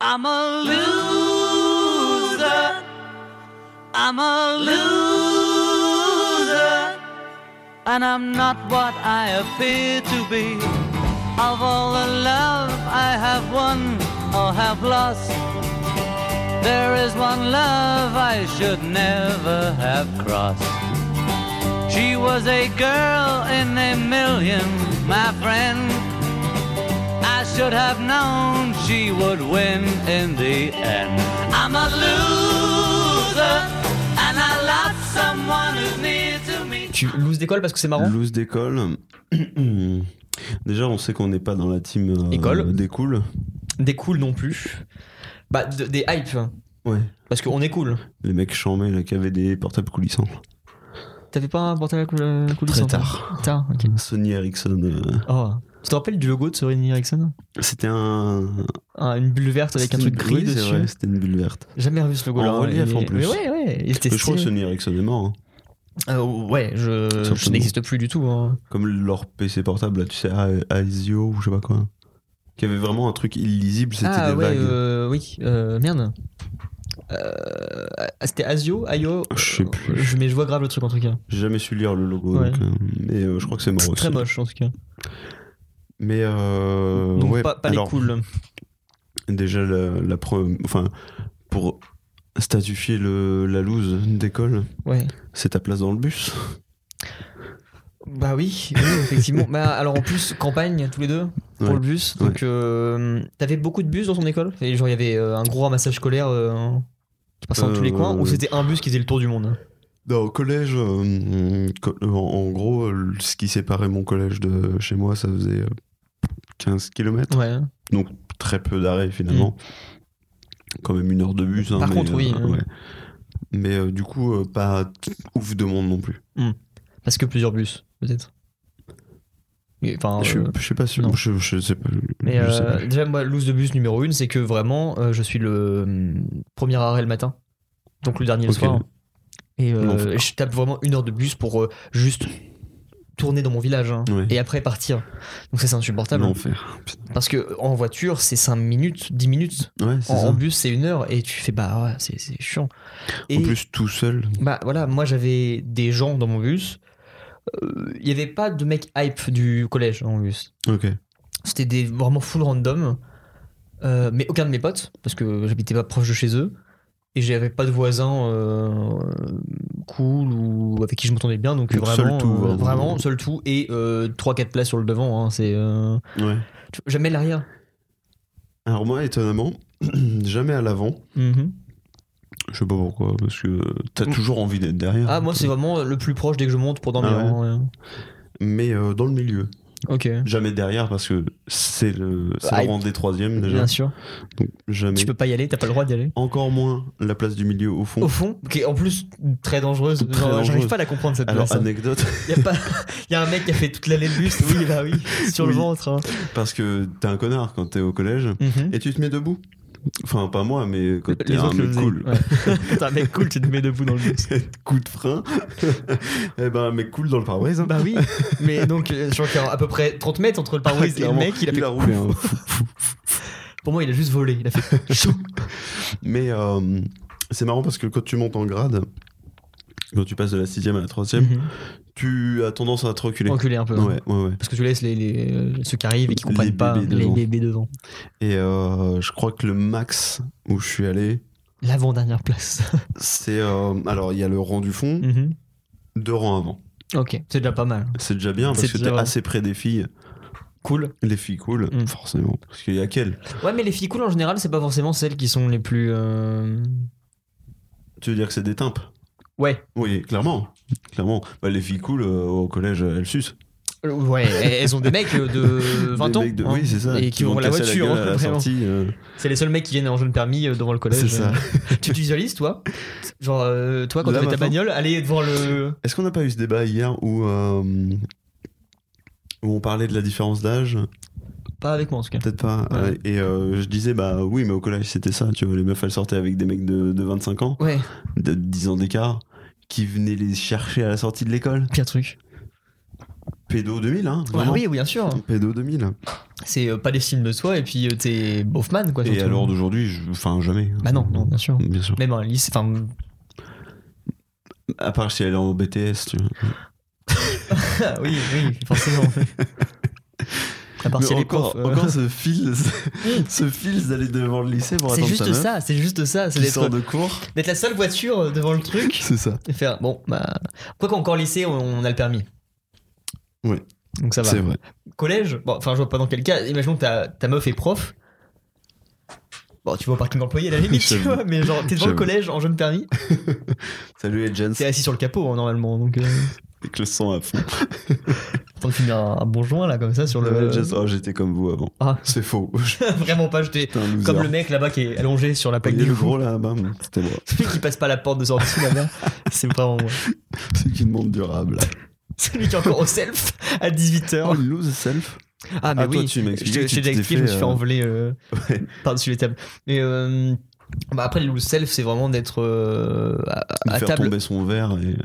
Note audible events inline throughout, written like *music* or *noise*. I'm a loser. I'm a loser. And I'm not what I appear to be. Of all the love I have won or have lost, there is one love I should never have crossed. She was a girl in a million, my friend. I should have known she would win in the end. I'm a loser, and I love someone who's near to me. Tu loose d'école parce que c'est marrant Loose d'école. *clears throat* Déjà, on sait qu'on n'est pas dans la team euh, École. des cools. Des cool non plus. Bah, de- des hype, hein, Ouais. parce qu'on est cool. Les mecs chambés là, qui avaient des portables coulissants. T'avais pas un portable cool, coulissant Très toi tard. Tard, ok. Sony Ericsson. euh, Oh. Tu te rappelles du logo de Soren Eriksson C'était un. Ah, Une bulle verte avec un c'était truc une- oui, gris c'est dessus. vrai, C'était une bulle verte. Jamais revu ce logo là. En relief, en plus. Mais ouais, ouais. Il était Je crois que stylé. Sony Ericsson est mort. hein. Euh, ouais, je, Surtout je n'existe plus du tout. hein. Comme leur PC portable, là, tu sais, A- Aizio ou je sais pas quoi. Qui avait vraiment un truc illisible, c'était Ah des ouais, vagues. euh, oui, euh, merde. Euh, ah, C'était Asio, Ayo. Je sais plus. euh, Je- mais je vois grave le truc en tout cas. J'ai jamais su lire le logo. Ouais. donc, euh, mais euh, je crois que c'est mort aussi. Très moche en tout cas. Mais euh, Donc ouais, pas, pas alors, les cool. Déjà, la, la pre- enfin, pour statifier le, la loose d'école, Ouais. c'est ta place dans le bus. Bah oui, oui, effectivement. bah, alors en plus, campagne tous les deux pour Ouais. le bus. Donc euh, t'avais beaucoup de bus dans ton école Et Genre il y avait euh, un gros ramassage scolaire euh, qui passait dans tous les Euh, coins ou ouais. c'était un bus qui faisait le tour du monde Non, au collège, euh, co- en, en gros, euh, ce qui séparait mon collège de chez moi, ça faisait euh, 15 km. Ouais. donc très peu d'arrêts finalement. Quand même une heure de bus. hein, Par mais, contre, oui, hein. Mais euh, du coup, euh, pas t- ouf de monde non plus. Parce que plusieurs bus, peut-être. Mais, Enfin, je, suis- euh, je suis pas non. sûr. Je, je sais pas. Mais je sais euh, pas. déjà, moi, loose de bus numéro une, c'est que vraiment, euh, je suis le hum, premier arrêt le matin, donc le dernier le Ok. soir. Et euh, L'enfer. je tape vraiment une heure de bus pour euh, juste tourner dans mon village hein, Ouais. et après partir. Donc ça, c'est insupportable. L'enfer. Parce que en voiture, c'est 5 minutes, 10 minutes. Ouais, c'est En, en ça. bus, c'est une heure et tu fais bah ouais, c'est c'est chiant. Et En plus, tout seul. bah voilà, moi j'avais des gens dans mon bus. Euh, Il y n'y avait pas de mec hype du collège dans mon bus. Ok. C'était des vraiment full random. Euh, mais aucun de mes potes, parce que j'habitais pas proche de chez eux. Et j'avais pas de voisins euh, cool ou avec qui je m'entendais bien. Donc Donc vraiment, seul tout, hein. euh, vraiment. vraiment, seul tout. Et euh, 3-4 places sur le devant. hein, c'est euh, Ouais. tu- Jamais l'arrière. Alors moi, étonnamment, *clears throat* jamais à l'avant. Mhm. Je sais pas pourquoi, parce que euh, t'as toujours envie d'être derrière. Ah, moi, c'est vraiment le plus proche dès que je monte pour dormir. Ah ouais. hein, ouais. Mais euh, dans le milieu. Ok. Jamais derrière, parce que c'est le, c'est Hype. le rang des troisièmes déjà. Bien sûr. Donc, jamais. Tu peux pas y aller, t'as pas le droit d'y aller. Encore moins la place du milieu au fond. Au fond, qui est en plus très dangereuse. Très Genre, J'arrive dangereuse. pas à la comprendre cette Alors, place. hein. anecdote, *laughs* Y a pas... *laughs* y a un mec qui a fait toute l'allée de bus. Oui, bah oui. Sur le Oui. ventre. hein. parce que t'es un connard quand t'es au collège Mhm. et tu te mets debout. Enfin, pas moi, mais quand t'es Les un autres le mec faisaient. cool. Ouais. *laughs* T'es un mec cool, tu te mets debout dans le bus. Coup de frein, *laughs* et ben un mec cool dans le pare-brise. hein. Bah *laughs* oui, mais donc euh, je crois qu'il y a à peu près 30 mètres entre le pare-brise et le Clairement, mec. Il a fait... a roulé. hein. Pour moi, il a juste volé. Il *laughs* a fait chaud. mais euh, c'est marrant parce que quand tu montes en grade, quand tu passes de la sixième à la troisième, Mhm. tu as tendance à te reculer. Enculé un peu. hein. Ouais, ouais, ouais. Parce que tu laisses les, les, euh, ceux qui arrivent et qui comprennent Les pas bébés les devant. bébés devant. Et euh, je crois que le max où je suis allé, *laughs* L'avant-dernière place. c'est. euh, alors, il y a le rang du fond, Mhm. deux rangs avant. Ok, c'est déjà pas mal. C'est déjà bien C'est parce que déjà t'es vrai. assez près des filles. Cool. Les filles cool, Mm. forcément. Parce qu'il y a qu'elles. Ouais, mais les filles cool en général, c'est pas forcément celles qui sont les plus. euh, Tu veux dire que c'est des timpes Ouais, Oui, clairement. Clairement. Bah, les filles cool euh, au collège, euh, elles sucent. Euh, ouais, elles ont des mecs euh, de *laughs* 20 Des ans. mecs de- hein, oui, c'est ça. Et qui ont la casser voiture. gueule à hein, la vraiment. sortie. euh, C'est les seuls mecs qui viennent en jeune permis euh, devant le collège. Euh, c'est ça. Tu te visualises, toi Genre, euh, toi, quand Là, t'avais ta maintenant bagnole, aller devant le. Est-ce qu'on n'a pas eu ce débat hier où, euh, où on parlait de la différence d'âge Pas avec moi, en tout cas. Peut-être pas. Ouais. Euh, Et euh, je disais, bah oui, mais au collège, c'était ça. Tu vois, les meufs, elles sortaient avec des mecs de, de 25 ans, Ouais, de 10 ans d'écart, qui venaient les chercher à la sortie de l'école. pire truc. Pédo 2000, hein Ouais, vraiment. oui, oui, bien sûr. Pédo 2000. C'est euh, pas l'estime de soi et puis euh, t'es Boffman, quoi. Et surtout. alors d'aujourd'hui, je- enfin jamais. Bah non, non, bien sûr. Bien sûr. Même un lycée, enfin, *laughs* À part si elle est en BTS, tu vois. Ah oui, oui, forcément. à part Mais si elle est encore, prof, euh, encore ce *laughs* fil, ce fil d'aller devant le lycée pour c'est attendre ta juste meuf ça, c'est juste ça. C'est qui sort de d'être, cours. *laughs* d'être la seule voiture euh, devant le truc C'est ça. et faire bon, bah. Quoi qu'encore lycée, on, on a le permis. Oui. Donc ça va. C'est vrai. Collège, bon, enfin, je vois pas dans quel cas. Imaginons que ta, ta meuf est prof. Bon, tu vois au parking employé à la limite, tu J'avoue. vois, mais genre, t'es devant le J'avoue. collège en *laughs* jeune permis, Salut les gens, t'es assis sur le capot hein, normalement, donc. Euh, avec le sang à fond. t'es en train de finir un, un bon joint là, comme ça, sur Salut le. les gens. Oh, j'étais comme vous avant. Ah. C'est faux. *laughs* *laughs* Vraiment pas, j'étais. J'étais un loser. Comme le mec là-bas qui est allongé sur la plaque Il y a des le loups. gros là, bam, c'était moi. *laughs* Celui qui passe pas la porte de sortie *laughs* là-bas, c'est vraiment moi. C'est qui demande durable. Celui qui est encore au self à Oh, 18h. you lose self. Ah, mais Ah, oui, toi, tu m'as expliqué Je que t'ai- je tu t'ai déjà t'es expliqué, je me fait, suis fait euh, envoler euh, *laughs* Ouais. par-dessus les tables. Mais euh, bah après, le loose self, c'est vraiment d'être euh, à, à faire table. tomber son verre et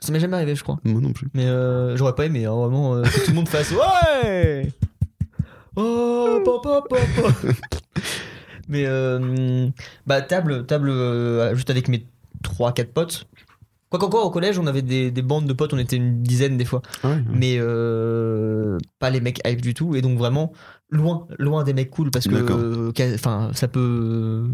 Ça m'est jamais arrivé, je crois. moi non plus. Mais euh, j'aurais pas aimé, hein, vraiment, euh, que tout le monde *laughs* fasse Ouais Oh, pop, pop, pop, *laughs* pop. Mais euh, bah, table, table euh, juste avec mes 3-4 potes. Quoi qu'encore au collège, on avait des, des bandes de potes, on était une dizaine des fois. Ah ouais. Mais euh, pas les mecs hype du tout. Et donc vraiment, loin, loin des mecs cool parce que D'accord. euh, qu'a- enfin ça peut.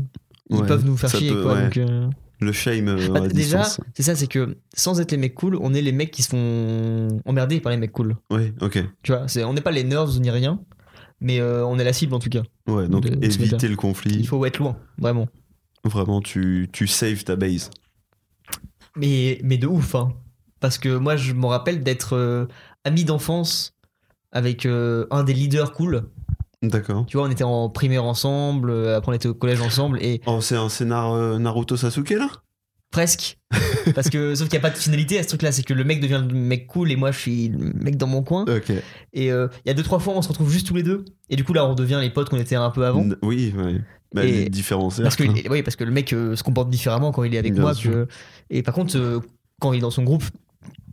Ils Ouais, peuvent nous faire ça chier peut- quoi. ouais. donc, euh, Le shame euh, bah, à déjà, distance. c'est ça, c'est que sans être les mecs cool, on est les mecs qui se font emmerder par les mecs cool. Oui, ok. Tu vois, c'est, on n'est pas les nerds ni rien, mais euh, on est la cible en tout cas. Ouais, donc De- de ce éviter mec-là. le Il conflit. faut être loin, vraiment. Vraiment, tu, tu saves ta base. Mais, mais de ouf, hein. Parce que moi, je me rappelle d'être euh, ami d'enfance avec euh, un des leaders cool. D'accord. Tu vois, on était en primaire ensemble, euh, après on était au collège ensemble, et Oh, c'est un scénar euh, Naruto Sasuke là presque. Parce que, sauf qu'il n'y a pas de finalité à ce truc-là, c'est que le mec devient le mec cool et moi je suis le mec dans mon coin. Ok. Et euh, il y a deux, trois fois, on se retrouve juste tous les deux. Et du coup, là, on devient les potes qu'on était un peu avant. N- Oui, oui. Bah, Et- les différences. Parce que, oui, parce que le mec euh, se comporte différemment quand il est avec Bien moi. sûr. que- et par contre, euh, quand il est dans son groupe,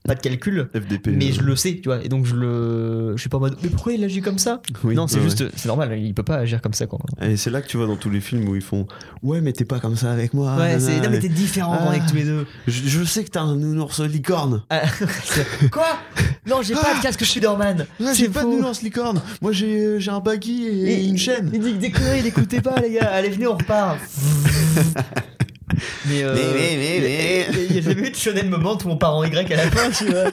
pas de calcul. FDP. Mais euh, je le sais, tu vois. Et donc je le. Je suis pas en mode. Mais pourquoi il agit comme ça oui, Non, c'est ouais, juste. C'est normal, il peut pas agir comme ça, quoi. ouais. Et c'est là que tu vois dans tous les films où ils font Ouais, mais t'es pas comme ça avec moi. ouais, nanana, c'est. Non, mais et- t'es différent Ah. avec tous les deux. je, je sais que t'as un nounours licorne. Ah, *laughs* c'est- quoi Non, j'ai pas de casque Spider-Man Ouais, C'est j'ai Ah, pas de faux. nounours licorne. Moi, j'ai euh, j'ai un baggy et, une chaîne. Il dit que des conneries, l'écoutez pas, les gars. Allez, venez, on *laughs* repart. mais, euh, Mais, mais, mais, mais. il y a- Il y a jamais eu de shonen moment où on part en Y à la fin, tu vois.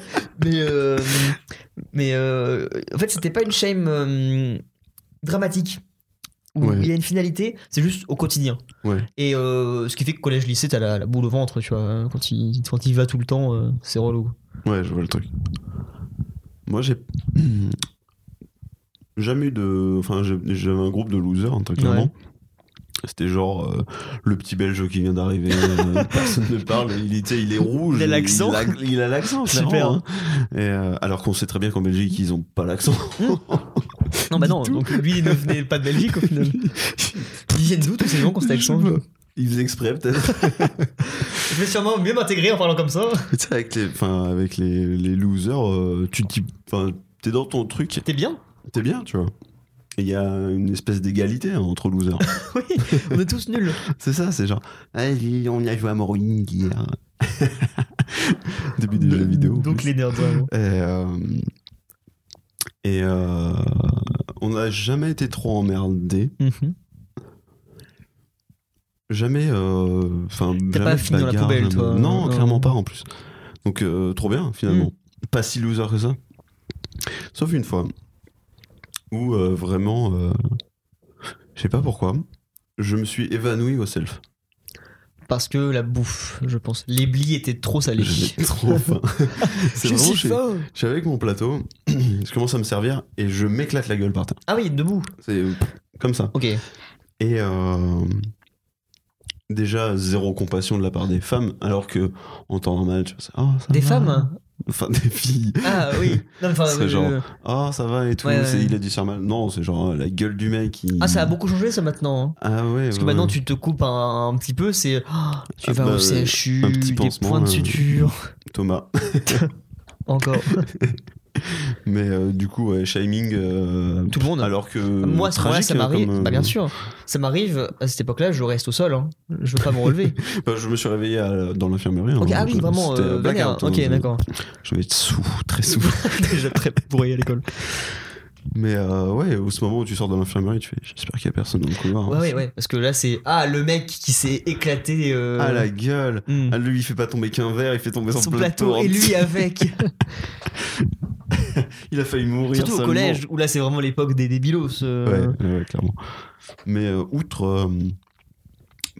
Mais, euh, mais euh, en fait, c'était pas une shame euh, dramatique. Où Ouais. Il y a une finalité, c'est juste au quotidien. Ouais. Et euh, ce qui fait que collège-lycée, t'as la, la boule au ventre, tu vois. hein. Quand il, quand il va tout le temps, euh, c'est relou. Ouais, je vois le truc. Moi, j'ai *clears throat* jamais eu de. Enfin, j'ai- j'avais un groupe de losers, hein, très clairement. Ouais. C'était genre euh, le petit belge qui vient d'arriver, euh, *laughs* personne ne parle, il, est- tu sais, il est rouge. Il a l'accent. Il a- il a l'accent, clairement, *laughs* Super. hein. Et, euh, alors qu'on sait très bien qu'en Belgique, ils ont pas l'accent. *laughs* Non, bah Du non, tout. donc lui, il ne venait pas de Belgique *laughs* au final. Ils viennent d'où tous ces gens qui ont cet accent Je sais pas. Ils faisaient exprès, peut-être. Je vais sûrement mieux m'intégrer en parlant comme ça. Tu sais, avec les, enfin, avec les, les losers, euh, tu t'y- enfin, t'es dans ton truc, T'es bien t'es bien, tu vois. Et Il y a une espèce d'égalité hein, entre *laughs* losers. Oui, on est tous nuls. C'est ça, c'est genre, allez, on y a joué à Morning hier. *laughs* Début des jeux vidéo. en Donc plus. les nerds, vraiment. Et, euh, et, euh, on n'a jamais été trop emmerdés. Mhm. Jamais. euh, Enfin, T'as jamais pas de fini dans la bagarre, poubelle, jamais- toi, euh, Non, non. Hmm. clairement pas en plus. Donc, euh, trop bien finalement. Pas si loser que ça. Sauf une fois où euh, vraiment, euh, je sais pas pourquoi, je me suis évanoui au self. Parce que la bouffe, je pense. Les blis étaient trop salés. J'avais trop *laughs* faim. C'est Je vraiment, suis je, suis- fort. je suis avec mon plateau, *clears throat* je commence à me servir et je m'éclate la gueule par terre. Ah oui, debout. C'est comme ça. Ok. Ah Et euh, déjà, zéro compassion de la part des femmes, alors que en temps normal, tu vois, c'est, oh, ça Des va. femmes hein. Enfin, des filles. Ah *laughs* oui. Non, mais enfin, C'est euh, genre- Oh, ça va et tout, Ouais, ouais, c'est- ouais. il a du mal. Non, c'est genre euh, la gueule du mec qui. Ah, ça a beaucoup changé ça maintenant. hein. Ah ouais. Parce que ouais, maintenant ouais. tu te coupes un, un petit peu, c'est. Ah, tu Ah, vas bah, au euh, CHU, un petit des pansement, points de là. suture. Thomas. Encore. *laughs* Mais euh, du coup, ouais, Shining. euh, Tout le monde. hein. alors que. moi, ça- moi, tragique, ça m'arrive. comme, euh, Bah, bien sûr. Ça m'arrive, à cette époque-là, je reste au sol. hein. Je veux pas me *laughs* relever. bah, je me suis réveillé à- dans l'infirmerie. Ok, hein, ah oui, je- vraiment. c'était euh, vénère. blackout, hein, ok, je- d'accord. *laughs* Je vais être sous, très sous. Déjà très pourri à l'école. Mais euh, ouais, au ce moment où tu sors de l'infirmerie, tu fais j'espère qu'il y a personne dans le couloir. Ouais, ouais, ouais. Parce que là, c'est. Ah, le mec qui s'est éclaté. euh, Ah la gueule hmm, Ah, lui, il fait pas tomber qu'un verre, il fait tomber son, Son plateau et lui avec. *laughs* Il a failli mourir. Surtout au seulement. collège, où là, c'est vraiment l'époque des débilos. Ouais, euh, ouais, ouais, clairement. Mais euh, outre. euh,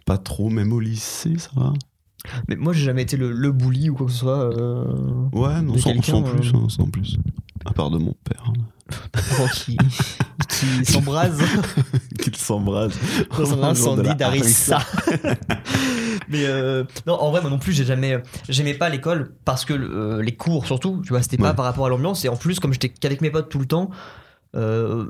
pas trop, même au lycée, ça va. Mais moi, j'ai jamais été le, le bully ou quoi que ce soit. euh, *laughs* Ouais, non, De sans, quelqu'un, sans plus, euh. hein, sans plus. À part de mon père, hein, Oh, qui, *laughs* qui s'embrase qu'il s'embrase dans un Un jour de incendie la d'Arissa. *laughs* Mais euh, non, en vrai, moi non plus, j'ai jamais, j'aimais pas l'école parce que euh, les cours surtout, tu vois, c'était pas Ouais. par rapport à l'ambiance et en plus, comme j'étais qu'avec mes potes tout le temps, euh,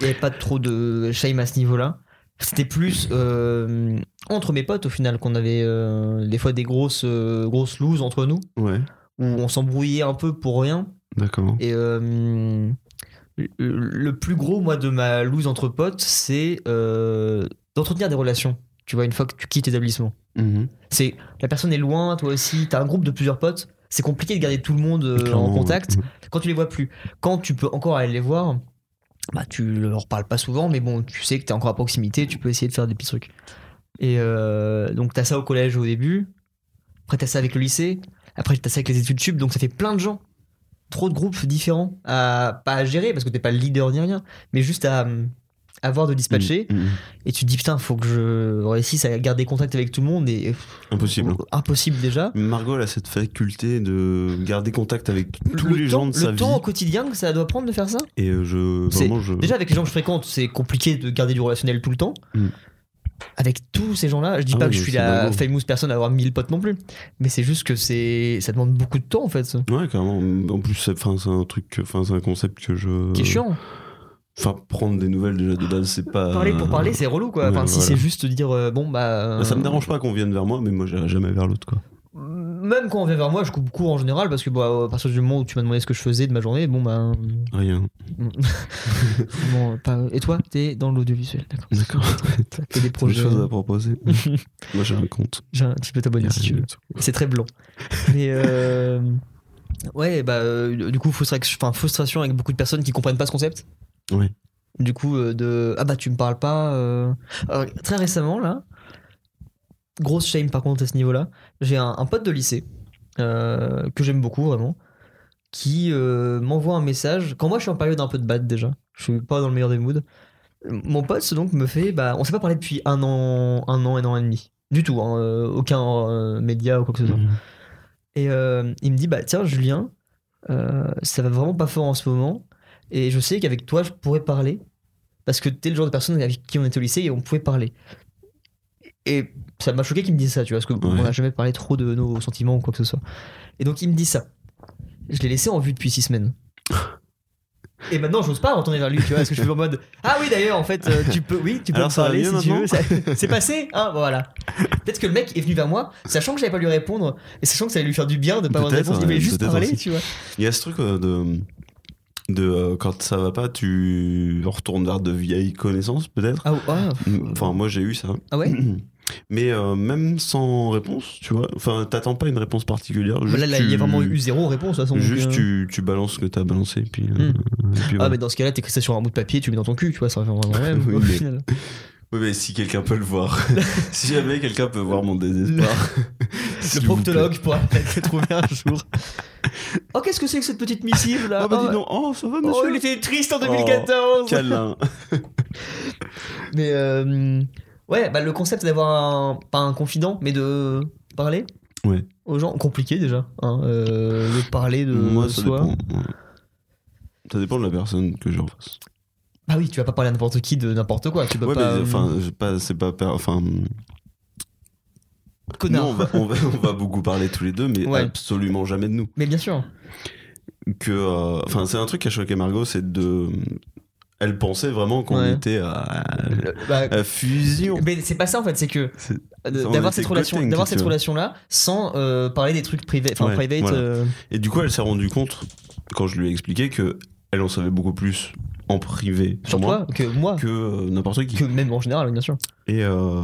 il y avait pas trop de shame à ce niveau-là. C'était plus euh, entre mes potes au final qu'on avait euh, des fois des grosses euh, grosses looses entre nous Ouais, où on s'embrouillait un peu pour rien d'accord. Et euh, le- le plus gros, moi, de ma loose entre potes, c'est euh, d'entretenir des relations. Tu vois, une fois que tu quittes l'établissement. Mhm. C'est la personne est loin, toi aussi, t'as un groupe de plusieurs potes. C'est compliqué de garder tout le monde euh, en Clairement, contact ouais. Mhm. quand tu les vois plus. Quand tu peux encore aller les voir, bah tu leur parles pas souvent, mais bon, tu sais que t'es encore à proximité, tu peux essayer de faire des petits trucs. Et euh, donc t'as ça au collège au début, après t'as ça avec le lycée, après t'as ça avec les études sup, donc ça fait plein de gens, trop de groupes différents à pas à gérer parce que t'es pas le leader ni rien, mais juste à hum, avoir de dispatcher. Mhm. Et tu te dis putain, faut que je réussisse à garder contact avec tout le monde et Impossible. hein. impossible déjà. Margot elle a cette faculté de garder contact avec tous le les temps, gens de le sa vie. temps au quotidien que ça doit prendre de faire ça Et euh, je. C'est- Vraiment, je. Déjà, avec les gens que je fréquente, c'est compliqué de garder du relationnel tout le temps. Mm. Avec tous ces gens-là, je dis Ah pas oui, que je mais suis c'est la dingo. famous personne à avoir 1000 potes non plus, mais c'est juste que c'est ça demande beaucoup de temps en fait, Ouais, carrément. En plus, c'est enfin, c'est un truc. que- Enfin, c'est un concept que je. qui est chiant. Enfin, prendre des nouvelles déjà de base, c'est pas. Parler pour parler, c'est relou quoi. euh, ouais, Enfin, si voilà. c'est juste dire euh, bon bah. Ça me euh, dérange pas qu'on vienne vers moi, mais moi, j'irai jamais vers l'autre, quoi. Même quand on vient vers moi, je coupe court en général parce que bah, à partir du moment où tu m'as demandé ce que je faisais de ma journée, bon bah. Rien. bon, pas- Et toi, t'es dans l'audiovisuel, d'accord. D'accord. T'as que des T'as des projets. choses à *laughs* proposer. moi, j'ai un compte. J'ai un- Tu peux t'abonner si tu veux. C'est très blanc. Mais euh, ouais, bah euh, du coup frustration, enfin frustration avec beaucoup de personnes qui comprennent pas ce concept. Ouais. Du coup euh, de ah bah tu me parles pas. euh. Alors, très récemment là, grosse shame par contre à ce niveau-là. J'ai un, un pote de lycée euh, que j'aime beaucoup vraiment, qui euh, m'envoie un message quand moi je suis en période un peu de bad déjà. Je suis pas dans le meilleur des moods. Mon pote donc me fait bah on s'est pas parlé depuis un an, un an, un an et demi. Du tout, hein, euh, aucun euh, média ou quoi que ce soit. Mhm. Et euh, il me dit, bah tiens, Julien, euh, ça va vraiment pas fort en ce moment. Et je sais qu'avec toi, je pourrais parler. Parce que t'es le genre de personne avec qui on était au lycée et on pouvait parler. Et ça m'a choqué qu'il me dise ça, tu vois, parce qu'on Ouais. n'a jamais parlé trop de nos sentiments ou quoi que ce soit. Et donc il me dit ça. Je l'ai laissé en vue depuis six semaines. Et maintenant, j'ose pas retourner vers lui, tu vois, parce que je suis en mode Ah oui, d'ailleurs, en fait, euh, tu peux, oui, tu peux Alors, me ça va parler si mieux tu veux. maintenant Ça- *laughs* C'est passé, hein, voilà. Peut-être que le mec est venu vers moi, sachant que j'allais pas lui répondre, et sachant que ça allait lui faire du bien de pas avoir de Peut-être, réponse. Il voulait ouais, juste peut-être parler, aussi. tu vois. Il y a ce truc euh, de. De, euh, quand ça va pas, tu retournes vers de vieilles connaissances, peut-être. Ah, ou- ah, Enfin, moi, j'ai eu ça. *clears throat* ah ouais Mais euh, même sans réponse, tu vois. Enfin, t'attends pas une réponse particulière. Bah juste Là, là, tu- il y a vraiment eu zéro réponse, de toute façon. Juste, donc, euh, tu, tu balances ce que t'as balancé, et puis. euh, Mm. et puis Ah, voilà. mais dans ce cas-là, t'écris ça sur un bout de papier, tu le mets dans ton cul, tu vois, ça va *laughs* faire vraiment la même, Oui, au mais- final. Oui, mais si quelqu'un peut le *laughs* voir, si jamais quelqu'un peut voir mon *laughs* désespoir, Le proctologue pourra peut-être le trouver un jour. *laughs* Oh, qu'est-ce que c'est que cette petite missive là Ah bah dis donc, oh ça va Oh, monsieur il était triste en Oh, 2014 Câlin. Mais euh, ouais, bah, le concept d'avoir un, pas un confident, mais de parler Ouais. aux gens, compliqué déjà, hein, euh, de parler de *laughs* Moi, ça soi. dépend. ouais. Ça dépend de la personne que j'ai en face. Bah oui, tu vas pas parler à n'importe qui de n'importe quoi, tu peux Ouais, pas. mais euh, enfin, j'ai pas, c'est pas. per- Enfin, nous, connard. on va, on, va, on va beaucoup parler tous les deux, mais Ouais. absolument jamais de nous. Mais bien sûr. Que, euh, enfin, c'est un truc qui a choqué Margot, c'est de. Elle pensait vraiment qu'on Ouais. était à, Le- bah, à fusion. mais c'est pas ça en fait, c'est que euh, C'est- euh, on d'avoir était cette relation, connectés, d'avoir tu cette vois. relation là, sans euh, parler des trucs privés, enfin Ouais, private. voilà. euh, Et du coup, elle s'est rendue compte quand je lui ai expliqué que elle en savait beaucoup plus en privé sur Sur moi toi, que moi, que euh, n'importe qui. que même en général, bien sûr. Et euh,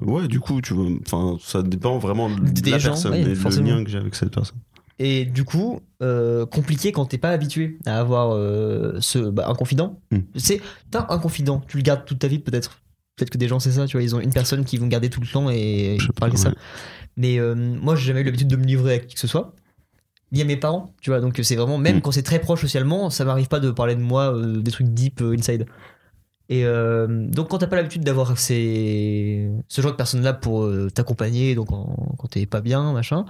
ouais, du coup, tu vois, enfin, ça dépend vraiment de Des la gens, personne ouais, et le forcément. lien que j'ai avec cette personne. Et du coup, euh, compliqué quand t'es pas habitué à avoir euh, ce, bah, un confident. Hmm. C'est, t'as un confident, tu le gardes toute ta vie peut-être. Peut-être que des gens, c'est ça, tu vois, ils ont une personne qu'ils vont garder tout le temps et Je sais pas, parler ça. ouais. Mais euh, moi, j'ai jamais eu l'habitude de me livrer à qui que ce soit, ni à mes parents, tu vois. Donc, c'est vraiment, même Mm. quand c'est très proche socialement, ça m'arrive pas de parler de moi, euh, des trucs deep euh, inside. Et euh, donc, quand t'as pas l'habitude d'avoir ces... ce genre de personnes-là pour euh, t'accompagner, donc en- quand t'es pas bien, machin,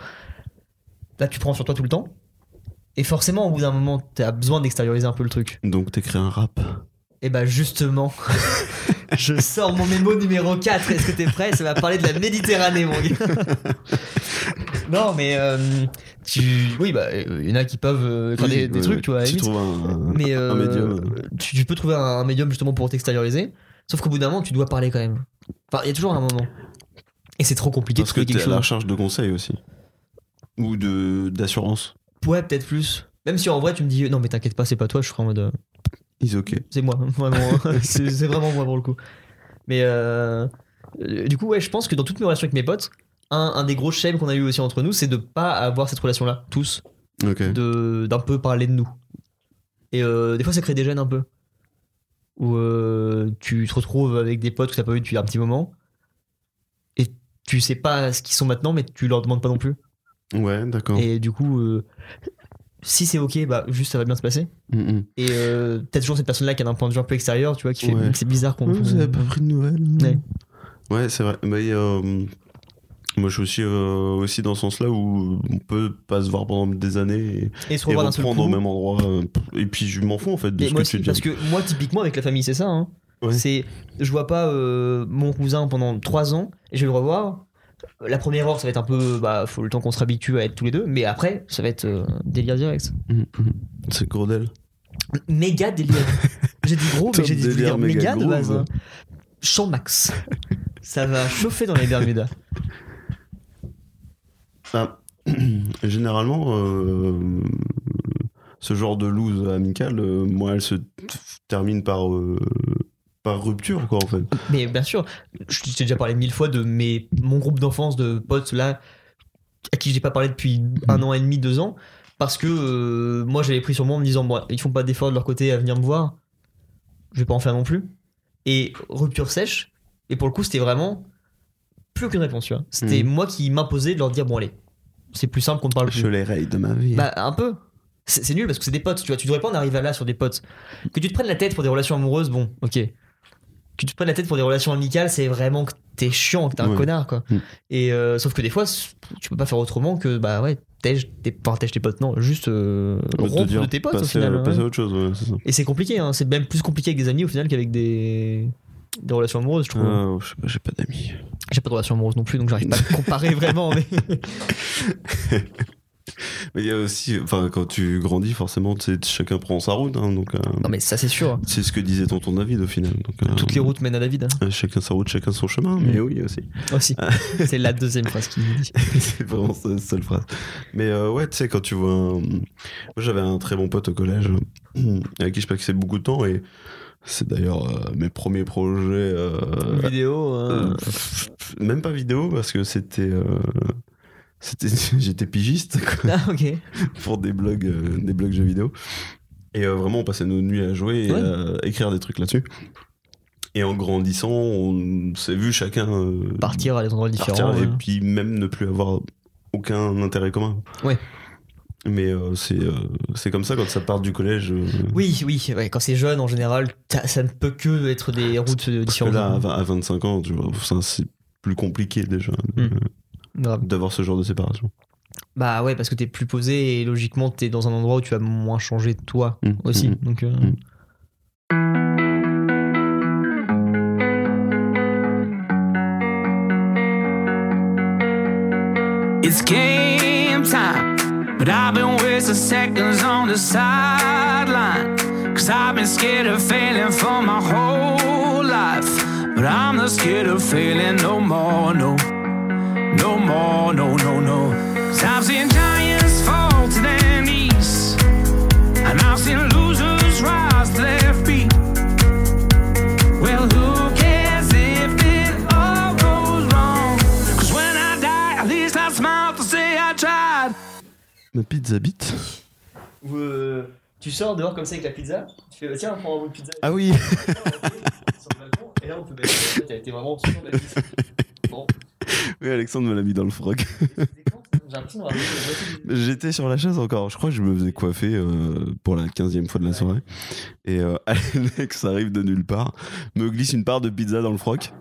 là, tu prends sur toi tout le temps. Et forcément, au bout d'un moment, t'as besoin d'extérioriser un peu le truc. Donc t'écris un rap. Et *laughs* bah, justement, je sors mon mémo numéro 4. Est-ce que t'es prêt Ça va parler de la Méditerranée, *laughs* mon gars. non, mais euh, tu. Oui, bah, il y en a qui peuvent euh, faire des, Oui, des ouais, ouais. trucs, tu vois. à la Tu limite. trouves un, mais un euh, médium. Tu, tu peux trouver un, un médium justement pour t'extérioriser. Sauf qu'au bout d'un moment, tu dois parler quand même. Enfin, il y a toujours un moment. Et c'est trop compliqué Parce de que trouver t'es quelque à la chose. recherche de conseils aussi. Ou de d'assurance. Ouais, peut-être plus. Même si en vrai, tu me dis non, mais t'inquiète pas, c'est pas toi, je serai en mode. euh, Is ok. C'est moi, *laughs* vraiment. hein. c'est c'est vraiment moi pour le coup. Mais euh, euh, du coup, ouais, je pense que dans toutes mes relations avec mes potes, un, un des gros schèmes qu'on a eu aussi entre nous, c'est de pas avoir cette relation-là, tous, Ok. de d'un peu parler de nous. Et euh, des fois, ça crée des gênes un peu. Où euh, tu te retrouves avec des potes que t'as pas vu depuis un petit moment, et tu sais pas ce qu'ils sont maintenant, mais tu leur demandes pas non plus. Ouais, d'accord. Et du coup, euh, si c'est ok, bah juste ça va bien se passer. Mm, mm. Et euh, t'as toujours cette personne-là qui a un point de vue un peu extérieur, tu vois, qui fait Ouais. c'est bizarre qu'on. Ouais, Vous avez pas pris de nouvelles hein. Ouais. Ouais, c'est vrai. Mais euh, moi, je suis aussi, euh, aussi dans ce sens-là où on peut pas se voir pendant des années Et et, et se revoir d'un seul reprendre au coup. même endroit. euh, Et puis, je m'en fous en fait de Et ce moi que tu aussi, dis. parce que moi, typiquement, avec la famille, c'est ça. hein. Ouais. C'est, je vois pas euh, mon cousin pendant 3 ans et je vais le revoir. La première heure, ça va être un peu, bah, faut le temps qu'on se réhabitue à être tous les deux, mais après, ça va être euh, délire direct. Mm, mm. C'est Cordel. *laughs* Méga délire. j'ai dit gros, mais Top j'ai dit délire, délire méga méga de groove. base. hein. Champ max. ça va chauffer dans les Bermudas. Ah, *clears throat* Généralement, euh, ce genre de loose amicale, euh, moi, elle se t- termine par, euh, par rupture, quoi, en fait. Mais bien sûr, je t'ai déjà parlé mille fois de mes, mon groupe d'enfance de potes là, à qui j'ai pas parlé depuis un an et demi, deux ans, parce que euh, moi j'avais pris sur moi en me disant, bon, ils font pas d'efforts de leur côté à venir me voir, je vais pas en faire non plus. Et rupture sèche, et pour le coup c'était vraiment plus aucune réponse, tu vois. C'était moi qui m'imposais de leur dire, bon allez, c'est plus simple qu'on ne parle plus. Je les raye de ma vie. Ah, Bah un peu. C'est c'est nul parce que c'est des potes, tu vois. Tu devrais pas en arriver à là sur des potes. Que tu te prennes la tête pour des relations amoureuses, bon, ok. Que tu te prennes la tête pour des relations amicales, c'est vraiment que t'es chiant, que t'es un Ouais. connard, quoi. Mm. Et euh, sauf que des fois, c- tu peux pas faire autrement que bah ouais, tège tes, enfin, tège tes potes, non, juste euh, De rompre Bah, dire de tes potes passer, au final. à- ouais. passer à autre chose, ouais, c'est ça. Et c'est compliqué, hein. c'est même plus compliqué avec des amis au final qu'avec des des relations amoureuses, je trouve. Ah, je sais pas, j'ai pas d'amis. J'ai pas de relation amoureuse non plus, donc j'arrive pas à *laughs* te comparer vraiment. Mais... Mais il y a aussi, enfin, quand tu grandis, forcément, tu sais, chacun prend sa route. hein, donc, euh, non mais ça c'est sûr. c'est ce que disait tonton David au final. Donc, euh, Toutes les routes mènent à la vide hein, euh, Chacun sa route, chacun son chemin. Mm. Mais oui, aussi. *laughs* aussi. c'est la deuxième phrase qu'il dit. c'est vraiment sa seule phrase. Mais euh, ouais, tu sais, quand tu vois. un- Moi, j'avais un très bon pote au collège euh, avec qui je passais beaucoup de temps et c'est d'ailleurs euh, mes premiers projets. euh, vidéo. hein. Euh, pff, pff, même pas vidéo parce que c'était euh, c'était *laughs* j'étais pigiste quoi, *laughs* Ah, ok. pour des blogs euh, des blogs jeux vidéo et euh, vraiment on passait nos nuits à jouer et Ouais. à écrire des trucs là-dessus et en grandissant on s'est vu chacun euh, Partir à des endroits partir différents. hein. et ouais. puis même ne plus avoir aucun intérêt commun Ouais. mais euh, c'est euh, c'est comme ça quand ça part du collège euh, Oui, oui, ouais, quand c'est jeune en général, t'as- ça ne peut que être des routes Ah, euh, parce que là à différentes. vingt- à 25 ans tu vois ça, c'est plus compliqué déjà de- Mm. Grave. d'avoir ce genre de séparation Bah ouais, parce que t'es plus posé et logiquement t'es dans un endroit où tu vas moins changer de toi Mm, aussi. mm, Donc, euh, mm. It's game time, but I've been wasting seconds on the sideline. Cause I've been scared of failing for my whole life. But I'm not scared of failing no more, no. No more, no, no, no. Cause I've seen giants fall to their knees. Ma pizza bite. *laughs* Ou euh, tu sors dehors comme ça avec la pizza, tu fais bah, tiens, on prend un bout de pizza. Ah oui Sur le balcon, et là on peut mettre. En fait, t'as été vraiment sur la pizza. Bon, Oui, Alexandre me l'a mis dans le froc. *laughs* c'est con, j'ai l'impression d'avoir vécu la moitié du- J'étais sur la chaise encore. Je crois que je me faisais coiffer euh, pour la 15 fois de la soirée. Et euh, *laughs* Alex arrive de nulle part, me glisse une part de pizza dans le froc.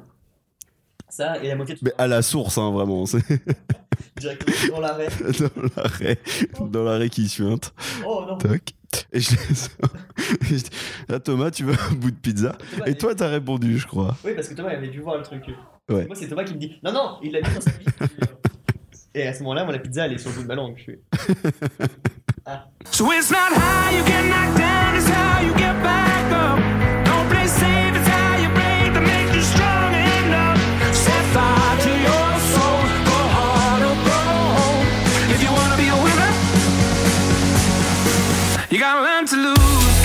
Ça et la moquette Mais à la source, hein, vraiment. C'est directement dans l'arrêt. *laughs* dans l'arrêt, dans l'arrêt qui suinte. Oh non, Toc. Et je laisse. *laughs* Et je dis, Ah, Thomas, tu veux un bout de pizza Thomas, Et toi, t'as répondu, je crois. Oui, parce que Thomas avait dû voir le truc. Ouais. Moi, c'est Thomas qui me dit Non, non, il l'a mis dans sa vie. *laughs* Et à ce moment-là, moi, la pizza, elle est sur le bout de ma langue. Je fais, So it's not how you get knocked down, it's how you get back up. Don't play safe, it's how you break that makes you strong enough. Set fire to your soul, go hard or go home. If you wanna be a winner, you gotta learn to lose.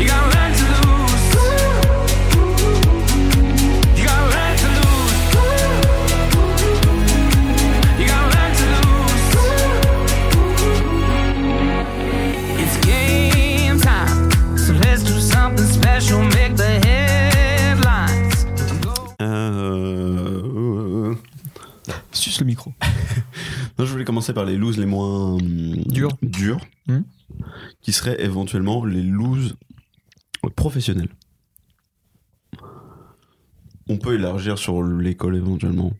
You gotta learn to lose. You gotta learn to lose. You gotta learn to lose. It's game time. So let's do something special, make the headlines. Euh, euh, Suce le micro. non, je voulais commencer par les loos les moins hum, Durs. durs, Hmm. qui seraient éventuellement les loos professionnels. On peut élargir sur l'école éventuellement.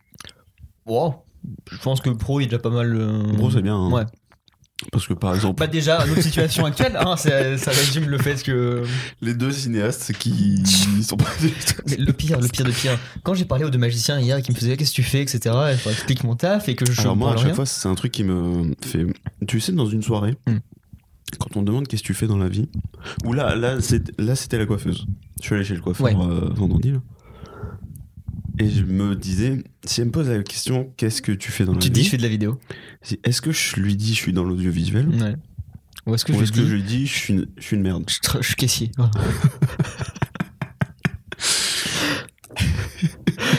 Wow. Je pense que le pro, il est déjà pas mal. euh, Pro, c'est bien. hein. Ouais. Parce que par exemple, Bah, déjà, notre situation actuelle, hein, ça, ça résume le fait que. les deux cinéastes qui *laughs* sont pas du tout- Mais le pire, le pire de pire. Quand j'ai parlé aux deux magiciens hier qui me faisaient qu'est-ce que tu fais, etc. Il faut explique mon taf et que je Alors moi, à parle chaque rien. fois, c'est un truc qui me fait. Tu sais, dans une soirée, Hmm. quand on te demande qu'est-ce que tu fais dans la vie, ou là, là, c'est- là, c'était la coiffeuse. Je suis allé chez le coiffeur Ouais. euh, vendredi. là. Et je me disais, si elle me pose la question, qu'est-ce que tu fais dans la Tu te vie dis, je fais de la vidéo. c'est, Est-ce que je lui dis, je suis dans l'audiovisuel Ouais. Ou est-ce que Ou je est-ce que je dis, lui dis, je suis une, je suis une merde je tra- je *laughs* suis caissier. Voilà.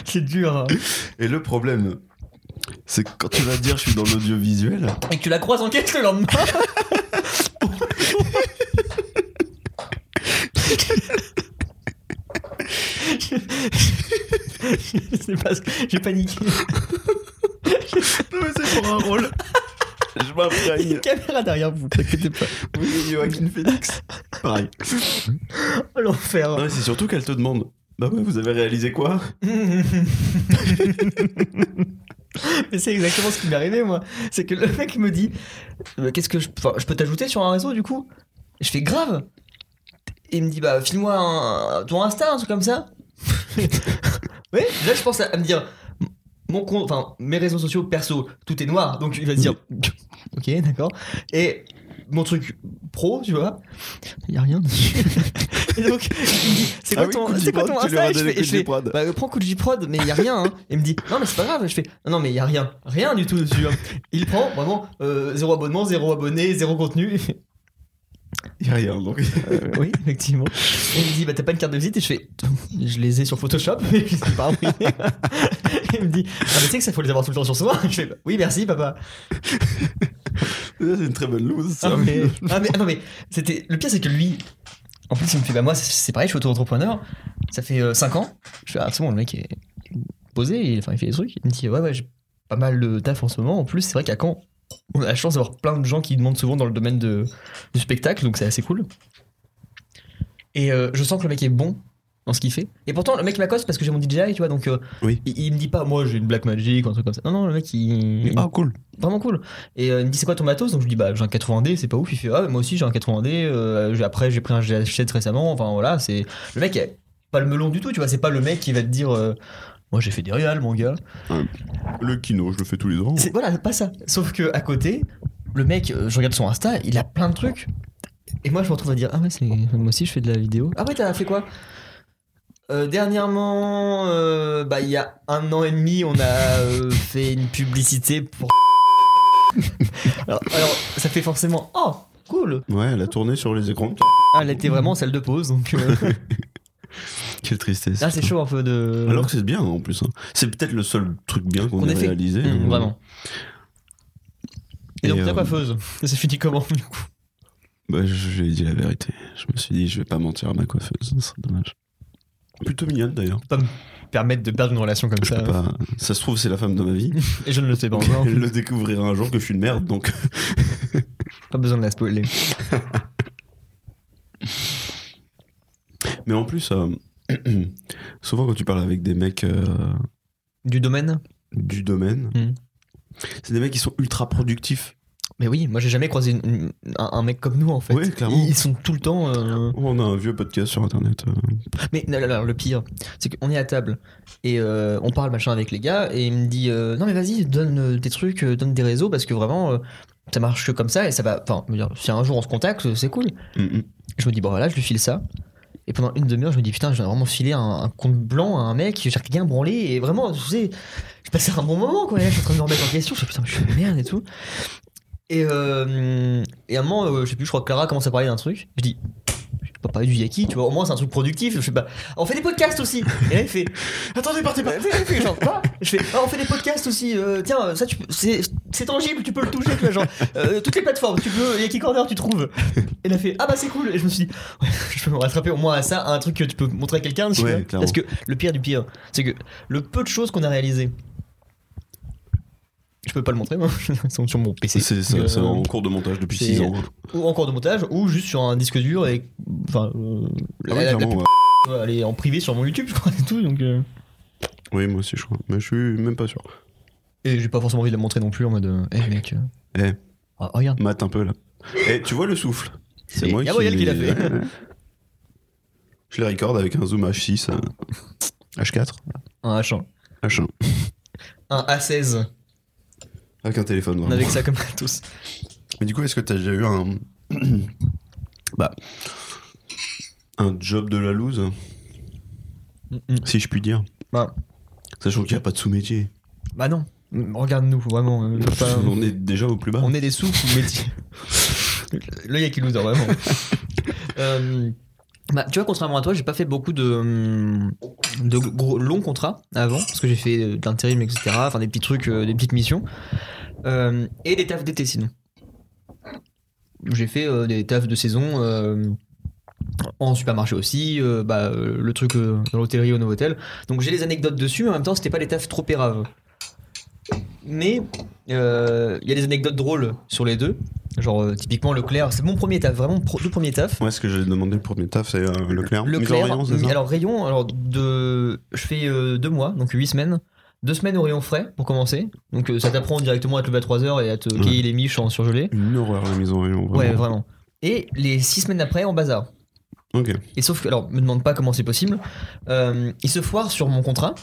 C'est dur. hein. Et le problème, c'est que quand tu vas dire, je suis dans l'audiovisuel, Et que tu la croises en caisse le lendemain. Je sais pas ce que- J'ai paniqué. *laughs* non, mais c'est pour un rôle. *laughs* je Il y a une *laughs* m'imprègne. caméra derrière vous, t'inquiétez pas. Oui, Joaquin Phoenix. Pareil. Oh, L'enfer. Non, mais Ah c'est surtout qu'elle te demande. Bah ouais, vous avez réalisé quoi Mais *laughs* c'est exactement ce qui m'est arrivé, moi. C'est que le mec me dit Euh, Qu'est-ce que je. enfin, je peux t'ajouter sur un réseau, du coup Je fais grave Et il me dit Bah, file-moi un- ton Insta, un truc comme ça. *laughs* oui, là, je pense à, à me dire Mon compte, enfin, mes réseaux sociaux perso, tout est noir, donc il va se dire *laughs* Ok, d'accord. Et mon truc pro, tu vois, il n'y a rien dessus. *laughs* Et donc, il me dit C'est quoi, Ah oui, ton- coup de c'est quoi J-Prod, ton tu lui Insta as Et je donné fais- et coup je de fais, J-Prod. bah, euh, prends coup de J-Prod, mais il n'y a rien. hein. Il me dit, non, mais c'est pas grave. Je fais, non, non, mais il n'y a rien. Rien du tout dessus. hein. Il prend vraiment euh, zéro abonnement, zéro abonné, zéro contenu. *laughs* Euh, Y a rien donc. oui, effectivement. Et il me dit, bah, t'as pas une carte de visite Et je fais, *laughs* je les ai sur Photoshop, *laughs* mais je sais pas imprimé. *laughs* il me dit, ah, mais tu sais que ça faut les avoir tout le temps sur soi. *laughs* Je fais, bah, oui, merci, papa. C'est une très bonne loose ça. Ah, mais, ah, mais- ah, non, mais c'était, le pire, c'est que lui, en plus, il me fait, bah, moi, c'est- c'est pareil, je suis auto-entrepreneur. Ça fait 5 ans. Je fais, ah, c'est bon, le mec est posé, il, enfin, il fait des trucs. Il me dit, ouais, ouais, j'ai pas mal de taf en ce moment. En plus, c'est vrai qu'à Caen, on a la chance d'avoir plein de gens qui demandent souvent dans le domaine de, du spectacle, donc c'est assez cool. Et euh, je sens que le mec est bon dans ce qu'il fait. Et pourtant, le mec m'accoste parce que j'ai mon DJI, tu vois, donc euh, Oui. il, il me dit pas, moi, j'ai une Black Magic ou un truc comme ça. Non, non, le mec, il, il- Ah cool. vraiment cool. Et euh, il me dit c'est quoi ton matos Donc je lui dis bah j'ai un 80D, c'est pas ouf. Il fait ah mais moi aussi j'ai un 80D. euh, j'ai- après j'ai pris un GH7 récemment. Enfin voilà c'est le mec est pas le melon du tout. Tu vois c'est pas le mec qui va te dire euh, moi j'ai fait des réals mon gars. Le kino, je le fais tous les ans. C'est voilà c'est pas ça. Sauf que à côté le mec euh, je regarde son Insta il a plein de trucs. Et moi je me retrouve à dire ah ouais c'est moi aussi je fais de la vidéo. Ah ouais t'as fait quoi Euh, dernièrement, euh, bah, il y a un an et demi, on a euh, *laughs* fait une publicité *laughs* pour. alors, alors, ça fait forcément. Oh, cool Ouais, elle a tourné sur les écrans. Ah, Elle était vraiment en salle de pause, donc. euh, *laughs* Quelle tristesse. là, c'est euh, chaud un peu de. Alors que c'est bien en plus. hein. C'est peut-être le seul truc bien qu'on Qu'on ait ait fait. réalisé. Mmh, hein. vraiment. Et, donc, euh, ta coiffeuse, ça finit comment *laughs* du coup bah, je je lui ai dit la vérité. Je me suis dit, je vais pas mentir à ma coiffeuse, ce serait dommage. Plutôt mignonne d'ailleurs. Permettre de perdre une relation comme Je ça. peux pas- Ça se trouve, c'est la femme de ma vie. Et je ne le sais pas encore. Elle le découvrira un jour que je suis une merde, donc. *laughs* pas besoin de la spoiler. Mais en plus, euh, *clears throat* souvent quand tu parles avec des mecs euh, Du domaine du domaine, Mm. c'est des mecs qui sont ultra productifs. Mais oui, moi j'ai jamais croisé une- une- un, un mec comme nous en fait. Ouais, clairement. Ils sont tout le temps. euh, On a un vieux podcast sur internet. euh, Mais non, non, non, le pire, c'est qu'on est à table et euh, on parle machin avec les gars et il me dit euh, non mais vas-y donne euh, des trucs, euh, donne des réseaux parce que vraiment euh, ça marche que comme ça et ça va. Enfin, je veux dire, si un jour on se contacte, euh, c'est cool. mm, mm. Je me dis bon voilà, je lui file ça. Et pendant une demi-heure, je me dis putain, je viens vraiment filer un, un compte blanc à un mec, j'ai rien branlé et vraiment, tu sais, je passais un bon moment quoi. Et là, je suis en train de me remettre en question, je fais putain, je suis une merde et tout. Et, euh, et à un moment, euh, je sais plus, je crois que Clara commence à parler d'un truc. Je dis, je vais pas parler du yaki, tu vois, au moins c'est un truc productif. Je sais pas, on fait des podcasts aussi. Et là, il fait, Euh, attendez, partez pas. Je fais, genre, quoi Je fais, ah, on fait des podcasts aussi. euh, tiens, ça, tu peux- c'est c'est tangible, tu peux le toucher, tu vois, genre, euh, toutes les plateformes, tu peux, yaki corner, tu trouves. Et là, il fait, ah bah c'est cool. Et je me suis dit, ouais, *laughs* je peux me rattraper au moins à ça, à un truc que tu peux montrer à quelqu'un. tu Ouais, vois. clairement. Parce que le pire du pire, c'est que le peu de choses qu'on a réalisées. Je peux pas le montrer, moi. *laughs* Ils sont sur mon PC. C'est ça, Euh, c'est en cours de montage depuis c'est- 6 ans. Ah euh, ou en cours de montage ou juste sur un disque dur et enfin euh, Ah la- oui, la- la clairement, pub, ouais. euh, elle est en privé sur mon YouTube *laughs* je crois et tout donc euh, Oui, moi aussi, je crois. Mais je suis même pas sûr. et j'ai pas forcément envie de la montrer non plus en mode euh, Eh, mec euh, Eh. ah, regarde Mate un peu là. Et tu vois le souffle C'est Et moi y a qui. Voyelle qui l'a fait. Ouais, ouais. *laughs* Je le record avec un zoom H6, euh, H4, un H1 H1. un A16 Avec un téléphone. on Vraiment. avait que ça comme *laughs* tous Mais du coup, est-ce que t'as déjà eu un. *clears throat* bah. Un job de la loose, Mm, si je puis dire. bah, Sachant qu'il n'y a pas de sous-métier. bah non regarde nous vraiment euh, enfin, On est déjà au plus bas. on est des sous ou métier le Yaki Loser vraiment Euh, bah, tu vois, contrairement à toi, j'ai pas fait beaucoup de, hum, de gros, longs contrats avant, parce que j'ai fait euh, de l'intérim, etc. Enfin, des petits trucs, euh, des petites missions. Euh, et des tafs d'été, sinon. J'ai fait euh, des tafs de saison euh, en supermarché aussi, euh, bah, euh, le truc euh, dans l'hôtellerie au Novotel. Donc j'ai les anecdotes dessus, mais en même temps, c'était pas des tafs trop péraves. Mais euh, il y a des anecdotes drôles sur les deux. Genre, euh, typiquement, Leclerc, c'est mon premier taf, vraiment, mon pro- tout premier taf. Ouais, ce que j'ai demandé pour mes taf, c'est euh, Leclerc. Mise en Leclerc, rayon, c'est mais ça alors rayon, alors de, je fais euh, deux mois, donc huit semaines. Deux semaines au rayon frais pour commencer. Donc euh, ça t'apprend directement à te lever à 3h et à te Ouais. cailler les miches en surgelé. Une horreur la mise en rayon. Ouais, vraiment. vraiment. Et les six semaines après en bazar. Ok. Et sauf que, alors me demande pas comment c'est possible, Euh, ils se foirent sur mon contrat.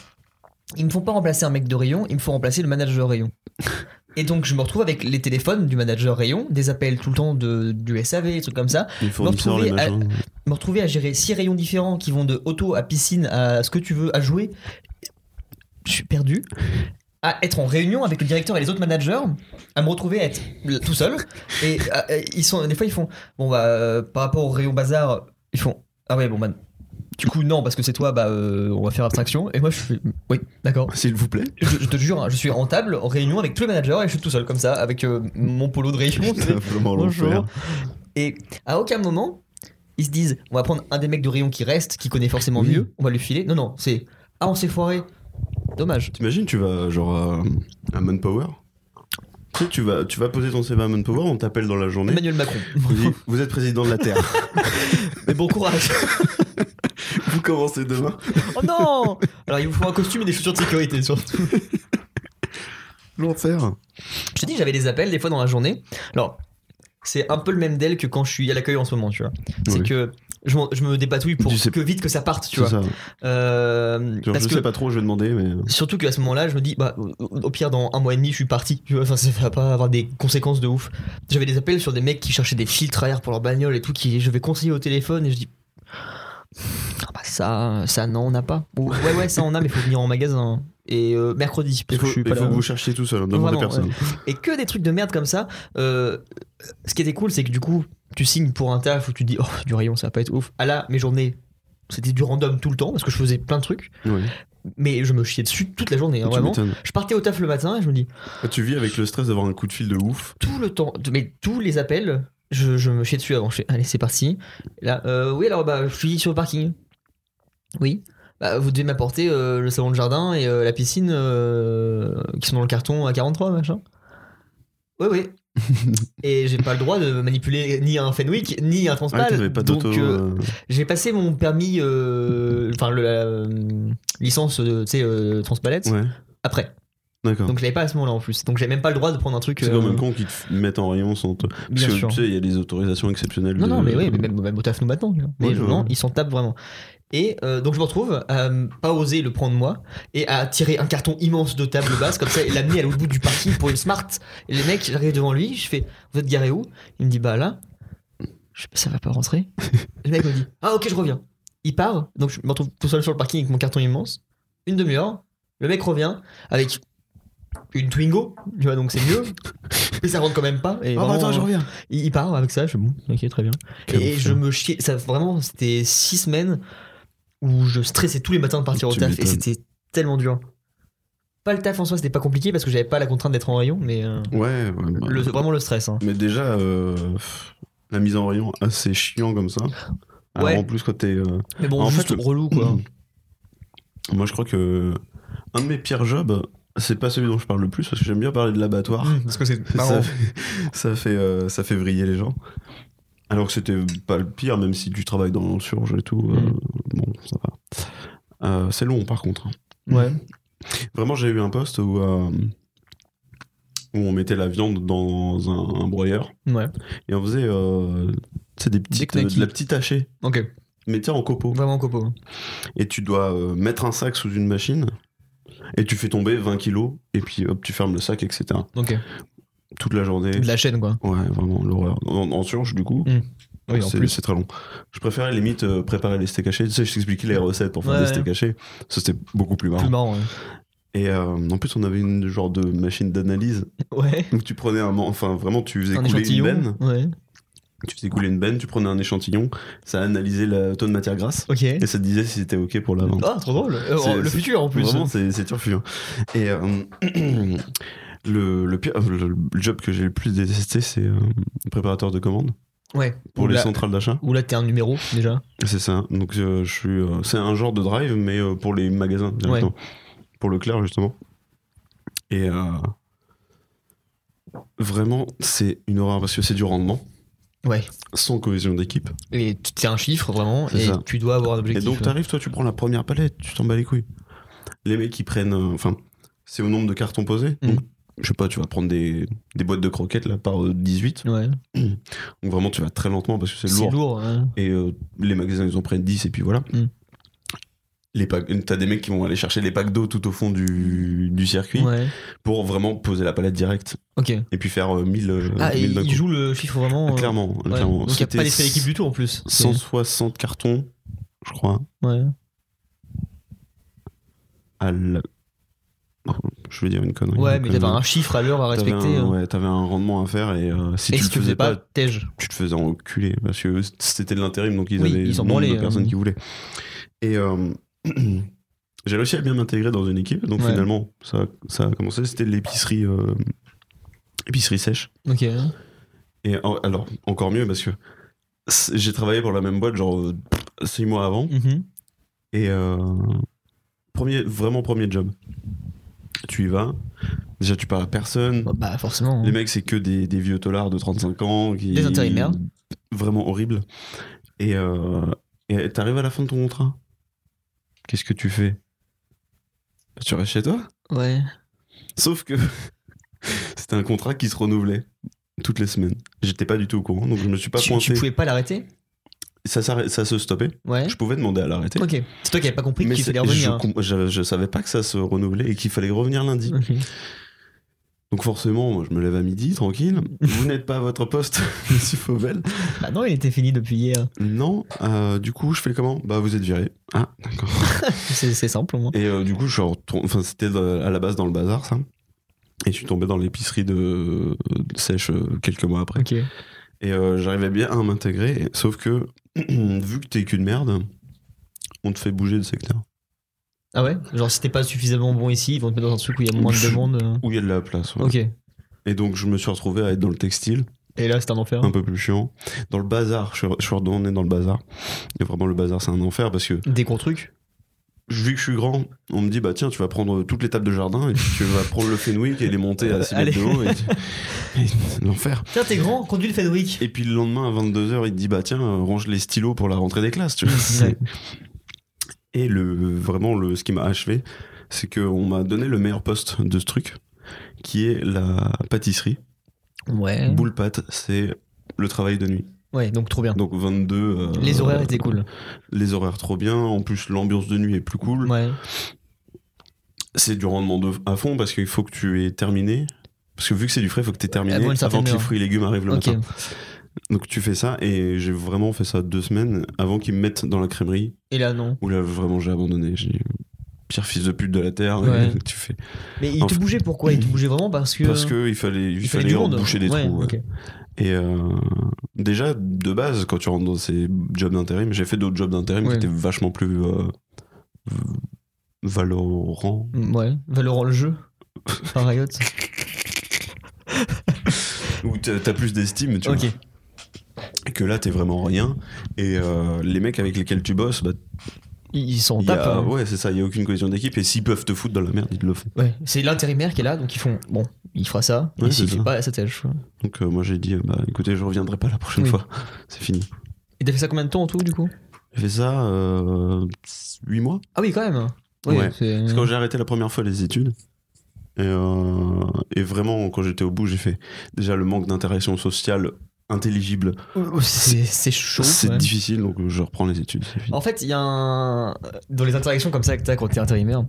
Ils me font pas remplacer un mec de rayon, ils me font remplacer le manager rayon. Et donc je me retrouve avec les téléphones du manager rayon, des appels tout le temps de, du SAV, des trucs comme ça. Les fournisseurs, les retrouver à- machins. me retrouver à gérer six rayons différents qui vont de auto à piscine à ce que tu veux à jouer, je suis perdu. À être en réunion avec le directeur et les autres managers, à me retrouver à être l- tout seul. Et à- à- ils sont, des fois, ils font Bon, bah, euh, par rapport au rayon bazar, ils font Ah ouais, bon, bah, du coup, non, parce que c'est toi, bah, euh, on va faire abstraction. Et moi, je fais Oui, d'accord. S'il vous plaît. Je, je te jure, hein, je suis en table, en réunion avec tous les managers et je suis tout seul comme ça, avec euh, mon polo de rayon. tu *laughs* sais. C'est vraiment l'enfer. Bonjour. Et à aucun moment, ils se disent on va prendre un des mecs de rayon qui reste, qui connaît forcément Oui. mieux, on va lui filer. Non, non, c'est ah, on s'est foiré. Dommage. T'imagines, tu vas genre à, à Manpower Tu sais, tu vas, tu vas poser ton CV à Manpower, on t'appelle dans la journée. *laughs* Emmanuel Macron. on dit, vous êtes président de la *laughs* Terre. Mais bon courage. vous commencez demain. oh non Alors il vous faut un costume et des chaussures de sécurité surtout. L'enfer. Je te dis, j'avais des appels des fois dans la journée. Alors, c'est un peu le même d'elle que quand je suis à l'accueil en ce moment, tu vois. C'est Oui. que je, m'en- je me dépatouille pour Tu sais- que vite que ça parte, tu C'est vois. ça. Euh, Genre, parce je que sais pas trop, je vais demander, mais. Surtout qu'à ce moment-là, je me dis, bah, au- au pire, dans un mois et demi, je suis parti. Tu vois, Enfin, ça va pas avoir des conséquences de ouf. J'avais des appels sur des mecs qui cherchaient des filtres à air pour leur bagnole et tout, qui je vais conseiller au téléphone et je dis, ah bah ça, ça non, on n'a pas. Ou, ouais, ouais, ça on a, mais faut venir en magasin. Et euh, mercredi, Il parce faut, que je suis il pas faut là. que vous cherchiez tout seul, hein, demandez Vraiment, personne. Et que des trucs de merde comme ça. Euh, ce qui était cool, c'est que du coup, tu signes pour un taf où tu dis, oh, du rayon, ça va pas être ouf. Ah là, mes journées, c'était du random tout le temps parce que je faisais plein de trucs. Ouais. mais je me chiais dessus toute la journée, hein, tu vraiment. m'étonnes. Je partais au taf le matin et je me dis, Ah, Tu vis avec le stress d'avoir un coup de fil de ouf. tout le temps, mais tous les appels, je, je me chiais dessus avant. Je fais, allez, c'est parti. Et là, euh, oui, alors, bah, je suis sur le parking. Oui. Bah, vous devez m'apporter euh, le salon de jardin et euh, la piscine euh, qui sont dans le carton à 43, machin. Oui, *laughs* oui. et j'ai pas le droit de manipuler ni un Fenwick, ni un Ah, Transpal. t'avais pas donc, d'auto. euh, euh, j'ai passé mon permis, euh, enfin le- la euh, licence de tu sais, euh, Transpalette Ouais, après. d'accord. Donc je l'avais pas à ce moment-là en plus. Donc j'ai même pas le droit de prendre un truc. C'est euh, quand même con qu'ils te f- mettent en rayon sans te- Parce bien que sûr. tu sais, il y a des autorisations exceptionnelles. Non, de- non, mais oui, mais même, même au taf nous maintenant. tu vois. Mais Ouais, je vois. non, ils s'en tapent vraiment. Et euh, donc je me retrouve à euh, pas oser le prendre moi et à tirer un carton immense de table basse comme ça et l'amener à l'autre bout du parking pour une smart. Et les mecs, j'arrive devant lui, je fais Vous êtes garé où Il me dit Bah là, je fais, ça va pas rentrer. le mec me dit Ah ok, je reviens. Il part, donc je me retrouve tout seul sur le parking avec mon carton immense. Une demi-heure, le mec revient avec une Twingo, tu vois, donc c'est mieux. Mais ça rentre quand même pas. Et Ah, bah vraiment, attends, je euh, reviens. il il part avec ça, je fais bon, ok, très bien. Quel hein. et enfer. je me chiais, ça vraiment, c'était six semaines où je stressais tous les matins de partir au Tu taf et m'étonnes. c'était tellement dur. Pas le taf en soi, c'était pas compliqué parce que j'avais pas la contrainte d'être en rayon, mais euh, Ouais, ouais, bah, le, vraiment le stress. hein. Mais déjà, euh, pff, la mise en rayon, assez chiant comme ça. Alors Ouais. en plus, quand t'es. euh, Mais bon, En juste fait, le- relou *clears throat* quoi. Moi, je crois que un de mes pires jobs, c'est pas celui dont je parle le plus, parce que j'aime bien parler de l'abattoir. Mmh, parce que c'est marrant. ça, fait, *laughs* ça, fait, euh, ça fait vriller les gens. Alors que c'était pas le pire, même si tu travailles dans le surge et tout. euh, Mm. bon, ça va. Euh, c'est long par contre. Ouais. Vraiment, j'ai eu un poste où, euh, où on mettait la viande dans un, un broyeur Mmh. Ouais. et on faisait euh, tu sais, des petites, knackis. de la petite hachée. Ok. Mais tiens, en copeaux. Vraiment copo. hein. Et tu dois euh, mettre un sac sous une machine et tu fais tomber 20 kilos et puis hop, tu fermes le sac, etc. Ok. Toute la journée. De la chaîne quoi. Ouais, vraiment l'horreur. En, en surge, du coup. Mm. Oui, en c'est- plus. C'est très long. Je préférais limite euh, préparer les steaks hachés. Tu sais, je t'expliquais les recettes pour faire Ouais, des ouais. steaks hachés. Ça, c'était beaucoup plus marrant. Plus marrant. Ouais. Et euh, en plus, on avait une genre de machine d'analyse Ouais. où tu prenais un. man- Enfin, vraiment, tu faisais Un couler une échantillon. benne. Ouais. Tu faisais couler une benne, tu prenais un échantillon, ça analysait la tonne de matière grasse Ok. et ça te disait si c'était OK pour la vente. Ah, trop drôle. Euh, C'est- le c'est- futur en plus. Vraiment, c'est c'est turfu. hein. Et euh, *clears throat* le, le, pire- le- le job que j'ai le plus détesté, c'est euh, préparateur de commandes Ouais. pour Ou les là- centrales d'achat. Ou là, t'es un numéro déjà. C'est ça. Donc euh, je suis. euh, c'est un genre de drive, mais euh, pour les magasins directement. Pour le clair justement. Et euh, vraiment, c'est une horreur parce que c'est du rendement Ouais. sans cohésion d'équipe. Et tu- c'est un chiffre vraiment, C'est et ça. tu dois avoir un Et objectif. hein. donc t'arrives, toi, tu prends la première palette, tu t'en bats les couilles. Les mecs qui prennent, euh, enfin, c'est au nombre de cartons posés. Mhm. Donc je sais pas, tu vas prendre des, des boîtes de croquettes là par euh, 18. ouais. Donc vraiment, tu vas très lentement parce que c'est C'est lourd. lourd. hein. Et euh, les magasins, ils en prennent 10 et puis voilà. Mm. Les packs- T'as des mecs qui vont aller chercher les packs d'eau tout au fond du, du circuit Ouais. pour vraiment poser la palette directe Ok. et puis faire euh, 1000. euh, Ah, et 1000 d'un il coup. joue le chiffre Ah, vraiment. euh, Clairement, ouais. clairement. Donc il n'y a C'était pas d'esprit d'équipe du tout en plus. C'est- 160 cartons, je crois, Ouais. à la- Je vais dire une connerie. Ouais, une mais connerie. t'avais un chiffre à l'heure à T'avais respecter. un- euh. ouais, t'avais un rendement à faire et euh, si et tu si le faisais pas, t'èges. tu te faisais enculer parce que c'était de l'intérim donc ils Oui, avaient ils s'en le nombre de branlaient, personnes euh. qui voulaient et euh, *clears throat* j'ai réussi à bien m'intégrer dans une équipe donc Ouais. finalement ça, ça a commencé c'était l'épicerie euh, épicerie sèche *laughs* Ok. et en- alors encore mieux parce que c'est- j'ai travaillé pour la même boîte genre euh, six mois avant Mhm. et euh, premier vraiment premier job tu y vas déjà tu parles à personne Bah, Bah, forcément. les mecs, c'est que des, des vieux tolards de 35 ans. Qui... Des intérimaires. Vraiment horrible. Et euh, et t'arrives à la fin de ton contrat. Qu'est-ce que tu fais Bah, Tu restes chez toi Ouais. Sauf que *laughs* c'était un contrat qui se renouvelait toutes les semaines. J'étais pas du tout au courant, donc je me suis pas Tu, tu pointé. pouvais pas l'arrêter Ça, s'arrête- ça se stoppait. Ouais. Je pouvais demander à l'arrêter. Ok. C'est toi qui avais pas compris Mais qu'il fallait c'est- je, revenir. hein. com- je, je savais pas que ça se renouvelait et qu'il fallait revenir lundi. Ok. Donc forcément, moi, je me lève à midi, *laughs* tranquille. Vous n'êtes pas à votre poste, *laughs* monsieur Fauvel. Bah, non, il était fini depuis hier. Non, euh, du coup, je fais comment Bah, vous êtes viré. Ah, d'accord. C'est c'est simple au moins. Et euh, du coup, je suis retourné. Enfin, c'était de- à la base dans le bazar, ça. Et je suis tombé dans l'épicerie de, de sèche euh, quelques mois après. Ok. Et euh, j'arrivais bien à m'intégrer, et- *clears throat* sauf que vu que t'es qu'une merde, on te fait bouger de secteur. Ah ouais Genre si t'es pas suffisamment bon ici, ils vont te mettre dans un truc où il y a moins de demande. euh. où il y a de la place. ouais. Ok. Et donc, je me suis retrouvé à être dans le textile, Et là, c'est un enfer. un peu plus chiant. Dans le bazar, je suis- je suis redonné dans le bazar. Et vraiment, le bazar, c'est un enfer parce que Des gros trucs. vu que je suis grand, on me dit bah tiens, tu vas prendre toutes les tables de jardin et puis tu *laughs* vas prendre le Fenwick et les monter à 6 mètres de haut. Et... et *laughs* L'enfer. Tiens, t'es grand, conduis le Fenwick. Et puis le lendemain à 22h, il te dit bah tiens, euh, range les stylos pour la rentrée des classes. Tu vois, c'est- Et le, vraiment, le, ce qui m'a achevé, c'est qu'on m'a donné le meilleur poste de ce truc, qui est la pâtisserie. Ouais. Boule pâte, c'est le travail de nuit. Ouais, donc trop bien. Donc 22. euh, Ah. Les horaires étaient cool. Les horaires trop bien. En plus, l'ambiance de nuit est plus cool. Ouais. C'est du rendement de, à fond parce qu'il faut que tu aies terminé. Parce que vu que c'est du frais, il faut Euh, que tu aies terminé Avant une certaine avant que les heure. fruits et légumes arrivent le Ok. matin. Donc tu fais ça et j'ai vraiment fait ça deux semaines avant qu'ils me mettent dans la crèmerie. Et là, non. Où là, vraiment, j'ai abandonné. J'ai dit, pire fils de pute de la terre. Ouais. et *laughs* tu fais. Mais il te Enfin- bougeait pourquoi Il te bougeait vraiment parce que. Parce qu'il fallait, il fallait, du en monde. boucher des Ouais, trous. ouais. ok. Et euh, déjà, de base, quand tu rentres dans ces jobs d'intérim, j'ai fait d'autres jobs d'intérim Ouais. qui étaient vachement plus euh, v- valorants. Mm, Ouais. Valorant *laughs* le jeu. Par Riot. Où t'as t'as plus d'estime, tu ok. vois. Que là, t'es vraiment rien. Et euh, les mecs avec lesquels tu bosses, bah, Ils ils sont en il y a- tape. hein. ouais, c'est ça, il n'y a aucune cohésion d'équipe. Et s'ils peuvent te foutre dans la merde, ils te le font. Ouais, c'est l'intérimaire qui est là, donc ils font bon, il fera ça, Ouais, et s'il c'est fait ça. pas, ça tâche. Donc euh, moi, j'ai dit, euh, bah écoutez, je reviendrai pas la prochaine Oui. fois. *laughs* C'est fini. Et t'as fait ça combien de temps en tout, du coup J'ai fait ça euh, 8 mois. Ah oui, quand même Ouais, c'est- Parce que quand j'ai arrêté la première fois les études, et, euh, et vraiment, quand j'étais au bout, j'ai fait déjà le manque d'interaction sociale intelligible. c'est *laughs* c'est chaud. C'est ouais. difficile, donc euh, je reprends les études. c'est fini. En fait, il y a un. Dans les interactions comme ça que t'as quand t'es intérimaire,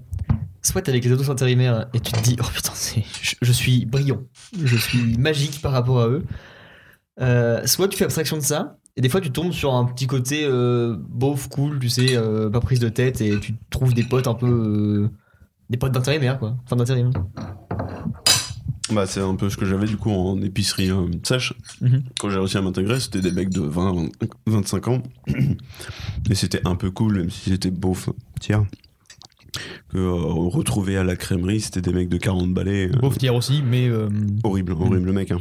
soit t'es avec les autres intérimaires et tu te dis, oh putain, c'est- je, je suis brillant, je suis magique par rapport à eux. Euh, soit tu fais abstraction de ça, et des fois tu tombes sur un petit côté euh, beauf, cool, tu sais, euh, pas prise de tête, et tu trouves des potes un peu. euh, des potes d'intérimaire, quoi. Enfin, d'intérim. Bah, c'est un peu ce que j'avais du coup en épicerie euh, sèche. Mhm. Quand j'ai réussi à m'intégrer, c'était des mecs de 20, 25, 25 ans. Et c'était un peu cool, même si c'était beauf, tiens. Que euh, retrouver à la crèmerie, c'était des mecs de 40 balais. euh, hier aussi, mais. Horrible, horrible le mec. hein.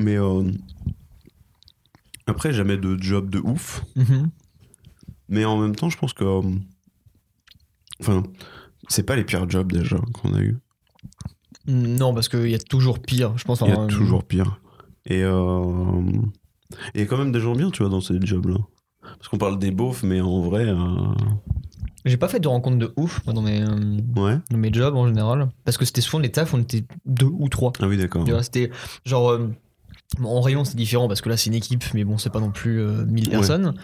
Mais euh, après, jamais de job de ouf. Mm-hmm. Mais en même temps, je pense que. euh, Enfin, c'est pas les pires jobs déjà qu'on a eu. Mm, Non, parce qu'il y a toujours pire, je pense. Il y a enfin, euh, toujours pire. Et euh, et il y a quand même des gens bien, tu vois, dans ces jobs-là. Parce qu'on parle des beaufs, mais en vrai. euh, J'ai pas fait de rencontres de ouf moi, dans, mes, euh, Ouais. dans mes jobs en général. Parce que c'était souvent les tafs, on était deux ou trois. Ah oui, d'accord. Tu vois, C'était genre. euh, bon, en rayon, c'est différent parce que là, c'est une équipe, mais bon, c'est pas non plus euh, 1000 Ouais. personnes.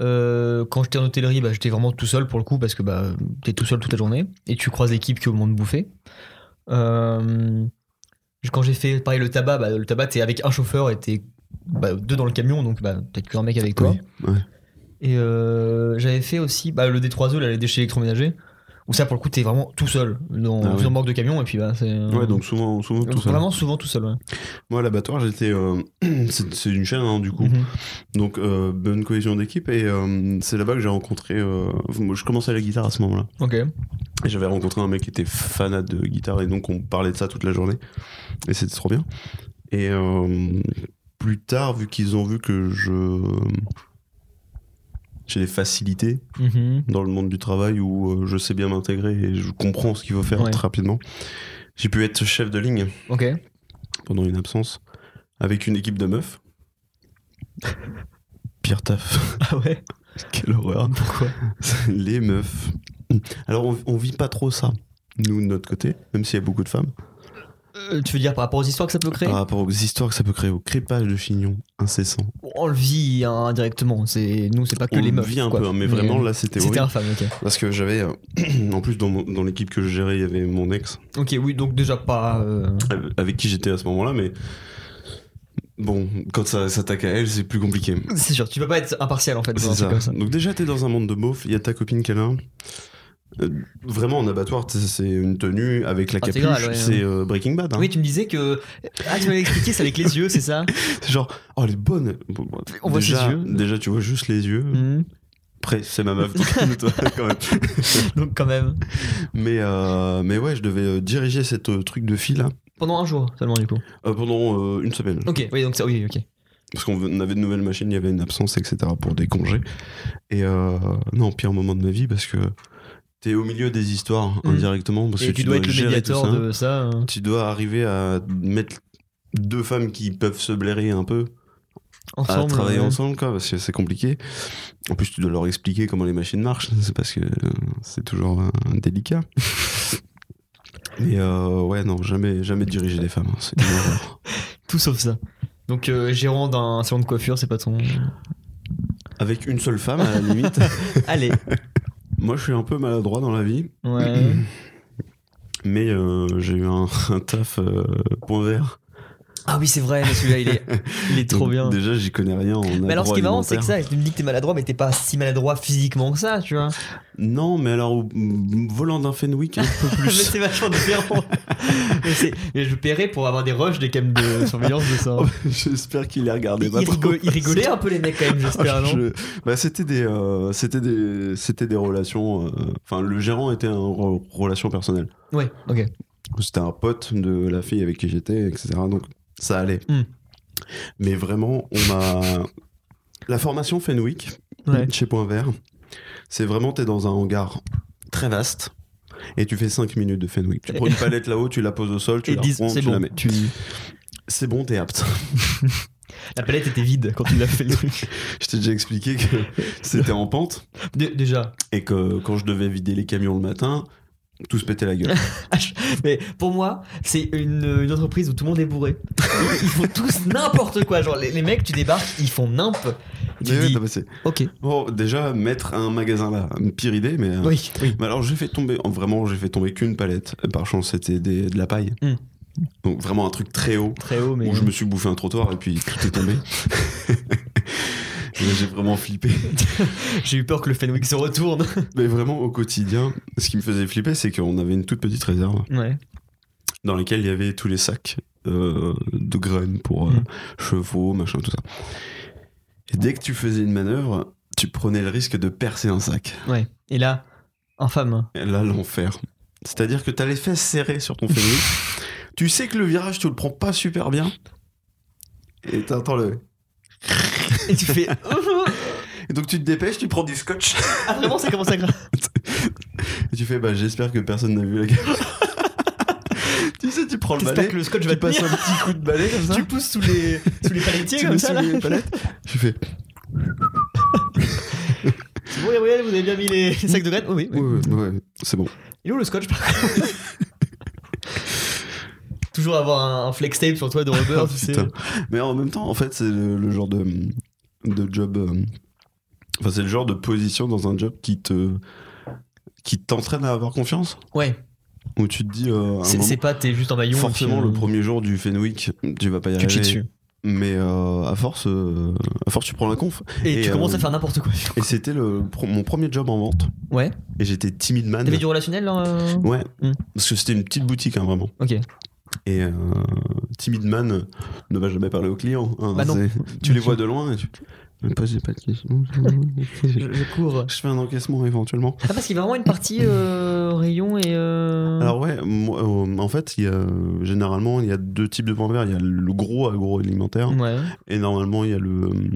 Euh, quand j'étais en hôtellerie, bah, j'étais vraiment tout seul pour le coup parce que bah, t'es tout seul toute la journée et tu croises l'équipe qui est au moment de bouffer. Euh, quand j'ai fait pareil le tabac, bah, le tabac, t'es avec un chauffeur et t'es bah, deux dans le camion, donc bah, t'as qu'un mec avec toi. Oui, ouais. Et euh, j'avais fait aussi bah, le D3E, là, les déchets électroménagers, où ça, pour le coup, t'es vraiment tout seul dans Ah dans oui. une remorque de camion, et puis bah, c'est. Ouais, donc souvent, souvent tout ça. Vraiment souvent tout seul, ouais. Moi, à l'abattoir, j'étais. euh, *clears throat* c'est c'est une chaîne, hein, du coup. Mhm. Donc, euh, bonne cohésion d'équipe. Et euh, c'est là-bas que j'ai rencontré. euh, moi, je commençais la guitare à ce moment-là. Ok. Et j'avais rencontré un mec qui était fanat de guitare. Et donc, on parlait de ça toute la journée. Et c'était trop bien. Et euh, plus tard, vu qu'ils ont vu que je. J'ai des facilités Mhm. dans le monde du travail où euh, je sais bien m'intégrer et je comprends ce qu'il faut faire Ouais. très rapidement. J'ai pu être chef de ligne Ok. pendant une absence avec une équipe de meufs. Pire taf. *laughs* Ah ouais *laughs* Quelle horreur. Pourquoi Les meufs. Alors, on, on vit pas trop ça, nous, de notre côté, même s'il y a beaucoup de femmes. Euh, Tu veux dire par rapport aux histoires que ça peut créer Par rapport aux histoires que ça peut créer, au crépage de chignons incessant. On le vit hein, indirectement. C'est nous, c'est pas que on les le meufs. vit un quoi. peu, hein, mais, vraiment, euh, là, c'était C'était horrible. infâme, ok. Parce que j'avais. euh, *clears throat* en plus, dans, mon- dans l'équipe que je gérais, il y avait mon ex, Ok, oui, donc déjà pas. euh, *laughs* av- avec qui j'étais à ce moment-là, mais. Bon, quand ça s'attaque à elle, c'est plus compliqué. C'est sûr, tu peux pas être impartial en fait. dans C'est un truc ça. Comme ça. Donc déjà, t'es dans un monde de beauf, il y a ta copine qui est là. Euh, vraiment, en abattoir, t'es- c'est une tenue avec la capuche, Intégrale, ouais, c'est euh, Breaking Bad. hein. Oui, tu me disais que. Ah, tu m'avais expliqué, c'est avec les *laughs* yeux, c'est ça C'est genre, oh, elle est bonne. Bon, bon, On voit déjà, ses yeux. Déjà, tu vois juste les yeux. Mhm. Après, c'est ma meuf, donc *laughs* calme-toi, quand même. Donc, quand même. Mais, euh, mais ouais, je devais euh, diriger cette euh, truc de fille là Pendant un jour seulement, du coup. euh, pendant euh, une semaine. Ok, oui, donc ça, oui, ok. Parce qu'on ve- on avait de nouvelles machines, il y avait une absence, etc. pour des congés. Et euh, non, pire moment de ma vie parce que t'es au milieu des histoires Mhm. indirectement parce Et que tu dois être le gérer tout médiateur ça. de ça. hein. Tu dois arriver à mettre deux femmes qui peuvent se blairer un peu à Ensemble. travailler euh, ensemble quoi parce que c'est compliqué. En plus, tu dois leur expliquer comment les machines marchent. *laughs* C'est parce que euh, c'est toujours euh, *laughs* délicat. Et euh, ouais, non, jamais, jamais diriger des femmes. hein. C'est une horreur. *laughs* Tout sauf ça. Donc, euh, gérant d'un salon de coiffure, c'est *laughs* pas ton. Avec une seule femme, à la limite. *laughs* Allez. Moi, je suis un peu maladroit dans la vie, Ouais. mais euh, j'ai eu un, *laughs* un taf euh, point vert. ah oui, c'est vrai, mais celui-là, *laughs* il est, il est trop Donc, bien. Déjà, j'y connais rien en Mais alors, ce qui est marrant, c'est agroalimentaire. que ça, tu me dis que t'es maladroit, mais t'es pas si maladroit physiquement que ça, *laughs* tu vois. Non, mais alors, au- m- volant d'un Fenwick, un peu *laughs* mais plus. c'est vachement différent. mais, c'est- mais je paierais pour avoir des rushs des cams de surveillance de ça. *laughs* Oh, *laughs* J'espère qu'il les regardait Ils pas trop. rigol- *laughs* ils rigolaient un peu les mecs quand même, Ah, j'espère, non je- bah, c'était des, euh, c'était des, c'était des relations. euh, Enfin, le gérant était en re- relation personnelle. Ouais, ok. C'était un pote de la fille avec qui j'étais, etc. Donc ça allait. Hmm. Mais vraiment, on m'a. *laughs* La formation Fenwick, Ouais. chez Point Vert, c'est vraiment, t'es dans un hangar très vaste. Et tu fais 5 minutes de Fenwick. Tu prends une palette là-haut, tu la poses au sol, tu Et la disent, reprends, c'est tu bon, la mets. tu... C'est bon, t'es apte. *laughs* la palette était vide quand tu l'as fait le truc. Je t'ai déjà expliqué *laughs* que c'était en pente Dé- déjà. et que quand je devais vider les camions le matin, tout se pétait la *laughs* gueule. Mais pour moi, c'est une, une entreprise où tout le monde est *laughs* bourré. Ils font tous n'importe quoi. Genre, les, les mecs, tu débarques, ils font nimp. Et tu Mais ouais, dis, non, mais c'est- ok. Bon, déjà, mettre un magasin là, une pire idée, mais. euh, Oui, oui. Mais alors j'ai fait tomber, en- vraiment j'ai fait tomber qu'une palette. Par chance c'était des- de la paille. Mm. Donc vraiment un truc très haut Très haut, mais. où je me suis bouffé un trottoir et puis tout est *laughs* tombé. Là, j'ai vraiment flippé. J'ai eu peur que le Fenwick se retourne. Mais vraiment au quotidien, ce qui me faisait flipper c'est qu'on avait une toute petite réserve Ouais. dans laquelle il y avait tous les sacs euh, de graines pour euh, Mm. chevaux, machin, tout ça. Et dès que tu faisais une manœuvre, tu prenais le risque de percer un sac. Ouais. Et là, infâme. Et Là, l'enfer. C'est-à-dire que t'as les fesses serrées sur ton fémur. *laughs* tu sais que le virage, tu le prends pas super bien. Et t'entends le. Et tu fais. Et donc tu te dépêches, tu prends du scotch. *laughs* ah, vraiment, ça commence à grimper. Et tu fais, bah j'espère que personne n'a vu la gueule. *laughs* tu sais, tu prends le J'espère balai. que le scotch Tu va te passes tenir. un petit coup de balai comme ça. Tu pousses sous *laughs* les, sous les palettiers tu comme mets ça. sous Là. les *laughs* palettes. Tu fais, C'est bon, Gabriel, vous avez bien mis *laughs* les, les sacs de graines Oh oui. ouais, oui. ouais, ouais, c'est bon. Il est où le scotch par contre *laughs* Toujours avoir un, un flex tape sur toi de rubber, tu sais. Putain. Mais en même temps, en fait, c'est le, le genre de, de job. euh, Enfin, c'est le genre de position dans un job qui te. qui t'entraîne à avoir confiance. Ouais, Où tu te dis. euh, à Bah, un c'est moment, c'est pas t'es juste en maillot. et forcément, puis, euh, le premier jour du Fenwick, tu vas pas y Tu arriver. chies dessus. Mais euh, à, force, euh, à force, tu prends la conf. Et, Et, tu commences euh, à faire n'importe quoi. Et c'était le, pro- mon premier job en vente. Ouais. Et j'étais timide man. T'avais du relationnel là euh Ouais. Mm. Parce que c'était une petite boutique, hein, vraiment. Ok. Et euh, timide man ne va jamais parler aux clients. hein. Bah non. C'est- Tu les vois de loin et tu. Même pas, j'ai pas de questions. Je, je cours. Je fais un encaissement éventuellement. Ah, parce qu'il y a vraiment une partie euh, rayon et. euh, Alors ouais, moi, euh, en fait, il y a, généralement, il y a deux types de points verts. Il y a le gros agroalimentaire Ouais, et normalement, il y a le euh,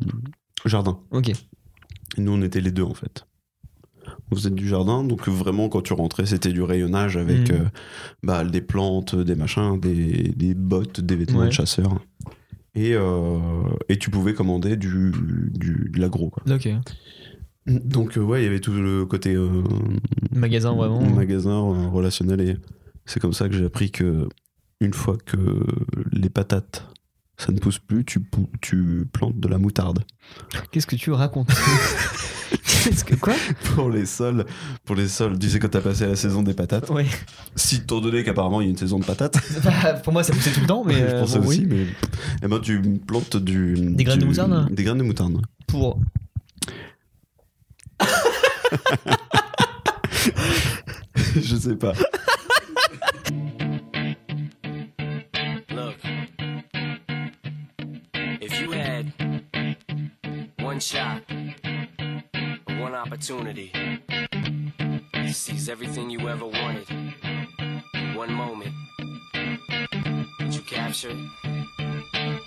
jardin. ok. Et nous, on était les deux, en fait. On faisait du jardin, donc vraiment, quand tu rentrais, c'était du rayonnage avec Mm. euh, bah, des plantes, des machins, des, des bottes, des vêtements Ouais. de chasseur. Et, euh, et tu pouvais commander du, du, de l'agro, quoi. Ok. Donc, euh, ouais, il y avait tout le côté euh, Magasin vraiment. hein. magasin euh, relationnel. Et c'est comme ça que j'ai appris que, une fois que les patates, ça ne pousse plus, tu, pou- tu plantes de la moutarde. *laughs* Qu'est-ce que tu racontes Qu'est-ce que quoi pour les sols, pour les sols, tu sais quand t'as passé la saison des patates, Ouais. si t'en donné qu'apparemment il y a une saison de patates, Bah, pour moi, ça poussait tout le temps, *laughs* mais je euh, pensais bon, oui. aussi, mais eh ben tu plantes du Des graines de du- moutarde hein. des graines de moutarde. *laughs* Pour. je sais pas. Look, if you had one shot, one opportunity. He sees everything you ever wanted in one moment. Did you capture it?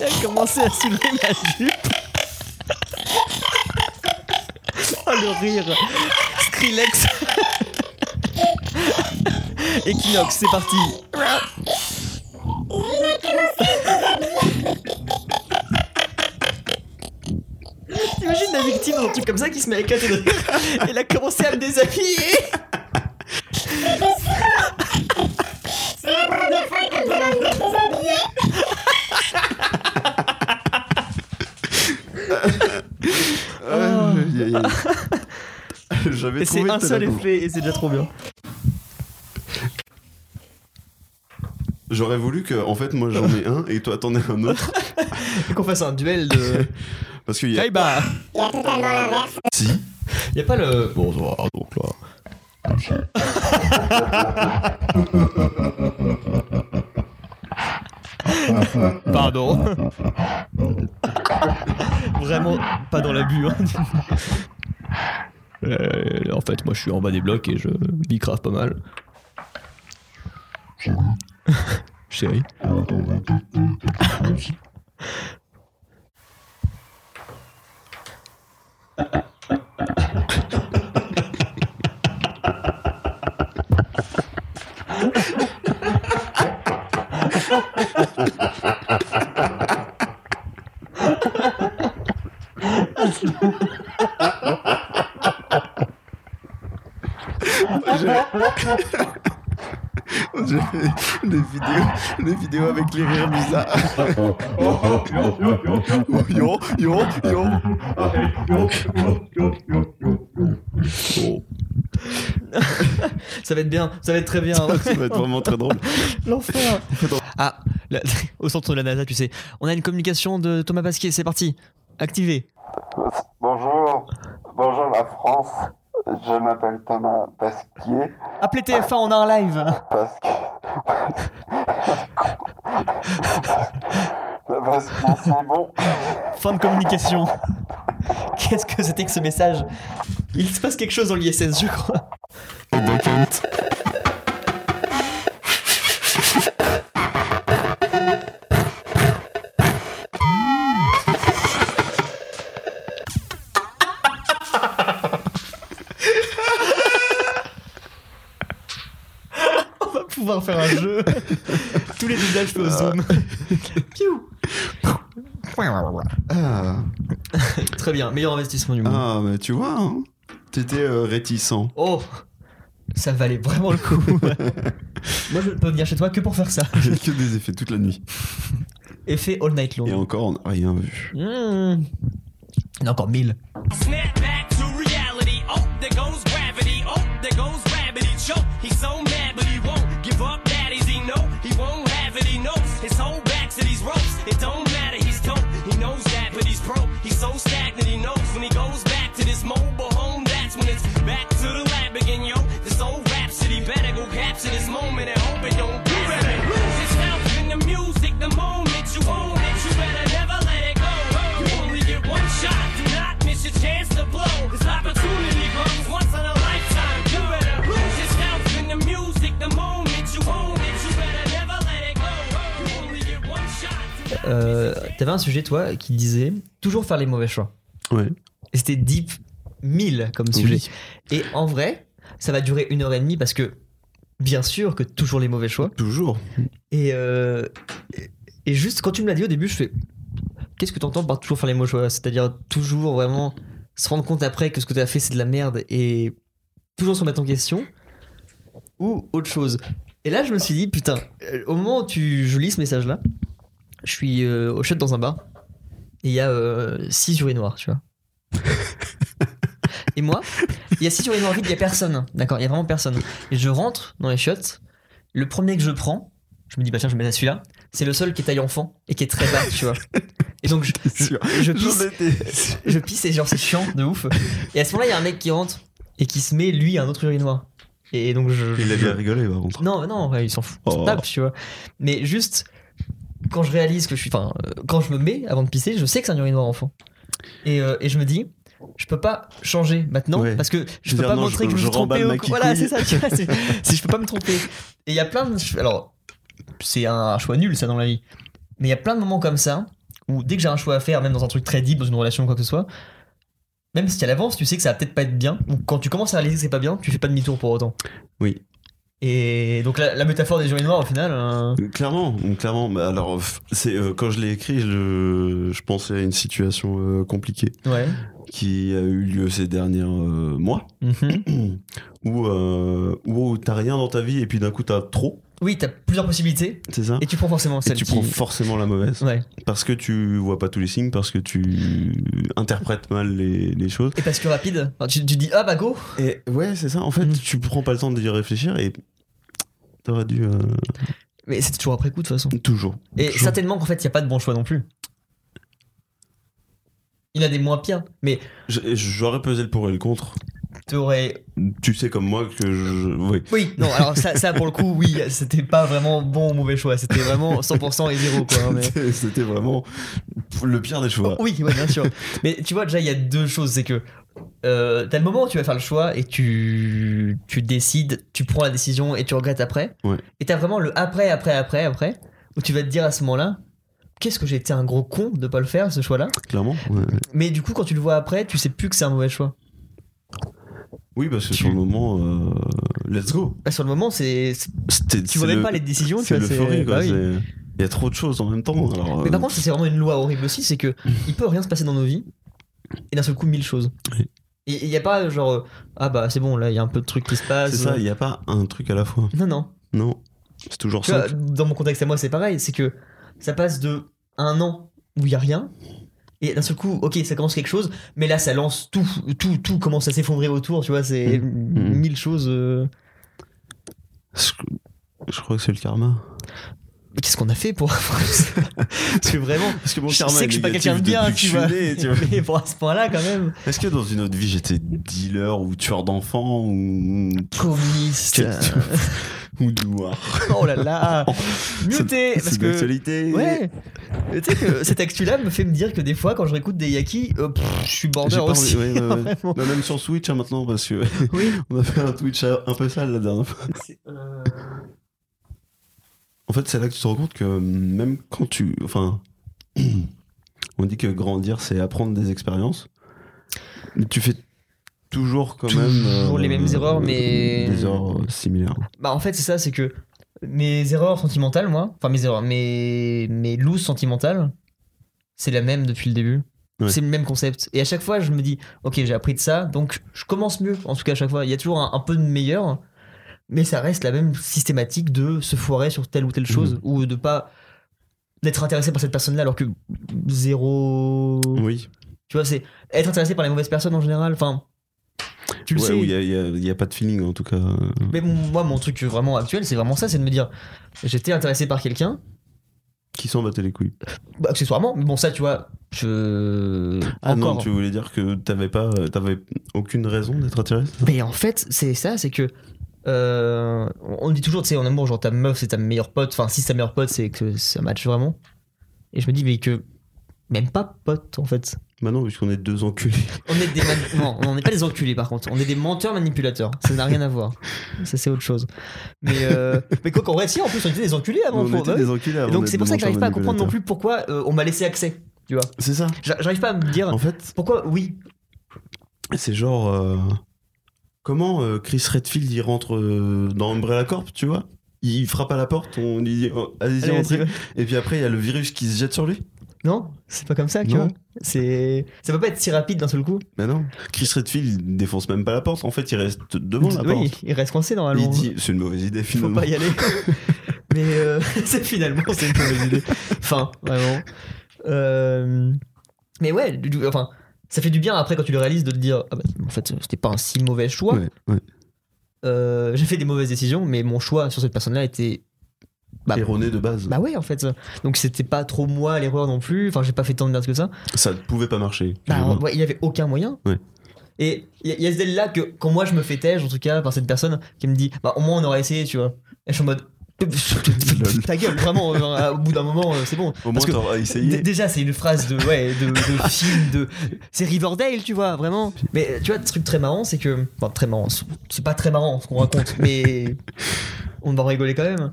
Il a commencé à soulever ma jupe. Oh le rire. Skrillex. Equinox, c'est parti. T'imagines la victime d'un truc comme ça qui se met à éclater de rire. Elle a commencé à me déshabiller. *laughs* Ah, y a- *laughs* y a- J'avais Et trouvé c'est un le seul pédagogue. effet et c'est déjà trop bien. J'aurais voulu que, en fait, moi j'en ai un et toi t'en aies un autre. Et qu'on fasse un duel de. Parce qu'il y a. Hey bah *laughs* Si. Y a pas le. Bonsoir, donc là. Pardon. Vraiment pas dans l'abus. Hein. Euh, en fait, moi je suis en bas des blocs et je bicrave pas mal. *laughs* Chérie. J'ai fait des vidéos, des vidéos avec les rires *laughs* bizarres. Yo, yo, yo. Ça va être bien, ça va être très *laughs* bien. Ça va être vraiment très drôle. L'enfer. *laughs* Ah, la- *laughs* au centre de la NASA, tu sais. On a une communication de Thomas Pasquier, c'est parti. Activé. Bonjour, bonjour la France. Je m'appelle Thomas Pasquier. Appelez TF1, on a un live. Pasquier. Parce que c'est bon. Fin de communication. *laughs* Qu'est-ce que c'était que ce message Il se passe quelque chose dans l'ISS, je crois. On va pouvoir faire un jeu. Tous les visages faits au zoom. Piou. Ah, Très bien, meilleur investissement du monde. ah, mais tu vois, hein, t'étais euh, réticent. Oh Ça valait vraiment *laughs* le coup. Moi, je peux venir chez toi que pour faire ça. J'ai que des effets toute la nuit. Effet all night Et long. encore, on n'a rien vu. Mmh. Il y en a encore mille. Snap back to reality. Oh, there goes gravity. Oh, there goes gravity. Choke. He's so mad, but he won't give up. Daddies, he know he won't have it. He knows his whole back to these ropes. It don't matter. He's dope. He knows that, but he's broke. He's so stagnant. He knows when he goes back to this mobile home. That's when it's back to the lab again, yo. This old rhapsody better go capture this moment and hope it don't do better. Lose yourself in the music. The moment you own it, you better never let it go. You only get one shot. Do not miss your chance to blow. This opportunity comes once in a lifetime. You better lose yourself in the music. The moment you own it, you better never let it go. You only get one shot. Do not Euh, T'avais un sujet, toi, qui disait toujours faire les mauvais choix. Ouais. Et c'était deep 1000 comme sujet. Oui. Et en vrai, ça va durer une heure et demie parce que, bien sûr, que toujours les mauvais choix. *laughs* Toujours. Et, euh, et- et juste quand tu me l'as dit au début, je fais Qu'est-ce que t'entends par toujours faire les mauvais choix C'est-à-dire toujours vraiment se rendre compte après que ce que t'as fait c'est de la merde et toujours se remettre en question ou autre chose. Et là, je me suis dit Putain, euh, au moment où tu, je lis ce message-là, je suis euh, au shot dans un bar euh, *laughs* et il y a 6 urinoirs, tu vois. et moi, Il y a si sur les Norvèges, il y a personne. hein, D'accord, il y a vraiment personne. Et je rentre dans les chiottes. Le premier que je prends, je me dis, bah tiens, je vais mettre celui-là. C'est le seul qui est taille enfant et qui est très bas, tu vois. Et *laughs* donc, je, je, sûr. J'en je pisse, étais- je pisse et genre, c'est chiant de ouf. Et à ce moment-là, il y a un mec qui rentre et qui se met, lui, à un autre urinoir. Et donc, je. Il a je- bien rigolé par contre. Non, mais non, ouais, ils s'en foutent, ils s'en Oh. tapent, tu vois. Mais juste, quand je réalise que je suis. Enfin, euh, quand je me mets avant de pisser, je sais que c'est un urinoir enfant. Et, euh, et je me dis, je peux pas changer maintenant Ouais. parce que je veux peux dire, pas non, montrer je- que je je me suis trompé. remballe ma au- Voilà, c'est kikouille. ça, tu vois. c'est- *laughs* c'est- je peux pas me tromper. Et il y a plein de. Alors, c'est un choix nul, ça, dans la vie. Mais il y a plein de moments comme ça où dès que j'ai un choix à faire, même dans un truc très deep, dans une relation ou quoi que ce soit, même si à l'avance tu sais que ça va peut-être pas être bien, ou quand tu commences à réaliser que c'est pas bien, tu fais pas demi-tour pour autant. Oui. Et donc la, la métaphore des urinoirs au final. euh, Clairement, clairement. Bah, alors, f- c'est euh, quand je l'ai écrit, je, je pensais à une situation euh, compliquée Ouais. qui a eu lieu ces derniers euh, mois, *clears throat* Mhm. où euh, où t'as rien dans ta vie et puis d'un coup t'as trop, Oui, t'as plusieurs possibilités c'est ça. et tu prends forcément Et celle tu qui. prends forcément la mauvaise Ouais. parce que tu vois pas tous les signes, parce que tu interprètes mal les, les choses. Et parce que rapide, enfin, tu, tu dis ah bah go. Et ouais, c'est ça. En fait, Mm. tu prends pas le temps d'y réfléchir et t'aurais dû euh, Mais c'est toujours après coup de toute façon. toujours. Et toujours. certainement qu'en fait il y a pas de bon choix non plus. Il y en a des moins pires, mais Je- J'aurais pesé le pour et le contre. t'aurais Tu sais comme moi que je. Oui. Oui, non, alors ça, ça pour le coup, oui, c'était pas vraiment bon ou mauvais choix, c'était vraiment 100% et zéro quoi. hein, *laughs* mais- C'était vraiment le pire des choix. Oui, ouais, bien sûr. Mais tu vois, déjà, il y a deux choses, c'est que euh, t'as le moment où tu vas faire le choix et tu, tu décides, tu prends la décision et tu regrettes après. Ouais. Et t'as vraiment le après, après, après, après, où tu vas te dire à ce moment-là, qu'est-ce que j'ai été un gros con de pas le faire, ce choix-là. *laughs* Clairement. ouais. Mais du coup, quand tu le vois après, tu sais plus que c'est un mauvais choix. Oui, parce que sur le moment, euh, let's go. Bah, sur le moment, c'est c'est- C'était- tu c'est voudrais le- pas les décisions, tu C'est vois. l'euphorie, quoi. bah oui. c'est- Il y a trop de choses en même temps. Alors, Mais par euh, contre, ça, c'est vraiment une loi horrible aussi, c'est *laughs* que il peut rien se passer dans nos vies et d'un seul coup mille choses. Oui. Et il n'y a pas genre euh, ah bah c'est bon là il y a un peu de trucs qui se passent. euh. c'est ça, il n'y a pas un truc à la fois. Non non. Non. C'est toujours Tu vois, ça. dans mon contexte à moi c'est pareil, c'est que ça passe de un an où il y a rien et d'un seul coup ok ça commence quelque chose, mais là ça lance tout tout tout commence à s'effondrer autour, tu vois c'est Mm. mille choses. euh. Je je crois que c'est le karma. Mais Qu'est-ce qu'on a fait pour *laughs* parce que vraiment Parce que mon je karma sais est que je suis pas négatif quelqu'un de bien depuis que tu je suis vois. né, *laughs* tu vois. Mais pour à ce point là quand même. Est-ce que dans une autre vie j'étais dealer ou tueur d'enfants ou Communiste. *laughs* ou douard Oh là *laughs* là C'est- Muté Parce C'est que. d'actualité. Ouais Mais Tu sais que cette actu-là me fait me dire que des fois, quand je réécoute des Yaki, euh, pff, je J'ai suis border pas aussi. envie- ouais, ouais, ouais. Vraiment. Non, même sur Switch hein, maintenant parce que Oui. *laughs* on a fait un Twitch un peu sale la dernière fois. En fait, c'est là que tu te rends compte que euh, même quand tu, enfin, *clears throat* on dit que grandir c'est apprendre des expériences. Mais Tu fais toujours quand même euh, Toujours les mêmes erreurs, mais- des erreurs euh, similaires. Bah, en fait, c'est ça, c'est que mes erreurs sentimentales, moi, enfin mes erreurs, mes, mes looses sentimentales, c'est la même depuis le début. Ouais. C'est le même concept. Et à chaque fois, je me dis, ok, j'ai appris de ça, donc je commence mieux. En tout cas, à chaque fois, il y a toujours un, un peu de meilleur, mais ça reste la même systématique de se foirer sur telle ou telle Mhm. chose, ou de pas d'être intéressé par cette personne-là, alors que zéro. Oui. Tu vois, c'est être intéressé par les mauvaises personnes en général. Enfin, tu le Ouais, sais. où il y a- il y a- il y a pas de feeling en tout cas. Mais mon- moi, mon truc vraiment actuel, c'est vraiment ça, c'est de me dire, j'étais intéressé par quelqu'un, Qui s'en battait les couilles. bah, accessoirement, mais bon, ça, tu vois, je... Ah Encore. non, tu voulais dire que t'avais pas, euh, t'avais aucune raison d'être attiré Mais en fait, c'est ça, c'est que... euh, on dit toujours, tu sais, en amour, genre ta meuf, c'est ta meilleure pote, enfin, si c'est ta meilleure pote, c'est que ça match vraiment. Et je me dis, mais que... Même pas pote, en fait. Bah non, puisqu'on est deux enculés. On est des mani- non, on n'est pas des enculés par contre. On est des menteurs manipulateurs. Ça n'a rien à voir. Ça c'est autre chose. Mais *laughs* euh, mais quoi qu'en vrai, si en plus on était des enculés *laughs* avant. on pour- était bah des oui. enculés avant Et donc d'être c'est pour ça que des j'arrive pas à menteurs comprendre non plus pourquoi euh, on m'a laissé accès. Tu vois. manipulateurs. C'est ça. J'a- J'arrive pas à me dire En fait, pourquoi oui. c'est genre. euh, comment euh, Chris Redfield il rentre euh, dans Umbrella Corp, tu vois Il frappe à la porte, on lui dit oh, allez-y, Allez, entrez. vas-y, ouais. Et puis après, il y a le virus qui se jette sur lui. Non, c'est pas comme ça, tu Non. vois. C'est ça peut pas être si rapide d'un seul coup. Bah non. Chris Redfield il défonce même pas la porte. En fait, il reste devant la oui, porte. il reste coincé normalement. Il dit c'est une mauvaise idée faut finalement. *laughs* pas y aller. Mais euh, *laughs* c'est finalement c'est une mauvaise idée. Enfin, vraiment. Euh, mais ouais, du- du- enfin, Ça fait du bien après quand tu le réalises de te dire ah bah, en fait c'était pas un si mauvais choix. Ouais, ouais. Euh, j'ai fait des mauvaises décisions, mais mon choix sur cette personne-là était bah, Erroné de base. bah ouais en fait. Donc c'était pas trop moi l'erreur non plus. Enfin j'ai pas fait tant de merde que ça. Ça ne pouvait pas marcher. Bah, Excusez-moi. ouais, il n'y avait aucun moyen. Ouais. Et il y, a- il y a ce là que quand moi je me fais têche, en tout cas, par cette personne qui me dit Bah, au moins on aurait essayé, tu vois. Et je suis *laughs* en mode *laughs* Ta gueule, vraiment, euh, au bout d'un moment, euh, c'est bon. Au moins, Parce que t'auras d- essayé. Déjà, c'est une phrase de, ouais, *laughs* de, de film, de. C'est Riverdale, tu vois, vraiment. Mais tu vois, le truc très marrant, c'est que. Enfin, très marrant, c'est- c'est pas très marrant ce *laughs* qu'on raconte, mais on va en rigoler quand même.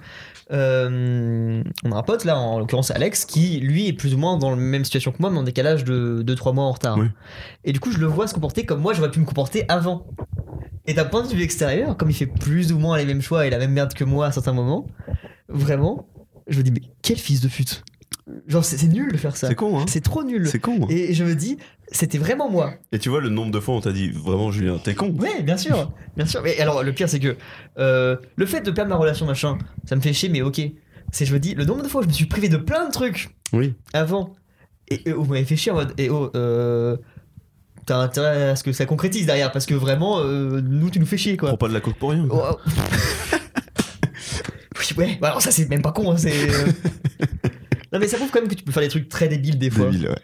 Euh, on a un pote là, en l'occurrence Alex, qui lui est plus ou moins dans la même situation que moi, mais en décalage de 2-3 mois en retard. Oui. Et du coup, je le vois se comporter comme moi j'aurais pu me comporter avant. Et d'un point de vue extérieur, comme il fait plus ou moins les mêmes choix et la même merde que moi à certains moments, vraiment, je me dis, mais quel fils de pute! Genre, c'est c'est nul de faire ça. C'est con, hein. C'est trop nul. C'est con. hein. Et je me dis, c'était vraiment moi. Et tu vois le nombre de fois on t'a dit vraiment Julien, t'es con. Ouais, bien sûr, bien sûr. Mais alors, le pire, c'est que euh, le fait de perdre ma relation, machin, ça me fait chier, mais ok. C'est, je me dis, le nombre de fois où je me suis privé de plein de trucs Oui. avant, et, et vous m'avez fait chier en mode, et oh, euh, t'as intérêt à ce que ça concrétise derrière, parce que vraiment, euh, nous, tu nous fais chier, quoi. Prends pas de la coke pour rien. Oh, oh. *laughs* Oui, ouais, bah alors ça, c'est même pas con, hein, c'est. *laughs* euh. Non mais ça prouve quand même que tu peux faire des trucs très débiles des fois Débile, ouais.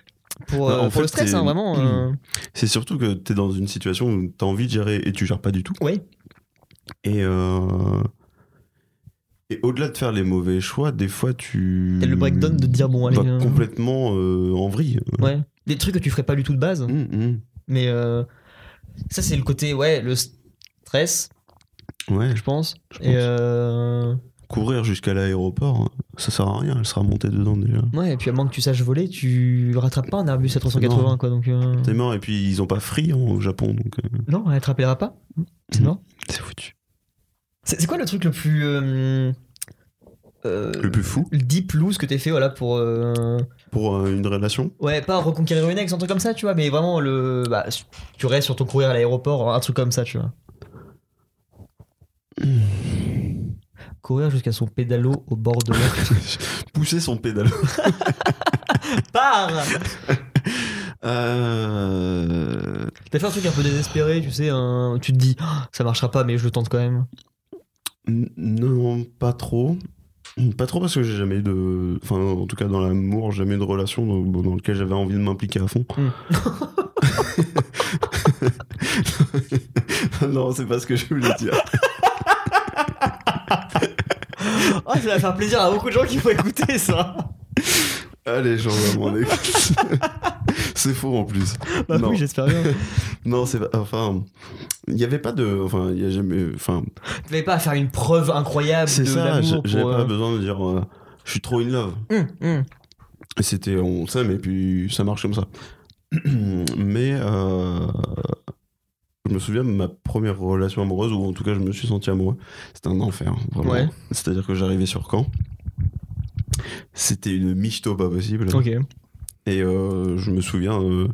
pour, euh, Non, en pour fait, le stress t'es- hein, vraiment. euh. C'est surtout que t'es dans une situation où t'as envie de gérer et tu gères pas du tout. Ouais. Et, euh, et au-delà de faire les mauvais choix, des fois tu. T'as le breakdown de dire, bon, allez, Vas euh, Bah, complètement euh, en vrille. Ouais. Des trucs que tu ferais pas du tout de base. Mm, Mais euh, ça, c'est le côté, ouais, le stress, mm. Ouais. je pense. Je pense. Et euh, Courir jusqu'à l'aéroport, ça sert à rien, elle sera montée dedans déjà. ouais, et puis à moins que tu saches voler, tu rattrapes pas un Airbus A380, Non. quoi. Donc, euh, T'es mort, et puis ils ont pas free hein, au Japon, donc euh, non, on rattrapera pas. C'est Mhm. mort. c'est foutu. C'est c'est quoi le truc le plus. euh, euh, Le plus fou le deep loose que t'es fait, voilà, pour. euh, pour euh, une *laughs* relation, Ouais, pas reconquérir une ex, un truc comme ça, tu vois, mais vraiment le. Bah, tu restes sur ton courrier à l'aéroport, un truc comme ça, tu vois. Hmm. Courir jusqu'à son pédalo au bord de *laughs* l'eau. pousser son pédale. Pars Euh, T'as fait un truc un peu désespéré, tu sais, un- tu te dis, Ah, ça marchera pas, mais je le tente quand même. n- Non, pas trop. Pas trop parce que j'ai jamais eu de. Enfin, en tout cas, dans l'amour, jamais eu de relation dans, bon, dans laquelle j'avais envie de m'impliquer à fond. *laughs* non, c'est pas ce que je voulais dire. *laughs* Oh, ça va faire plaisir à beaucoup de gens qui vont *laughs* écouter ça Allez, j'en vais à mon ex. c'est faux en plus. Bah non, oui, *laughs* j'espère bien. non, c'est pas. Enfin, il n'y avait pas de. Enfin, il y a jamais. Enfin, Tu n'avais pas à faire une preuve incroyable c'est de ça, j'a- l'amour j'avais pour... pas euh, besoin de dire. euh, je suis trop in love. hum, hum. Et C'était, on s'aime et puis ça marche comme ça. *clears throat* Mais euh, je me souviens de ma première relation amoureuse, ou en tout cas je me suis senti amoureux. C'était un enfer, hein, vraiment. Ouais. C'est-à-dire que j'arrivais sur Caen. C'était une michto pas possible. Ok. Et euh, je me souviens euh,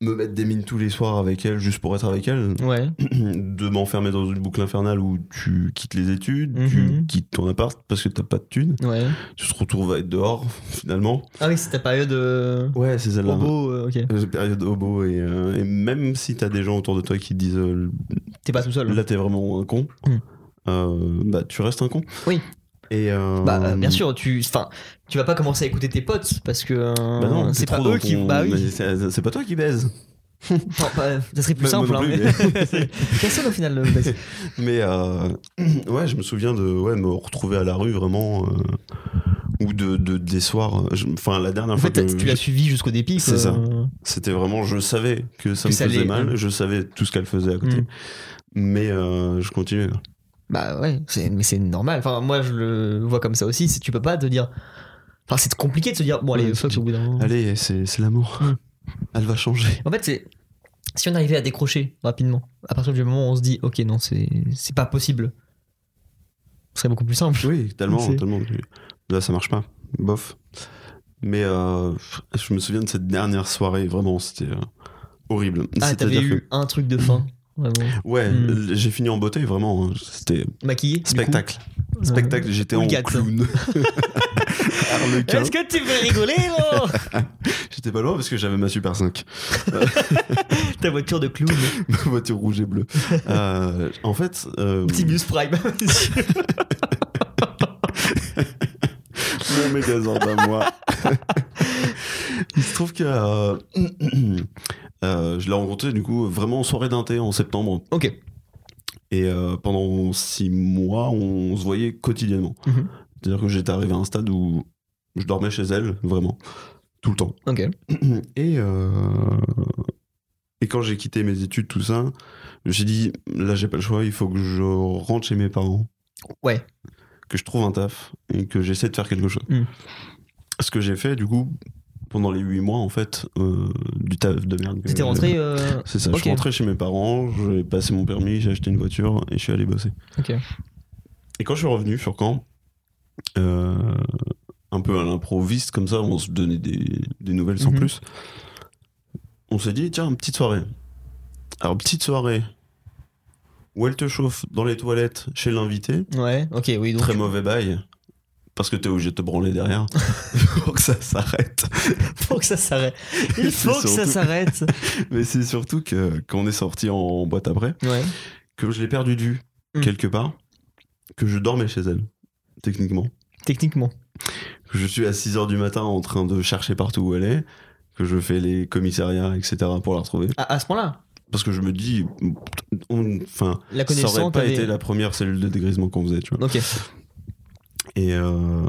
me mettre des mines tous les soirs avec elle, juste pour être avec elle Ouais. *clears throat* de m'enfermer dans une boucle infernale où tu quittes les études, tu Mhm. quittes ton appart parce que t'as pas de thunes, Ouais. tu te retrouves à être dehors *laughs* finalement. Ah oui, c'est ta période... euh, Ouais, c'est celle-là. Bobo, euh, ok. Euh, Période hobo et, euh, et même si t'as des gens autour de toi qui te disent euh, T'es pas tout seul. là t'es vraiment un con, Mm. euh, bah tu restes un con. Oui. Et euh, Bah, euh, bien sûr, tu, enfin, tu vas pas commencer à écouter tes potes parce que euh, Bah non, t'es c'est pas trop dans eux qui. ton- Bah oui, mais c'est c'est pas toi qui baise. Non, bah, ça serait plus Bah, simple. moi non hein, plus, mais- *laughs* *laughs* Personne au final. le baise. Mais euh, *clears throat* ouais, je me souviens de ouais, me retrouver à la rue vraiment. euh, ou de, de- des soirs. je- Enfin, la dernière En fois fait, t'as- que tu l'as suivi jusqu'au dépit. C'est quoi. ça. C'était vraiment, je savais que ça Que me ça faisait allait, mal, hein. je savais tout ce qu'elle faisait à côté. Mm. Mais euh, je continuais. quoi. Bah ouais, c'est- mais c'est normal. Enfin, moi, je le vois comme ça aussi. c'est- Tu peux pas te dire. Enfin, c'est compliqué de se dire bon allez Ouais, fuck c'est- au bout d'un moment. Allez, c'est c'est l'amour. Mm. Elle va changer. En fait, c'est si on arrivait à décrocher rapidement, à partir du moment où on se dit ok non c'est c'est pas possible, ce serait beaucoup plus simple. Oui, tellement, C'est- tellement. Là, ça marche pas. Bof. Mais euh, je me souviens de cette dernière soirée, vraiment, c'était euh, horrible. Ah, t'avais C'est-à-dire eu un truc de fin. Vraiment. que- Ouais, Mm. l- j'ai fini en beauté, vraiment. hein, C'était Maquillé. du coup. spectacle. Euh, Spectacle, j'étais en *laughs* Hooligan. clown. Harlequin. *laughs* que tu veux rigoler, gros J'étais pas loin parce que j'avais ma Super 5, Ta voiture de clown. *laughs* ma voiture rouge et bleue. Euh, en fait, euh, Optimus Prime. *laughs* le Megazord à moi. Il se trouve que euh, *clears throat* euh, je l'ai rencontré du coup vraiment en soirée d'un thé en septembre. ok. Et euh, pendant six mois, on se voyait quotidiennement. Mhm. C'est-à-dire que j'étais arrivé à un stade où je dormais chez elle, vraiment, tout le temps. Ok. *clears throat* Et, euh, et quand j'ai quitté mes études, tout ça, j'ai dit, là, j'ai pas le choix, il faut que je rentre chez mes parents. Ouais. Que je trouve un taf et que j'essaie de faire quelque chose. Mhm. Ce que j'ai fait, du coup, pendant les huit mois, en fait, euh, du taf de merde. que T'étais j'avais. rentré. euh, C'est ça, je Ok. suis rentré chez mes parents, j'ai passé mon permis, j'ai acheté une voiture et je suis allé bosser. Ok. Et quand je suis revenu sur Caen, euh, un peu à l'improviste comme ça, on se donnait des, des nouvelles sans Mhm. plus, on s'est dit, tiens, petite soirée. Alors, petite soirée où elle te chauffe dans les toilettes chez l'invité, Ouais, ok, oui. Donc, très mauvais bail, parce que t'es obligé de te branler derrière *laughs* pour que ça s'arrête. il *laughs* faut que *laughs* ça s'arrête. Il C'est faut que ça surtout- *laughs* s'arrête. Mais c'est surtout que quand on est sorti en boîte après, Ouais. que je l'ai perdu de vue Hmm. quelque part, que je dormais chez elle, techniquement. Techniquement. Que je suis à 6 h du matin en train de chercher partout où elle est, que je fais les commissariats, etc. pour la retrouver. À, à ce point-là, Parce que je me dis, on- enfin, la ça connaissance. aurait pas t'avais- été la première cellule de dégrisement qu'on faisait, tu vois. Ok. Et, euh,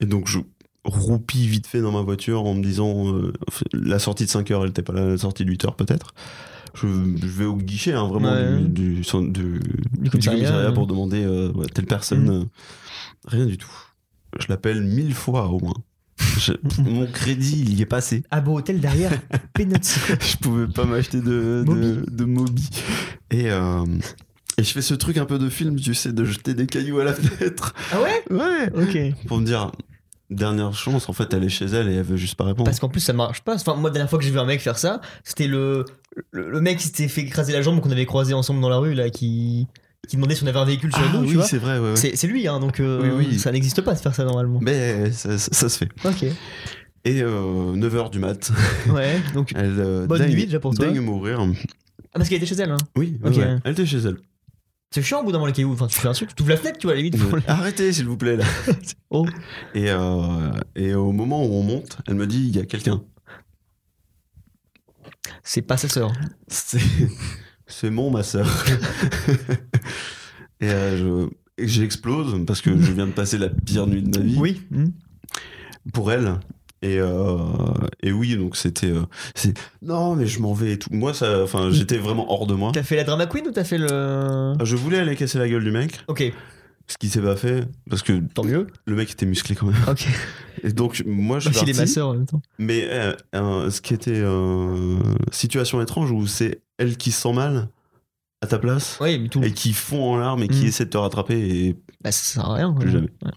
et donc je roupis vite fait dans ma voiture en me disant euh, la sortie de 5 heures elle était pas là, la sortie de 8 heures peut-être. Je, je vais au guichet hein, vraiment Ouais. du, du, centre- du- du commissariat, commissariat, ouais. Mm. pour demander euh, ouais, telle personne. euh, rien du tout. Je l'appelle mille fois au moins. *laughs* Je- mon crédit il y est passé. *laughs* Ah, beau hôtel derrière. Peanuts. Je pouvais pas m'acheter de, de, Moby. de Moby. Et, euh, et je fais ce truc un peu de film, tu sais, de jeter des cailloux à la *laughs* fenêtre. Ah ouais Ouais Ok. pour me dire dernière chance en fait elle est chez elle et elle veut juste pas répondre Parce qu'en plus, ça marche pas. Enfin, moi, la dernière fois que j'ai vu un mec faire ça, c'était le, le, le mec qui s'était fait écraser la jambe qu'on avait croisé ensemble dans la rue, là, qui, qui demandait si on avait un véhicule sur ah nous, tu oui vois. c'est vrai ouais, ouais. C'est c'est lui, hein, donc euh, Oui, oui. ça n'existe pas de faire ça normalement. mais ça, ça- ça se fait Ok. et 9h du mat *laughs* Ouais, donc. elle euh, Bonne daigne- nuit, déjà, pour toi. daigne mourir Ah, parce qu'elle était chez elle, hein. oui ouais, Ok. ouais. elle était chez elle C'est chiant au bout d'un moment les cailloux. Enfin, tu fais un truc, tu ouvres la fenêtre, tu vois, à la limite. pour les- arrêtez s'il vous plaît *laughs* là Oh. et, euh, et au moment où on monte elle me dit il y a quelqu'un C'est pas sa sœur. c'est c'est mon ma *laughs* soeur et euh, je- et j'explose parce que je viens de passer la pire nuit de ma vie Hein. Oui. hmm. pour elle. Et, euh, et oui, donc c'était. euh, c'est non, mais je m'en vais et tout. Moi, ça, enfin, j'étais vraiment hors de moi. T'as fait la drama queen ou t'as fait le. Je voulais aller casser la gueule du mec, Ok, ce qui s'est pas fait, parce que tant mieux. le mec était musclé quand même. Ok. *laughs* Et donc, moi, je Bah, suis s'il est ma parti. sœur en même temps. Mais euh, euh, ce qui était euh, situation étrange où c'est elle qui se sent mal à ta place Oui, mais tout. et qui fond en larmes et qui Mm. essaie de te rattraper. Et Bah, ça sert à rien. Plus ouais. jamais. Ouais.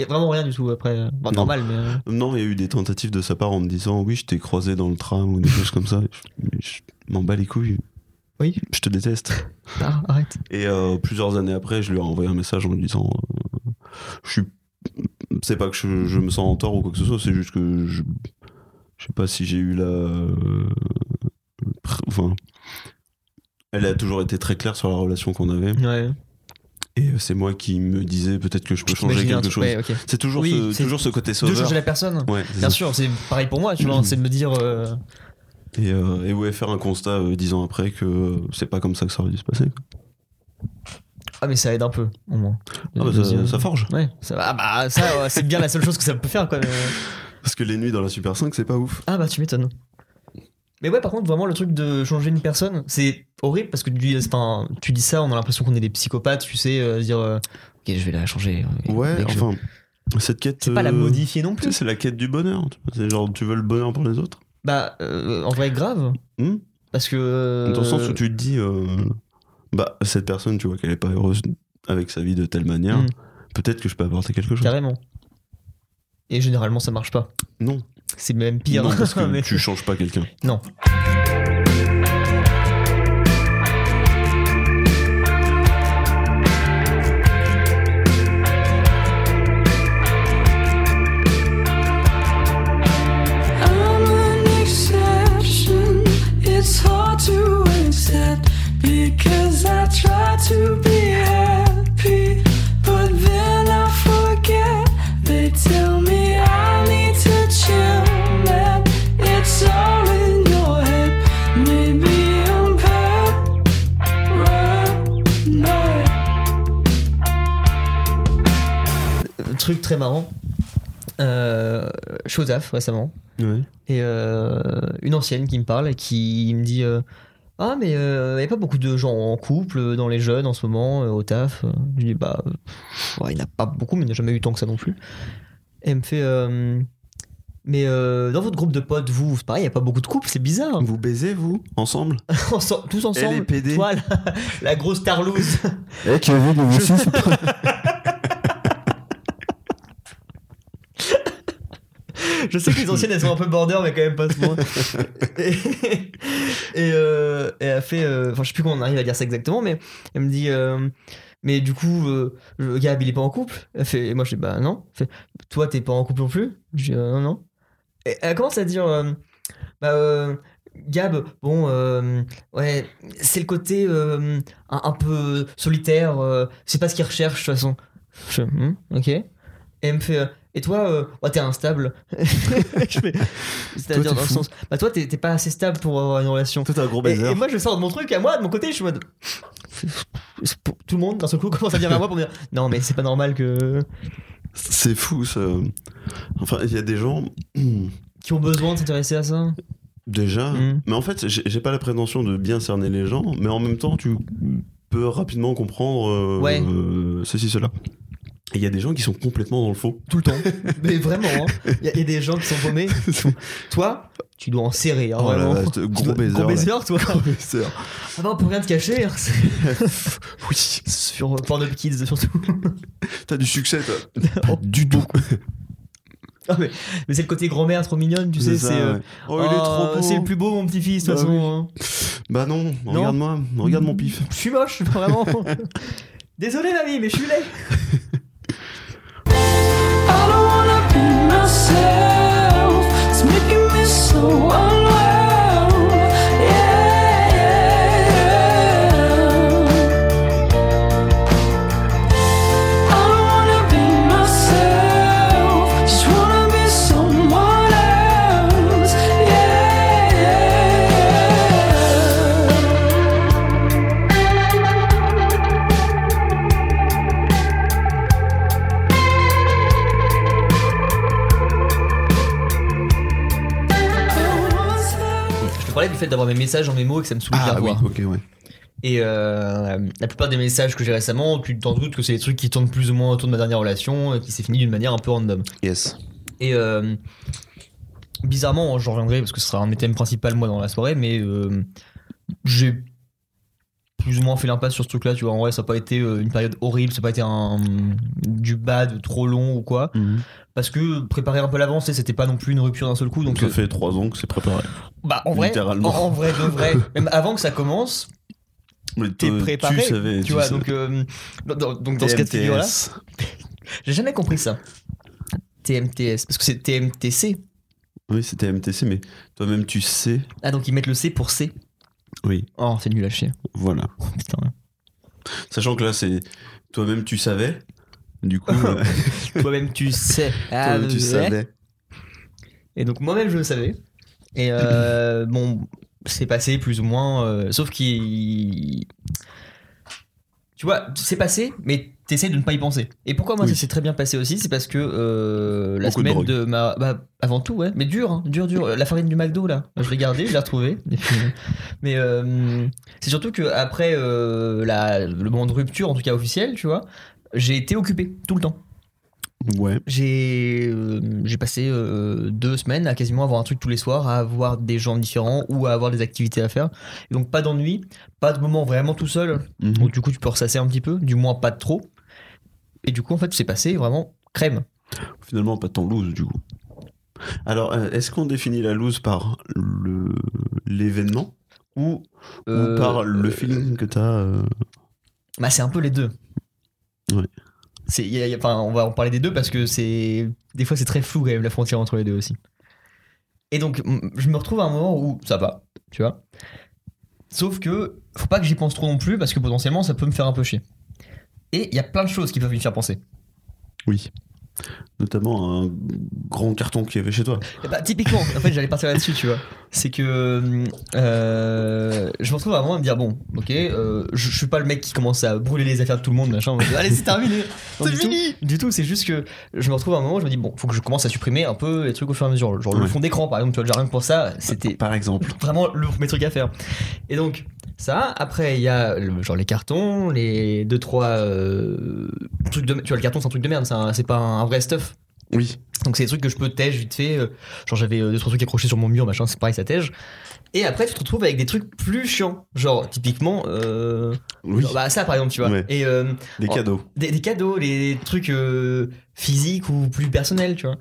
Et vraiment rien du tout après. Enfin, Non. normal, mais. euh, non, il y a eu des tentatives de sa part en me disant oui, je t'ai croisé dans le tram ou des choses comme ça. Je, je m'en bats les couilles. Oui. Je te déteste. Ah, arrête. Et euh, plusieurs années après, je lui ai envoyé un message en lui disant euh, Je suis. C'est pas que je, je me sens en tort ou quoi que ce soit, c'est juste que je. Je sais pas si j'ai eu la. euh, pr- Enfin. Elle a toujours été très claire sur la relation qu'on avait. Ouais. Et euh, c'est moi qui me disais peut-être que je peux changer Imaginer un quelque truc- chose. Ouais, ok. C'est toujours, Oui, ce, c'est- toujours ce côté De sauveur. changer la personne. Ouais, c'est ça. Bien sûr, c'est pareil pour moi, tu vois, c'est de me dire. euh, Et, euh, et ouais, faire un constat euh, dix ans après que c'est pas comme ça que ça aurait dû se passer. Ah, mais ça aide un peu, au moins. Ah bah, De- ça, de- ça forge. Ouais, ça va. Ah bah, ça, ouais, c'est bien la seule chose que ça peut faire, quoi. mais- euh. Parce que les nuits dans la Super 5, c'est pas ouf. Ah, bah, tu m'étonnes. Mais ouais, par contre, vraiment, le truc de changer une personne, c'est horrible parce que tu dis, enfin, tu dis ça, on a l'impression qu'on est des psychopathes, tu sais, euh, se dire, euh, ok, je vais la changer. euh, Ouais, dès que je- enfin. Cette quête. C'est pas la euh, modifier non Tu sais, plus. c'est la quête du bonheur. tu vois. C'est genre, tu veux le bonheur pour les autres Bah, euh, en vrai, grave. Hmm Parce que. Dans le sens où tu te dis, euh, bah, cette personne, tu vois qu'elle est pas heureuse avec sa vie de telle manière, Mm. peut-être que je peux apporter quelque chose. Carrément. Et généralement, ça marche pas. Non. C'est même *laughs* pire. Non, parce que *laughs* Mais- tu changes pas quelqu'un. Non. I'm Truc très marrant. Euh, Chosaf récemment. Ouais. Et euh, une ancienne qui me parle et qui me dit euh, Ah, mais il n'y a pas beaucoup de gens en couple euh, dans les jeunes en ce moment, euh, au taf. Je lui dis Bah, euh, pff, ouais, il n'y en a pas beaucoup, mais il n'y en a jamais eu tant que ça non plus. Et elle me fait euh, Mais euh, dans votre groupe de potes, vous, c'est pareil, il n'y a pas beaucoup de couples, c'est bizarre. Vous baisez, vous, ensemble *laughs* Ense- tous ensemble. les PD. Toi, la, la grosse tarlouse. E Eh, tu as vu le monsieur *laughs* Je sais que les anciennes elles sont un peu border mais quand même pas ce *laughs* point. Et, et, euh, et elle a fait, euh, enfin je sais plus comment on arrive à dire ça exactement, mais elle me dit, euh, mais du coup euh, le Gab il est pas en couple. Elle fait, et moi je dis bah non. Elle fait, toi t'es pas en couple non plus. Je dis euh, non non. Et elle commence à dire, euh, bah euh, Gab, bon, euh, ouais, c'est le côté euh, un, un peu solitaire, euh, c'est pas ce qu'il recherche de toute façon. Je fais, Hmm, ok. Et elle me fait, euh, et toi, euh, ouais, t'es instable. Je fais, Toi, *laughs* C'est-à-dire t'es dans le fou. sens, bah toi, t'es t'es pas assez stable pour avoir une relation. Toi, t'es un gros Et, baiser. et moi, je sors de mon truc, à moi, de mon côté, je suis en mode. Tout le monde, d'un seul coup, *laughs* commence à venir à moi pour me dire Non, mais c'est pas normal que. C'est fou, ça. Enfin, il y a des gens, *clears throat* qui ont besoin de s'intéresser à ça. déjà. Mm. Mais en fait, j'ai j'ai pas la prétention de bien cerner les gens, mais en même temps, tu peux rapidement comprendre euh, Ouais. euh, ceci, cela. Et il y a des gens qui sont complètement dans le faux. Tout le temps. *laughs* mais vraiment, hein. il y, a- y a des gens qui sont paumés. Toi, tu dois en serrer, hein, *laughs* Oh là Ah, vraiment. là, Tu gros dois- baiser, Gros là. baiser, toi. Baiser. Ah bah, on peut rien te cacher. hein, c'est- oui, Sur euh, Pornhub Kids, surtout. t'as du succès, *laughs* Oh, toi. Pas du tout. Ah, mais mais c'est le côté grand-mère trop mignonne, *laughs* tu sais. ça, C'est. euh, ouais. Oh, il est trop beau. C'est le plus beau, mon petit-fils, de toute Bah façon. oui. hein. Bah non, regarde-moi, regarde mon pif. Je suis moche, *laughs* vraiment. Désolé, mamie, mais je suis laid. I don't wanna be myself. It's making me so unwell. Yeah, yeah. I don't wanna be myself. Just wanna be someone else. Yeah, yeah. I was there. Je te parlais du fait d'avoir mes messages en mémo et que ça me saoulait de les revoir. Ah ok, ouais. Et euh, la plupart des messages que j'ai récemment, tu t'en doutes que c'est des trucs qui tournent plus ou moins autour de ma dernière relation et qui s'est fini d'une manière un peu random. Yes. Et euh, bizarrement, j'en reviendrai parce que ce sera un de mes thèmes principaux moi dans la soirée, mais euh, j'ai plus ou moins fait l'impasse sur ce truc-là, tu vois. En vrai, ça n'a pas été euh, une période horrible, ça n'a pas été un, du bad trop long ou quoi. Parce que préparer un peu l'avance, tu sais, c'était pas non plus une rupture d'un seul coup. Donc, ça euh, fait trois ans que c'est préparé. bah, en vrai, en, littéralement. en vrai, de *laughs* vrai, même avant que ça commence, Mais t'es toi, préparé. Euh, Tu savais. tu vois, donc, euh, dans, dans- donc dans ce cas de figure-là, j'ai jamais compris ça. TMTS, parce que c'est TMTC. Oui, c'était MTC, mais toi-même, tu sais. Ah, donc ils mettent le C pour C. Oui, Oh, c'est nul à chier. voilà. Oh, putain. Sachant que là, c'est toi-même, tu savais. Du *laughs* coup, euh, Toi-même, tu sais. Ah, *laughs* toi-même, tu ouais. savais. Et donc, moi-même, je le savais. Et *laughs* euh, bon, c'est passé plus ou moins. euh, sauf qu'il. Tu vois, c'est passé, mais t'essayes de ne pas y penser. Et pourquoi moi Oui. ça s'est très bien passé aussi C'est parce que euh, la Beaucoup de semaine drogue. de, ma. Bah, avant tout, ouais. Mais dur, hein, dur, dur. La farine du McDo, là. Je l'ai gardée, je *laughs* l'ai retrouvée. Et puis, Mais euh, c'est surtout que après euh, la, le moment de rupture, en tout cas officiel, tu vois, j'ai été occupé tout le temps Ouais. j'ai euh, j'ai passé euh, deux semaines à quasiment avoir un truc tous les soirs, à avoir des gens différents ou à avoir des activités à faire. Et donc pas d'ennui, pas de moment vraiment tout seul. Mhm. Donc du coup tu peux ressasser un petit peu, du moins pas de trop. Et du coup en fait c'est passé vraiment crème. Finalement, pas tant loose, du coup. Alors, euh, est-ce qu'on définit la loose par le l'événement ou, Euh, ou par le euh, feeling que t'as euh, Bah c'est un peu les deux. Ouais. C'est, y a- y a- enfin, on va en parler des deux parce que c'est des fois c'est très flou quand même la frontière entre les deux aussi. Et donc m- je me retrouve à un moment où ça va, tu vois. Sauf que faut pas que j'y pense trop non plus parce que potentiellement ça peut me faire un peu chier. Et il y a plein de choses qui peuvent me faire penser. Oui. Notamment un grand carton qu'il y avait chez toi. Eh Bah, typiquement, en fait, j'allais partir là-dessus, tu vois. C'est que euh, je me retrouve vraiment à me dire bon, ok, euh, je, je suis pas le mec qui commence à brûler les affaires de tout le monde, machin. en mode, Allez, c'est *laughs* terminé, Non, C'est du tout. fini du tout, c'est juste que je me retrouve à un moment où je me dis bon, faut que je commence à supprimer un peu les trucs au fur et à mesure. Genre le Ouais. fond d'écran, par exemple, tu vois, déjà rien que pour ça, c'était Par exemple. vraiment le, mes trucs à faire. Et donc, ça, après, il y a le- genre les cartons, les deux, trois euh, trucs de. Tu vois, le carton, c'est un truc de merde, c'est un- c'est pas un vrai stuff. Oui. Donc c'est des trucs que je peux tège vite fait. euh, Genre j'avais euh, deux trois trucs accrochés sur mon mur, machin, c'est pareil, ça tège. Et après tu te retrouves avec des trucs plus chiants. Genre typiquement, euh, Oui. genre, bah ça par exemple, tu vois. Ouais. Et euh, Des Oh. cadeaux. des, des cadeaux, les trucs euh, physiques ou plus personnels, tu vois.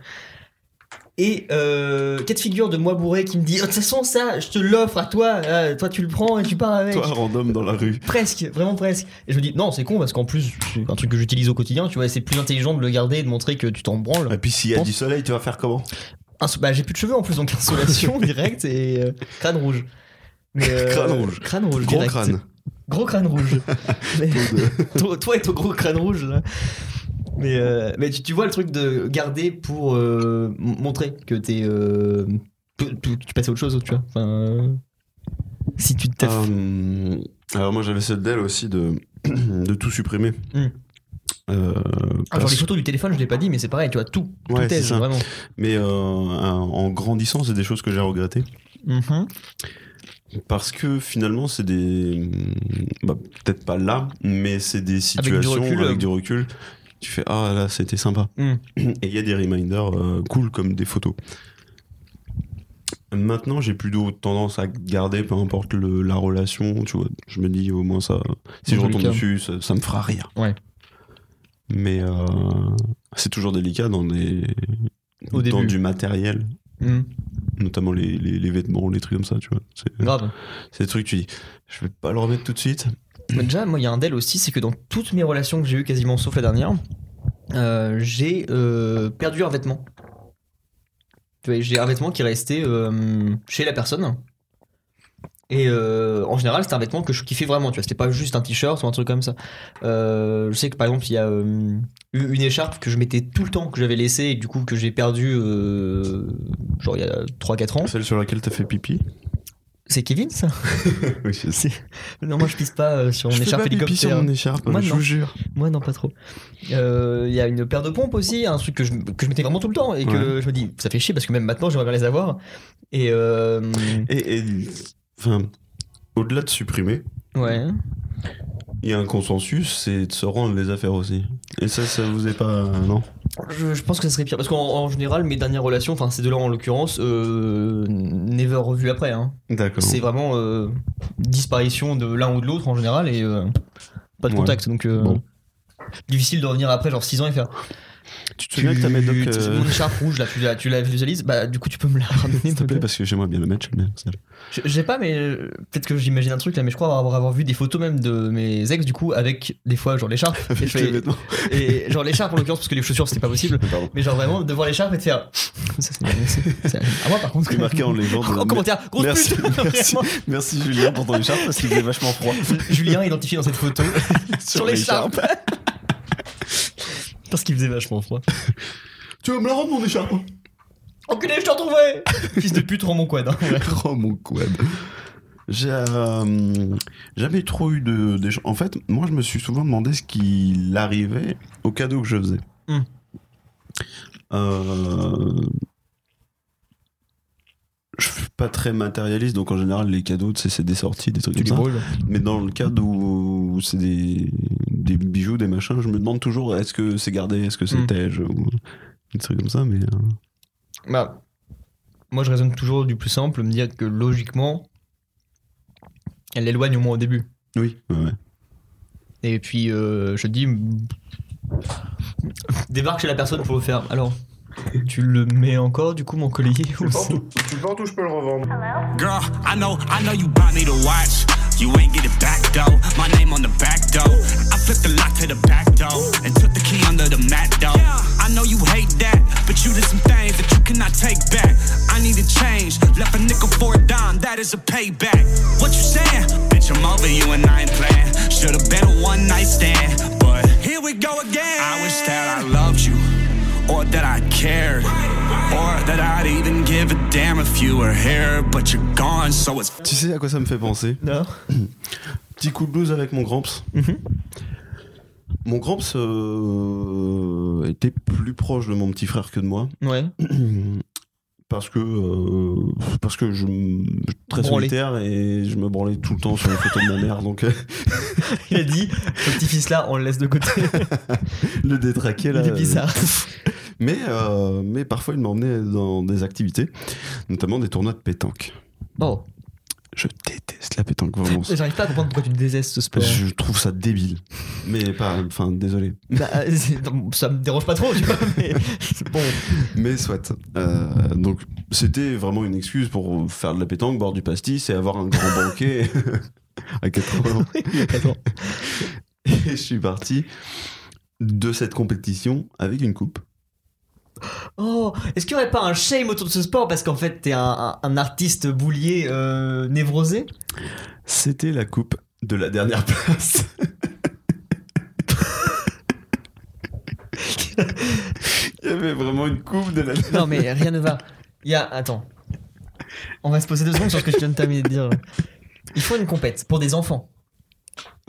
Et euh, cas de figure de moi bourré qui me dit Oh, de toute façon ça, je te l'offre à toi, euh, toi tu le prends et tu pars avec. Toi, random dans la rue. Presque, vraiment presque. Et je me dis non, c'est con parce qu'en plus c'est un truc que j'utilise au quotidien, tu vois, et c'est plus intelligent de le garder et de montrer que tu t'en branles. Et puis s'il y a Pense- du soleil, tu vas faire comment Inso- bah, j'ai plus de cheveux en plus, donc *laughs* insolation directe et euh, crâne rouge. Mais, euh, Crâne rouge. Crâne rouge, Gros direct. crâne. Gros crâne *laughs* rouge. Mais- *laughs* toi, toi et ton gros crâne rouge, là. Mais, euh, mais tu, tu vois le truc de garder pour euh, m- montrer que t'es. euh, tu, tu- tu passes à autre chose, tu vois. Enfin, euh, si tu te. Euh, alors moi j'avais cette d'elle aussi de, *clears throat* de tout supprimer. Mm. Euh, Ah, genre parce- les photos du téléphone, je l'ai pas dit, mais c'est pareil, tu vois, tout. Tout Ouais, est, c'est ça. vraiment. mais euh, en en grandissant, c'est des choses que j'ai regrettées. Mhm, Parce que finalement, c'est des. bah, Peut-être pas là, mais c'est des Avec du situations recul, euh. avec du recul. Tu fais Ah là, c'était sympa. Mm. Et il y a des reminders euh, cool comme des photos. Maintenant, j'ai plutôt tendance à garder, peu importe le- la relation, tu vois. Je me dis au moins ça. Si je Dans tous les retombe cas. dessus, ça, ça me fera rire. Ouais. Mais euh, c'est toujours délicat dans des. Au dans début. du matériel, Mhm. notamment les, les- les vêtements, les trucs comme ça, tu vois. C'est- Grave. c'est des trucs que tu dis, je vais pas le remettre tout de suite. Mais déjà, moi, il y a un DEL aussi, c'est que dans toutes mes relations que j'ai eues, quasiment sauf la dernière, euh, j'ai euh, perdu un vêtement. Tu vois, j'ai un vêtement qui est resté euh, chez la personne. Et euh, en général, c'était un vêtement que je kiffais vraiment, tu vois. C'était pas juste un t-shirt ou un truc comme ça. Euh, je sais que par exemple, il y a euh, eu une écharpe que je mettais tout le temps, que j'avais laissée et du coup que j'ai perdue, euh, genre il y a 3-4 ans. Celle sur laquelle t'as fait pipi. C'est Kevin, ça Oui, je sais. Non, moi je pisse pas euh, sur mon je fais écharpe pas pipi sur hélicoptère. mon écharpe, Moi, je non. vous jure. Moi, non, pas trop. Euh, Il y a une paire de pompes aussi, un truc que je, que je mettais vraiment tout le temps et que je me dis, ça fait chier parce que même maintenant, j'aimerais bien les avoir. Et euh, Et, et- enfin, au-delà de supprimer, ouais. il y a un consensus, c'est de se rendre les affaires aussi. Et ça, ça vous est pas. Non. Je, je pense que ça serait pire parce qu'en en général, mes dernières relations, enfin ces deux-là en l'occurrence, euh, never revues après. hein. D'accord. C'est vraiment euh, disparition de l'un ou de l'autre en général et euh, pas de Ouais. contact. Donc euh, Bon. difficile de revenir après, genre 6 ans et faire. Tu te souviens que ta médoc. tu- euh, Mon écharpe rouge là, tu la, tu la visualises Bah, du coup, tu peux me la *laughs* ramener S'il te plaît, parce que j'aimerais bien le mettre, j'aime bien. ça. Je, je sais pas, mais euh, peut-être que j'imagine un truc là, mais je crois avoir, avoir vu des photos même de mes ex du coup avec des fois genre *laughs* l'écharpe. et, je Avec les fais- vêtements. et genre l'écharpe en l'occurrence parce que les chaussures c'était pas possible. *laughs* Pardon. Mais genre vraiment de voir l'écharpe et de faire. *laughs* Ça, c'est- c'est- c'est- à moi par contre. C'est marqué en légende. *laughs* En commentaire, grosse Merci, pute merci, *laughs* Vraiment, merci Julien pour ton écharpe parce qu'il faisait vachement froid. Julien identifié dans *laughs* cette photo *laughs* sur l'écharpe. Parce qu'il faisait vachement froid. Tu vas me la rendre mon écharpe Enculé, je t'ai retrouvé Fils de pute, rends mon quad. hein. *laughs* Oh mon quad. J'ai euh, jamais trop eu de des gens- En fait, moi, je me suis souvent demandé ce qu'il arrivait au cadeau que je faisais. Hmm. Euh, Je suis pas très matérialiste, donc en général, les cadeaux, tu sais, c'est des sorties, des trucs comme ça. Mais dans le cadre où, où c'est des, des bijoux, des machins, je me demande toujours est-ce que c'est gardé, est-ce que c'est Hmm. tège, ou des trucs comme ça. Mais euh, Bah, moi je raisonne toujours du plus simple, me dire que logiquement, elle l'éloigne au moins au début. oui, ouais, ouais. Et puis euh, je dis, débarque chez la personne pour le faire. Alors, tu le mets encore du coup mon collier ou c'est- où je peux le revendre. Girl, I know, I know you bought me the watch. You ain't get it back though. My name on the back though. I flipped the lock to the back though and took the key under the mat though. I know you hate that, but you did some things that you cannot take back. I need a change. Left a nickel for a dime. That is a payback. What you saying? Bitch, I'm over you and I ain't playing. Should've been a one night stand, but here we go again. I wish that I loved you. or that I cared, or that I'd even give a damn if you were here. But you're gone, so it's Tu sais à quoi ça me fait penser Non. Petit coup de blues avec mon Gramps. Mhm. Mon Gramps euh, était plus proche de mon petit frère que de moi. *clears throat* Ouais. parce que euh, parce que je m- je suis très Branlé. solitaire et je me branlais tout le temps sur les photos de ma mère donc euh, *laughs* Il a dit, ce petit-fils là, on le laisse *laughs* de côté. le détraqué Il là euh, est bizarre. mais euh, mais parfois il m'emmenait dans des activités notamment des tournois de pétanque Oh, je déteste la pétanque *laughs* vraiment j'arrive pas à comprendre pourquoi tu détestes ce sport. je trouve ça débile mais pas enfin désolé Bah, euh, c'est- non, ça me dérange pas trop, tu vois, mais bon. mais soit Euh, donc c'était vraiment une excuse pour faire de la pétanque boire du pastis et avoir un *laughs* grand banquet à 80 ans Attends. *laughs* Et je suis parti de cette compétition avec une coupe. Oh, est-ce qu'il y aurait pas un shame autour de ce sport parce qu'en fait t'es un, un- un artiste boulier euh, névrosé C'était la coupe de la dernière *laughs* place. Il y avait vraiment une coupe de la. Non mais rien ne va. Il y a, attends. On va se poser deux secondes sur ce que je viens de terminer de dire. là. Il faut une compète pour des enfants.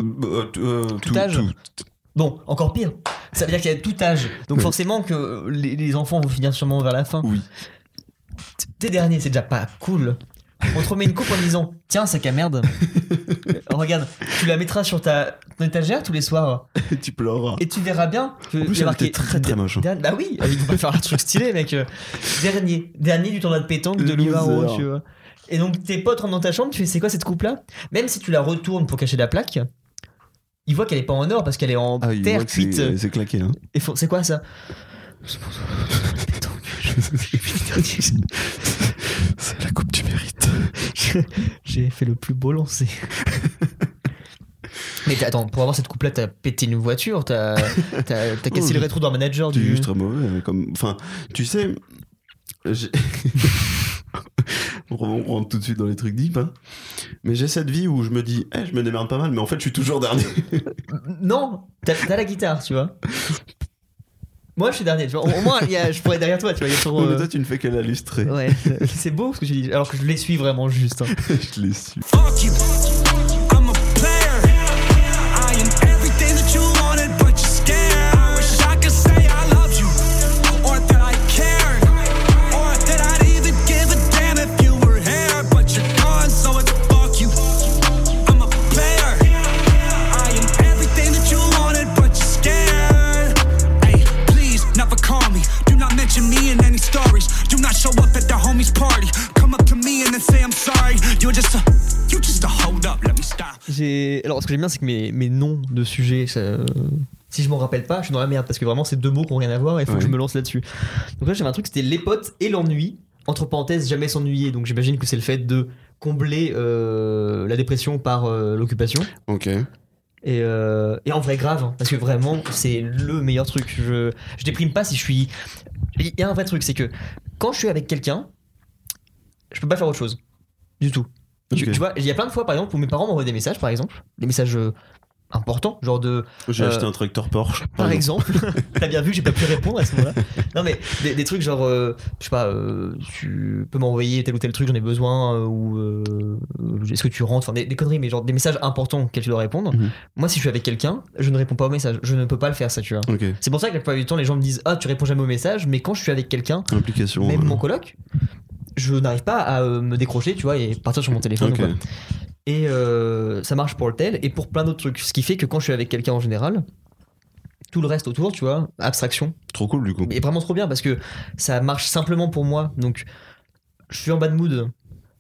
Euh, t- euh, tout, âge. tout. Bon, encore pire. Ça veut dire qu'il y a tout âge. Donc forcément que euh, les, les enfants vont finir sûrement vers la fin. Oui. *laughs* T'es dernier, c'est déjà pas cool. On te remet une coupe en disant Tiens, sac à merde. Regarde, tu la mettras sur ta ton étagère tous les soirs tu pleuras. et tu verras bien que En plus, il y a elle marqué était très, très moche. hein. der- Bah oui, il faut pas faire un truc stylé, mec. euh, Dernier, dernier du tournoi de pétanque de Loser. Livaro, tu vois. Et donc tes potes rentrent dans ta chambre, tu fais C'est quoi cette coupe-là Même si tu la retournes pour cacher la plaque, ils voient qu'elle est pas en or parce qu'elle est en Ah, il voit terre que c'est- cuite. C'est claqué. Hein. Et font- c'est quoi ça c'est la coupe du mérite. *laughs* J'ai fait le plus beau lancer. *laughs* Mais t'as- attends, pour avoir cette coupe-là, t'as pété une voiture, t'as t'as- t'as cassé le rétro d'un manager Tu es du. Oh, juste très mauvais. mais Comme... Enfin, tu sais. j'ai- *laughs* On rentre tout de suite dans les trucs deep. hein. Mais j'ai cette vie où je me dis, Eh, je me démerde pas mal, mais en fait, je suis toujours *laughs* dernier. Non, t'as t'as la guitare, tu vois. Moi, je suis dernier. Tu vois. Au au moins, il y a- je pourrais être derrière toi, tu vois. il y a trop, Non, mais euh, toi, tu ne fais que la lustrer. *laughs* Ouais, c'est beau ce que tu dis. Alors que je les suis vraiment juste. hein. *laughs* je l'ai su. fuck you. I'm a player. I am everything that you wanted, but you're scared. I wish I could say I loved you, or that I cared, or that I'd even give a damn if you were here. But you're gone, so it's fuck you. I'm a player. I am everything that you wanted, but you're scared. Hey, please never call me. Do not mention me in any stories. Do not show up at the homies party. Come up to me and then say I'm sorry. You're just a, you just a hold up. Let me stop. J'ai- Alors, ce que j'aime bien, c'est que mes, mes noms de sujets, ça- si je m'en rappelle pas, je suis dans la merde parce que vraiment, c'est deux mots qui ont rien à voir et il faut Ouais. que je me lance là-dessus. Donc là, j'avais un truc, c'était les potes et l'ennui. Entre parenthèses, jamais s'ennuyer. Donc j'imagine que c'est le fait de combler euh, la dépression par euh, l'occupation. Ok. Et, euh, et en vrai, grave, hein, parce que vraiment, c'est le meilleur truc. Je, je déprime pas si je suis. Il y a un vrai truc, c'est que quand je suis avec quelqu'un, je peux pas faire autre chose. Du tout. Tu- Ok. Tu, vois, il y a plein de fois, par exemple, où mes parents m'envoient des messages, par exemple, des messages euh, importants, genre de. J'ai Euh, acheté un tracteur Porsche. Par pardon. *laughs* exemple, t'as bien vu, j'ai pas pu répondre à ce moment-là. Non, mais des, des trucs genre, euh, je sais pas, euh, tu peux m'envoyer tel ou tel truc, j'en ai besoin, euh, ou euh, euh, est-ce que tu rentres, enfin des, des conneries, mais genre des messages importants auxquels tu dois répondre. Mhm. Moi, si je suis avec quelqu'un, je ne réponds pas aux messages, je ne peux pas le faire, ça, tu vois. Ok. C'est pour ça que la plupart du temps, les gens me disent, ah, tu réponds jamais aux messages, mais quand je suis avec quelqu'un, Implication. même euh, mon coloc, je n'arrive pas à euh, me décrocher, tu vois, et partir sur mon téléphone. Ok. ou quoi. Et euh, ça marche pour le tel et pour plein d'autres trucs. Ce qui fait que quand je suis avec quelqu'un en général, tout le reste autour, tu vois, abstraction, Trop cool du coup. est vraiment trop bien parce que ça marche simplement pour moi. Donc, je suis en bad mood.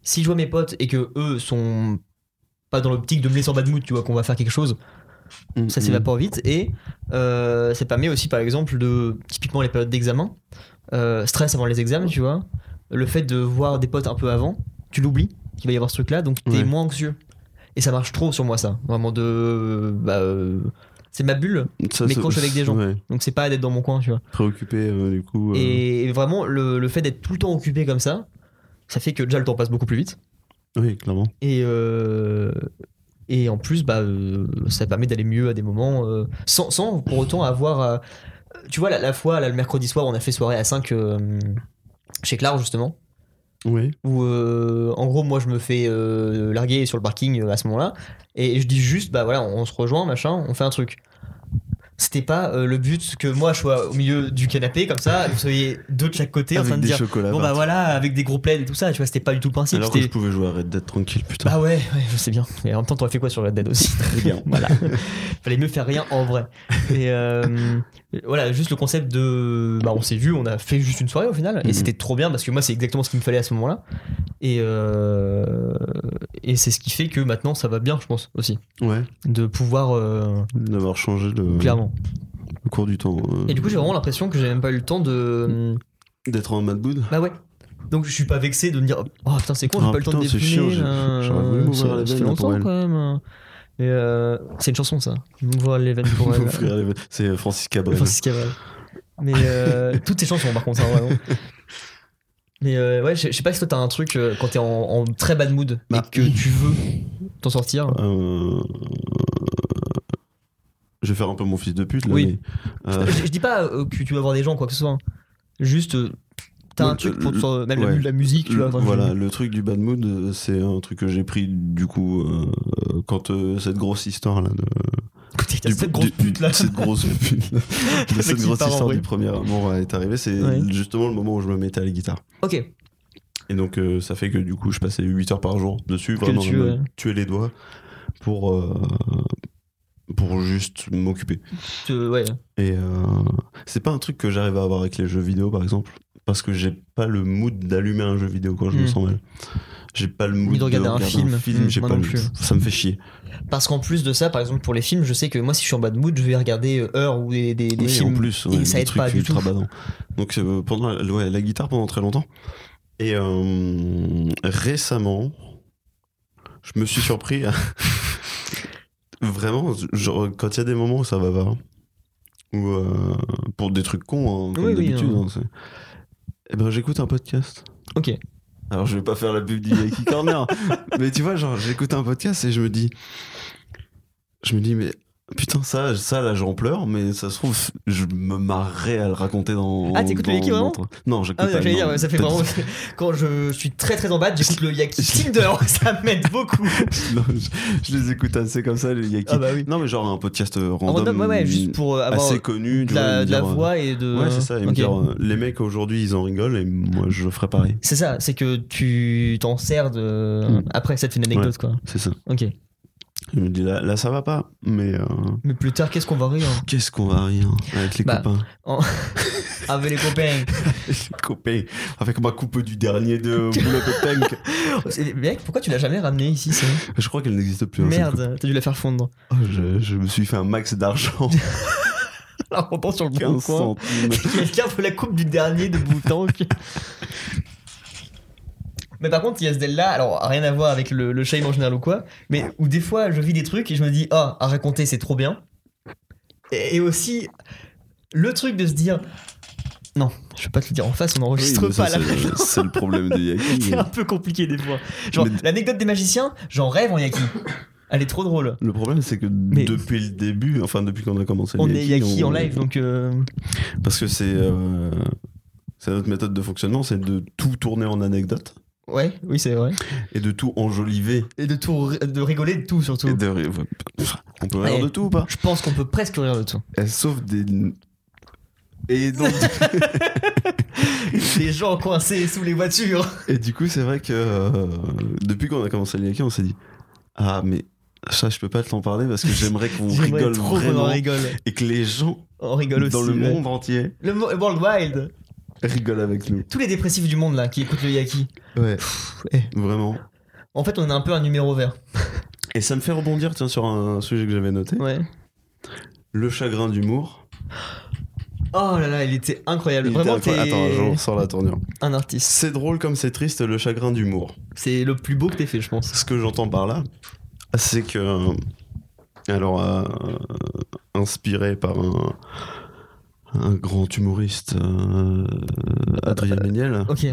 Si je vois mes potes et que eux sont pas dans l'optique de me laisser en bad mood, tu vois, qu'on va faire quelque chose, Mhm. ça Mm, s'évapore vite et euh, ça permet aussi par exemple de typiquement les périodes d'examen euh, stress avant les examens tu vois le fait de voir des potes un peu avant tu l'oublies qu'il va y avoir ce truc là donc t'es Ouais. moins anxieux et ça marche trop sur moi ça vraiment de euh, bah, euh, c'est ma bulle Ça, mais ça- quand je suis avec des gens. ouais. donc c'est pas d'être dans mon coin tu vois Préoccupé euh, du coup. euh, et vraiment le, le fait d'être tout le temps occupé comme ça ça fait que déjà le temps passe beaucoup plus vite Oui, clairement. et, euh, et en plus, bah, euh, ça permet d'aller mieux à des moments euh, sans, sans pour autant avoir. à- tu vois, la, la fois, là, le mercredi soir, on a fait soirée à 5 chez Clar, justement. Oui. où euh, en gros moi je me fais euh, larguer sur le parking euh, à ce moment-là et je dis juste bah voilà on, on se rejoint machin on fait un truc c'était pas euh, le but que moi je sois au milieu du canapé comme ça et vous soyez deux de chaque côté en Avec train de des dire chocolats. bon bah partout. voilà avec des gros plaids et tout ça tu vois c'était pas du tout le principe Alors que je c'était- pouvais jouer à Red Dead tranquille, putain. ah ouais, ouais je sais bien et en même temps t'aurais fait quoi sur Red Dead aussi Rien. *laughs* voilà fallait mieux faire rien en vrai et euh, voilà juste le concept de bah on s'est vu on a fait juste une soirée au final et Mhm. c'était trop bien parce que moi c'est exactement ce qu'il me fallait à ce moment là et euh, et c'est ce qui fait que maintenant ça va bien je pense aussi Ouais. de pouvoir euh, D'avoir changé le, Bah, clairement le cours du temps. euh, et du coup j'ai vraiment l'impression que j'ai même pas eu le temps de D'être en mad mood. bah ouais donc je suis pas vexé de me dire oh putain c'est con j'ai Ah, pas eu le temps de putain, c'est déprimer, chiant, là. j'ai- j'aurais voulu m'ouvrir Ça- les ça fait veines, là, pour longtemps elle. quand même Et, euh, c'est une chanson ça m'ouvrir les veines *laughs* pour elle Frère, les- C'est Francis Cabrel. Francis Cabrel. Mais euh, *laughs* toutes tes chansons, par contre, hein, vraiment. Mais euh, ouais, je je sais pas si toi t'as un truc euh, quand t'es en, en très bad mood Bah. et que tu veux t'en sortir. Euh, Je vais faire un peu mon fils de pute là. Oui. mais, euh, Je, je dis pas euh, que tu vas voir des gens, quoi que ce soit. hein. Juste, euh, t'as Ouais, un truc pour te le- sortir- même la euh, ouais. mu- la musique, tu le- vois. quand tu- voilà, le truc du bad mood, euh, c'est un truc que j'ai pris du coup euh, euh, quand euh, cette grosse histoire là de Putain, du- cette grosse du- pute là. cette *laughs* grosse pute, de Le cette mec qui grosse part en histoire vrille. du premier amour euh, est arrivée, c'est Ouais. justement le moment où je me mettais à la guitare. Ok. Et donc euh, ça fait que du coup je passais 8 heures par jour dessus, vraiment tu, je me euh, tuais les doigts pour euh, pour juste m'occuper. Tu- ouais. Et euh, c'est pas un truc que j'arrive à avoir avec les jeux vidéo par exemple, parce que j'ai pas le mood d'allumer un jeu vidéo quand je me Mm. sens mal. J'ai pas le mood Ni de regarder un film. Mm, j'ai moi pas non le- plus. Ça me fait chier. Parce qu'en plus de ça, par exemple, pour les films, je sais que moi, si je suis en bad mood, je vais regarder euh, Heure ou des, des, des Oui, films. en plus, et ouais, ça des aide trucs pas du ultra tout. badants. Donc euh, pendant la, ouais, la guitare pendant très longtemps. Et euh, récemment, je me suis surpris à... *laughs* Vraiment, genre, quand il y a des moments où ça va pas, ou euh, pour des trucs cons, hein, comme Oui, oui, d'habitude, hein. hein, c'est- eh ben, j'écoute un podcast. Ok. Alors je vais pas faire la pub du Yaki Corner, mais tu vois, genre j'écoute un podcast et je me dis, je me dis mais putain ça, ça là j'en pleure, mais ça se trouve je me marrerais à le raconter dans. Ah, t'écoutes le dans- Yaki, vraiment dans- Non, j'écoute Ah ouais, pas. j'allais non. dire, ouais, ça fait Peut-être- vraiment. *laughs* Quand je suis très très en bas, j'écoute le *laughs* Yaki Tinder, ça m'aide beaucoup. non, je, je les écoute assez comme ça les Yaki. Ah bah oui. Non mais genre un podcast euh, random, Random, ouais, ouais, juste pour euh, avoir assez connu, de tu vois, la, et me de la dire, euh, voix et de. Ouais c'est ça, et me Ok. dire euh, les mecs aujourd'hui ils en rigolent et moi je ferais pareil. C'est ça, c'est que tu t'en sers de. Mm. Après, ça te fait une anecdote, quoi. C'est ça. Ok. Je me dis là, là ça va pas, mais euh, Mais plus tard, qu'est-ce qu'on va rire qu'est-ce qu'on va rire avec les Bah, copains. hein, Avec les *laughs* copains. J'ai coupé avec ma coupe du dernier *laughs* de Boulot Tank. C'est- Mec, pourquoi tu l'as jamais ramené ici ça Je crois qu'elle n'existe plus. hein, cette Merde, t'as dû la faire fondre. *laughs* coupe. Oh, je, je me suis fait un max d'argent. Alors, on pense sur le bon 15 coin. *laughs* centimes. Quelqu'un veut la coupe du dernier de Boutank. Mais par contre, il y a ce là alors rien à voir avec le, le shame en général ou quoi, mais où des fois je vis des trucs et je me dis, ah, à raconter c'est trop bien. Et, et aussi, le truc de se dire, non, je peux pas te le dire en face, on n'enregistre Oui, mais ça, pas à la *laughs* c'est- maison. C'est le problème de Yaki. *laughs* C'est un peu compliqué des fois. Genre, Mais- l'anecdote des magiciens, j'en rêve en yaki. Elle est trop drôle. Le problème, c'est que Mais- depuis le début, enfin depuis qu'on a commencé, On est yaki on- en live, donc euh, Parce que c'est euh, c'est notre méthode de fonctionnement, c'est de tout tourner en anecdote ouais, oui, c'est vrai. et de tout enjoliver. Et de tout, ri- de rigoler de tout surtout. Et de ré- On peut Ouais. rire de tout ou pas Je pense qu'on peut presque rire de tout. Eh, Sauf des. Et donc, *laughs* Les gens coincés sous les voitures. Et du coup, c'est vrai que euh, depuis qu'on a commencé le Yaki, on s'est dit Ah, mais ça, je peux pas t'en parler parce que j'aimerais qu'on *laughs* J'aimerais rigole trop qu'on en vraiment rigole. et que les gens On rigole aussi. dans le ouais. monde entier Le mo- World Wild. rigolent avec nous. Tous les dépressifs du monde là qui écoutent le Yaki. Ouais, eh. vraiment. En fait, on est un peu un numéro vert. Et ça me fait rebondir tiens, sur un sujet que j'avais noté Ouais. le chagrin d'humour. Oh là là, il était incroyable. Il était Vraiment, t'es incroyable. Attends, je ressors la tournure. un artiste. C'est drôle comme c'est triste, le chagrin d'humour. C'est le plus beau que t'aies fait, je pense. Ce que j'entends par là, c'est que. Alors, euh, inspiré par un, un grand humoriste, euh, Adrien Méniel. euh, Ok.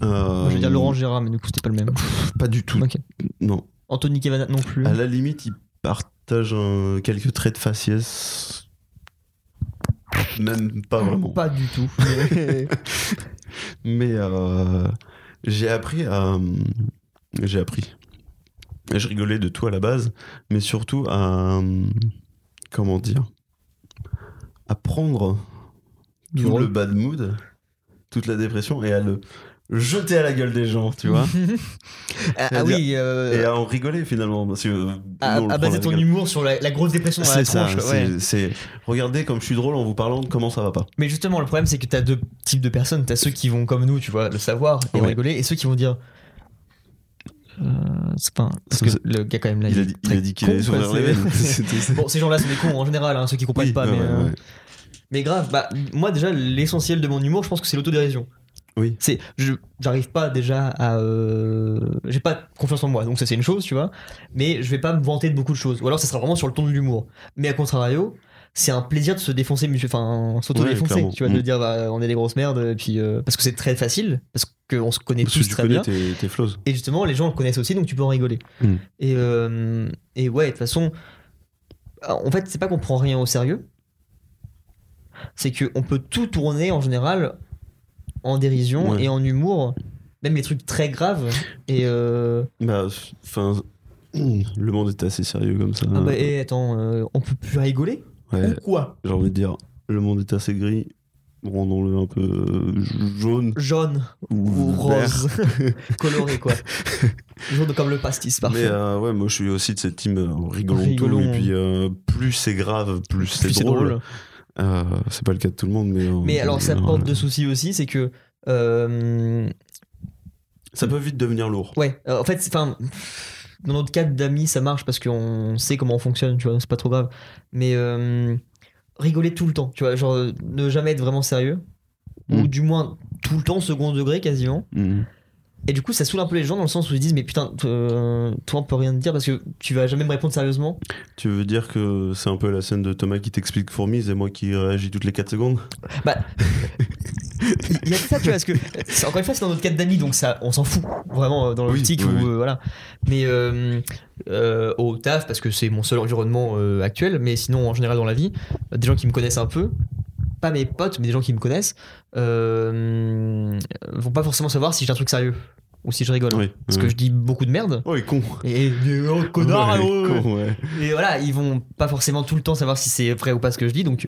Moi, je vais dire Laurent Gérard, mais du coup, c'était pas le *laughs* même. Pas du tout. Ok. Non. Anthony Cavana non plus. À la euh, limite, il partage un- quelques traits de faciès. Même pas vraiment. Pas du *laughs* tout. Ah, Mais- Mais euh, j'ai appris à. euh, J'ai appris. Et Je rigolais de tout à la base, mais surtout à. euh, Comment dire À prendre Du tout rôle. le bad mood, toute la dépression et à le jeter à la gueule des gens, tu vois ah, à ah oui, Et *laughs* euh, à en rigoler finalement. Parce que, euh, à, nous, on le à prend baser la ton gueule. humour sur la, la grosse dépression dans la C'est ça, tronche. ouais. c'est- c'est. Regardez comme je suis drôle en vous parlant de comment ça va pas. Mais justement, le problème, c'est que t'as deux types de personnes. T'as ceux qui vont, comme nous, tu vois, le savoir et en Ouais. rigoler, et ceux qui vont dire. Euh, c'est pas. un- Parce Ça, que c'est- le gars, quand même, là, Il a est dit, il très a dit qu'il con, allait quoi, s'ouvrir les c'est- veines. *laughs* C'était- c'est- *laughs* Bon, ces gens-là sont des cons en général, hein, ceux qui comprennent Oui, pas. ouais, mais, ouais, euh, ouais. mais grave, bah, moi déjà, l'essentiel de mon humour, je pense que c'est l'autodérision. Oui. C'est, je, j'arrive pas déjà à, euh, j'ai pas confiance en moi, donc ça c'est une chose, tu vois. Mais je vais pas me vanter de beaucoup de choses. Ou alors, ça sera vraiment sur le ton de l'humour. Mais à contrario, c'est un plaisir de se défoncer, mutu- enfin, Ouais, s'auto-défoncer, clairement. tu vois, de Mm. dire bah, on est des grosses merdes, et puis euh, parce que c'est très facile, parce qu'on se connaît Parce que tous tu très bien. connais tes, tes flows. Et justement, les gens le connaissent aussi, donc tu peux en rigoler. Mm. Et, euh, et ouais, de toute façon, en fait, c'est pas qu'on prend rien au sérieux, c'est qu'on peut tout tourner en général en dérision Ouais. et en humour, même les trucs très graves. Et, euh, Bah, enfin, *clears throat* le monde est assez sérieux comme ça. ah bah, eh, attends, euh, on peut plus rigoler Hmm. Ouais, Ou quoi J'ai envie de dire, le monde est assez gris, rendons-le un peu euh, jaune Jaune ou, ou vert. *laughs* rose, coloré quoi. Jaune comme le pastis, Mais parfait. euh, ouais, moi je suis aussi de cette team euh, rigolons, Rigolons. tout. Et puis euh, plus c'est grave, plus c'est Puis drôle. Euh, c'est pas le cas de tout le monde, mais. euh, Mais alors, ça euh, porte de soucis aussi, c'est que. euh, Ça peut vite devenir lourd. Ouais, euh, en fait, c'est- enfin, dans notre cadre d'amis, ça marche parce qu'on sait comment on fonctionne, tu vois, c'est pas trop grave. Mais euh, rigoler tout le temps, tu vois, genre euh, ne jamais être vraiment sérieux, ou Mm. du moins tout le temps, second degré quasiment. Mhm. Et du coup, ça saoule un peu les gens dans le sens où ils disent, mais putain, t- euh, toi, on peut rien te dire parce que tu vas jamais me répondre sérieusement. Tu veux dire que c'est un peu la scène de Thomas qui t'explique Fourmise et moi qui réagis toutes les 4 secondes Il y a que ça, tu vois, parce que c'est- encore une fois, c'est dans notre cadre d'amis, donc ça, on s'en fout vraiment euh, dans Oui, l'optique oui, où, oui. euh, voilà. Mais euh, euh, au taf, parce que c'est mon seul environnement euh, actuel, mais sinon en général dans la vie, euh, des gens qui me connaissent un peu, pas mes potes, mais des gens qui me connaissent, euh, vont pas forcément savoir si j'ai un truc sérieux ou si je rigole, Oui. parce ouais. que je dis beaucoup de merde. Oh, il est con. Et, et- oh, Ouais, connard, oh, il est con, ouais. et voilà, ils vont pas forcément tout le temps savoir si c'est vrai ou pas ce que je dis, donc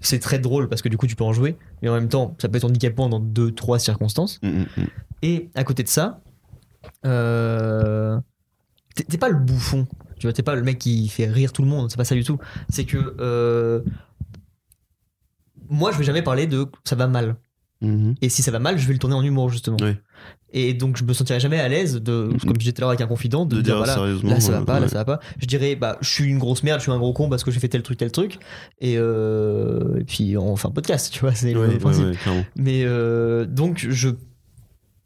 c'est très drôle parce que du coup tu peux en jouer, mais en même temps ça peut être handicapant dans deux, trois circonstances. Mhm, mhm. Et à côté de ça, euh, t'es- t'es pas le bouffon, tu vois, t'es pas le mec qui fait rire tout le monde, c'est pas ça du tout. C'est que euh, moi je vais jamais parler de ça va mal, Mhm. et si ça va mal je vais le tourner en humour justement. Oui. Et donc je me sentirai jamais à l'aise de, comme je disais tout à l'heure avec un confident, de, De dire voilà, sérieusement. Là ça va ouais, pas, là ouais. ça va pas. Je dirais bah je suis une grosse merde, je suis un gros con parce que j'ai fait tel truc, tel truc. Et, euh, et puis on fait un podcast, tu vois, c'est Ouais, le ouais, principe. ouais, clairement. Mais euh, donc je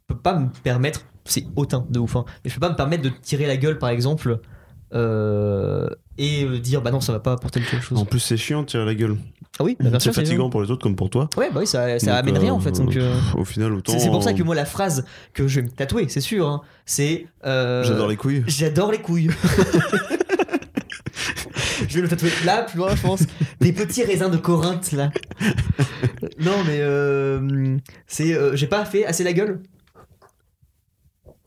peux pas me permettre, c'est hautain de ouf, hein, mais je peux pas me permettre de tirer la gueule par exemple euh, et euh, dire bah non ça va pas apporter quelque chose. En plus, c'est chiant de tirer la gueule. Ah oui, bah, bien c'est sûr, fatigant pour les autres comme pour toi. Ouais bah oui ça, ça Donc, amène rien en fait. euh, Donc, euh, pff, Au final, autant. c'est c'est pour ça que moi la phrase que je vais me tatouer, c'est sûr, hein, c'est... euh, J'adore les couilles. J'adore *laughs* les couilles. *laughs* je vais le tatouer là, plus loin, je pense. Des petits raisins de Corinthe, là. Non, mais euh, c'est. euh, J'ai pas fait assez la gueule.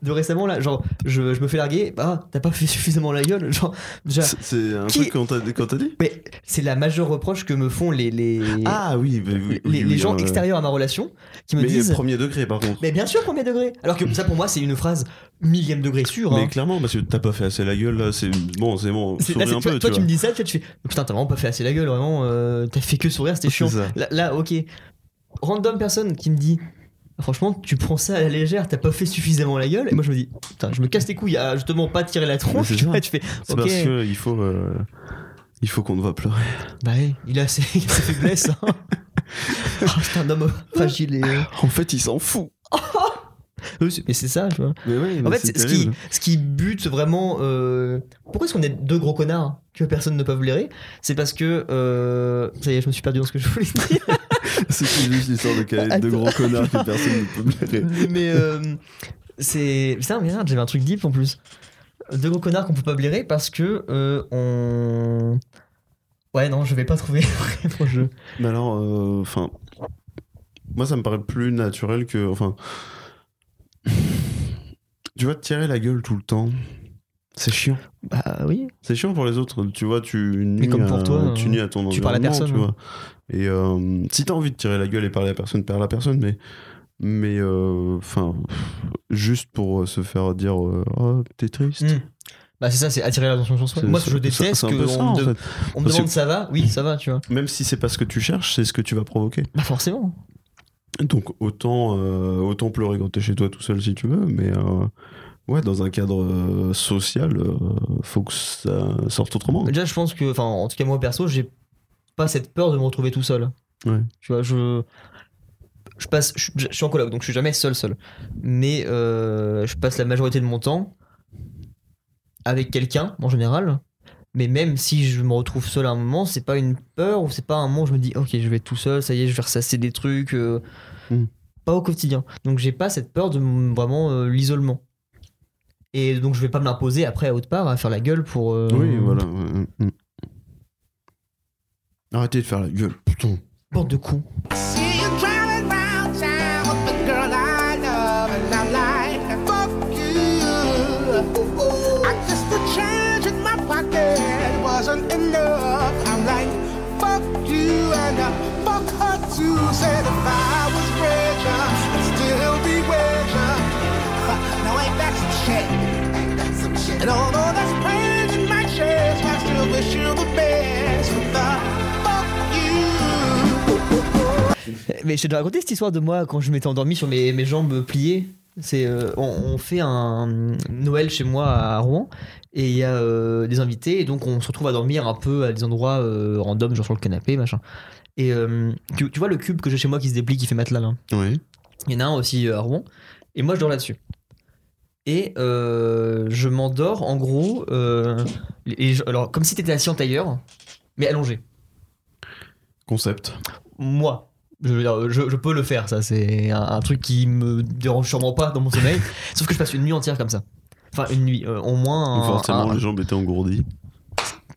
De récemment, là. Genre, je, je me fais larguer. Bah, t'as pas fait suffisamment la gueule. Genre, déjà. C'est- C'est un Qui- truc qu'on t'a qu'on t'a dit Mais c'est la majeure reproche que me font les, les, Ah oui, bah, oui, oui, les, les oui, gens euh, extérieurs à ma relation qui me Mais disent. premier degré, par contre. Mais bien sûr, premier degré. Alors que ça, pour moi, c'est une phrase millième degré sûr. hein. Mais clairement, parce que t'as pas fait assez la gueule, là, c'est bon, c'est bon, C'est- là, souris c'est- un toi, peu, toi, tu tu me dis ça, tu, vois, tu fais putain, t'as vraiment pas fait assez la gueule, vraiment, euh, t'as fait que sourire, c'était chiant. ça. Là, là, ok. Random personne qui me dit, Ah, franchement, tu prends ça à la légère, t'as pas fait suffisamment la gueule, et moi je me dis, putain, je me casse les couilles à justement pas tirer la tronche, Mais c'est tu ça. vois, tu fais, C'est ok, parce que il faut, euh, il faut qu'on ne va pleurer. bah ouais, il a ses, il a ses faiblesses. *laughs* hein. Ah, c'est un homme fragile et. En fait, il s'en fout. Oui, c'est- Mais c'est ça, tu vois. Mais oui, En mais fait, c'est ce qui, *laughs* terrible. ce qui bute vraiment. euh, Pourquoi est-ce qu'on est deux gros connards que personne ne peut blairer C'est parce que. euh, Ça y est, je me suis perdu dans ce que je voulais dire. *laughs* C'est juste l'histoire de cahier de gros connards que personne ne peut blairer. mais euh, c'est putain merde j'avais un truc deep en plus deux gros connards qu'on peut pas blairer parce que euh, on Ouais, non, je vais pas trouver pour jeu. Mais alors, euh, enfin, moi ça me paraît plus naturel que, enfin, tu vois, te tirer la gueule tout le temps, c'est chiant. Bah oui. C'est chiant pour les autres. Tu vois, tu nuis, comme à, pour toi, tu euh, nuis à ton tu parles à environnement, personne, hein. tu vois. Et euh, si t'as envie de tirer la gueule et parler à personne, parle à personne. Mais, mais, euh, enfin, juste pour se faire dire, euh, oh, t'es triste. Hmm. Bah c'est ça, c'est attirer l'attention sur soi. C'est- Moi, je c'est- déteste c'est un que peu ça, on, en me de- fait. on me Parce que- demande ça va. Oui, ça va, tu vois. Même si c'est pas ce que tu cherches, c'est ce que tu vas provoquer. Bah forcément. Donc autant, euh, autant pleurer quand t'es chez toi tout seul si tu veux, mais euh, ouais, dans un cadre euh, social, euh, faut que ça sorte autrement. Déjà, je pense que, enfin, en tout cas moi perso, j'ai pas cette peur de me retrouver tout seul. Ouais. Tu vois, je je passe, je, je suis en coloc, donc je suis jamais seul seul. Mais euh, je passe la majorité de mon temps avec quelqu'un en général. Mais même si je me retrouve seul à un moment, c'est pas une peur ou c'est pas un moment où je me dis ok je vais être tout seul, ça y est je vais ressasser des trucs. euh, Mm. Pas au quotidien. Donc j'ai pas cette peur de m- vraiment euh, l'isolement. Et donc je vais pas me l'imposer après à haute part à faire la gueule pour. euh, Oui, voilà. ouais, mm, mm. Arrêtez de faire la gueule, putain. Bande de cons. See you driving round town with the girl I love and I like. Fuck you. I just the change in my pocket wasn't enough. I'm like, fuck you and I fuck her too. Said if I was richer, I'd still be richer. *laughs* Now ain't that some shit? And although there's pain in my chest, I still wish you the best. But the fuck you. Mais j'ai déjà raconté cette histoire de moi quand je m'étais endormi sur mes, mes jambes pliées. C'est euh, on, on fait un Noël chez moi à Rouen et il y a euh, des invités et donc on se retrouve à dormir un peu à des endroits euh, random genre sur le canapé machin. Et euh, tu, tu vois le cube que j'ai chez moi qui se déplie qui fait matelas là. Oui. Il y en a un aussi euh, à Rouen. Et moi, je dors là-dessus. Et euh, je m'endors, en gros, euh, les- les gens- alors, comme si t'étais assis en tailleur, mais allongé. Concept. Moi, je, veux dire, je, je peux le faire, ça. C'est un, un truc qui me dérange sûrement pas dans *laughs* mon sommeil. Sauf que je passe une nuit entière comme ça. Enfin, une nuit, euh, au moins. Donc un- forcément, un- les jambes étaient engourdies.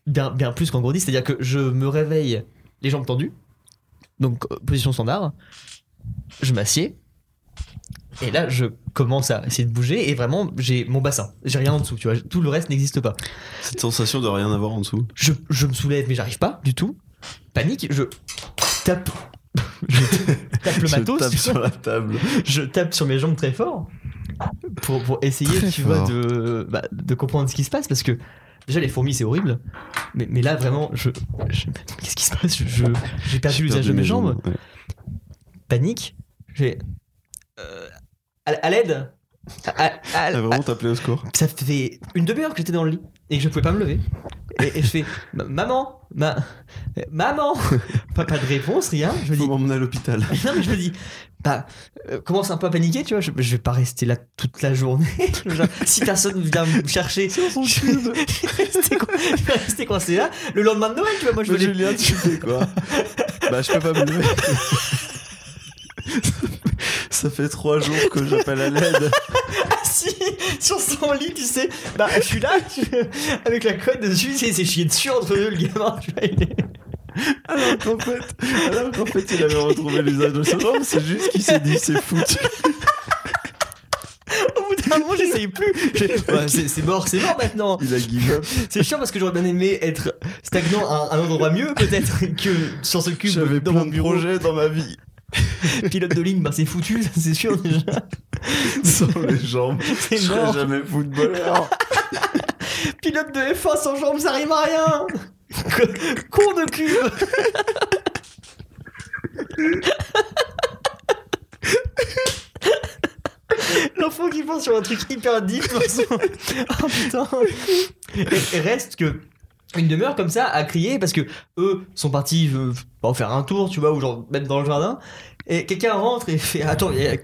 bien, bien plus qu'en gourdis, c'est-à-dire que je me réveille les jambes tendues, donc euh, position standard, je m'assieds, et là je commence à essayer de bouger, et vraiment j'ai mon bassin, j'ai rien en dessous, tu vois, tout le reste n'existe pas. Cette sensation de rien avoir en dessous. Je, je me soulève, mais j'arrive pas du tout, panique, je tape, *laughs* je tape le Je matos, tape tu vois sur la table. je tape sur mes jambes très fort pour, pour essayer Très tu fort. vois de, bah, de comprendre ce qui se passe parce que déjà les fourmis c'est horrible mais, mais là vraiment je, je- qu'est-ce qui se passe Je- je- j'ai perdu J'ai l'usage perdu de mes mes jambes ouais. panique j'ai euh, à, à l'aide À- à- Elle a vraiment tapé au score. à- ça fait une demi-heure que j'étais dans le lit et que je pouvais pas me lever et, et je fais Ma- maman ma- maman *laughs* pas, pas de réponse rien je me dis Faut m'emmener à l'hôpital. *laughs* non mais je me dis, bah, euh, commence un peu à paniquer, tu vois, je, je vais pas rester là toute la journée. *laughs* Genre, si personne vient me chercher, je vais rester co- je vais rester coincé là. Le lendemain de Noël, tu vois, moi je Mais venais- Julien, Bah, tu fais quoi Bah, je peux pas me lever. *laughs* Ça fait trois jours que j'appelle à *laughs* l'aide. assis ah, sur son lit, tu sais, bah je suis là, tu- avec la côte dessus, c'est c'est chié dessus entre eux, le gamin, tu vois. il est- *laughs* Alors qu'en fait, alors qu'en fait, il avait retrouvé l'usage de son jambes, c'est juste qu'il s'est dit c'est foutu. Au bout d'un moment, j'essayais plus. J'ai- ouais, c'est c'est mort, c'est mort maintenant. Il a give up. C'est chiant parce que j'aurais bien aimé être stagnant à un endroit mieux, peut-être, que sur ce cube J'avais dans plein mon de bureau. projets dans ma vie pilote de ligne, bah c'est foutu, *laughs* ça, c'est sûr déjà. sans les *laughs* jambes. Je C'est serais mort. jamais footballeur. Pilote de F1 sans jambes, ça arrive à rien. *laughs* Cours de cube. L'enfant qui pense sur un truc hyper deep. dans son- Oh putain. Et- Et reste que une demeure comme ça à crier parce que eux sont partis euh, en faire un tour, tu vois, ou genre même dans le jardin. Et quelqu'un rentre et fait attends, il y a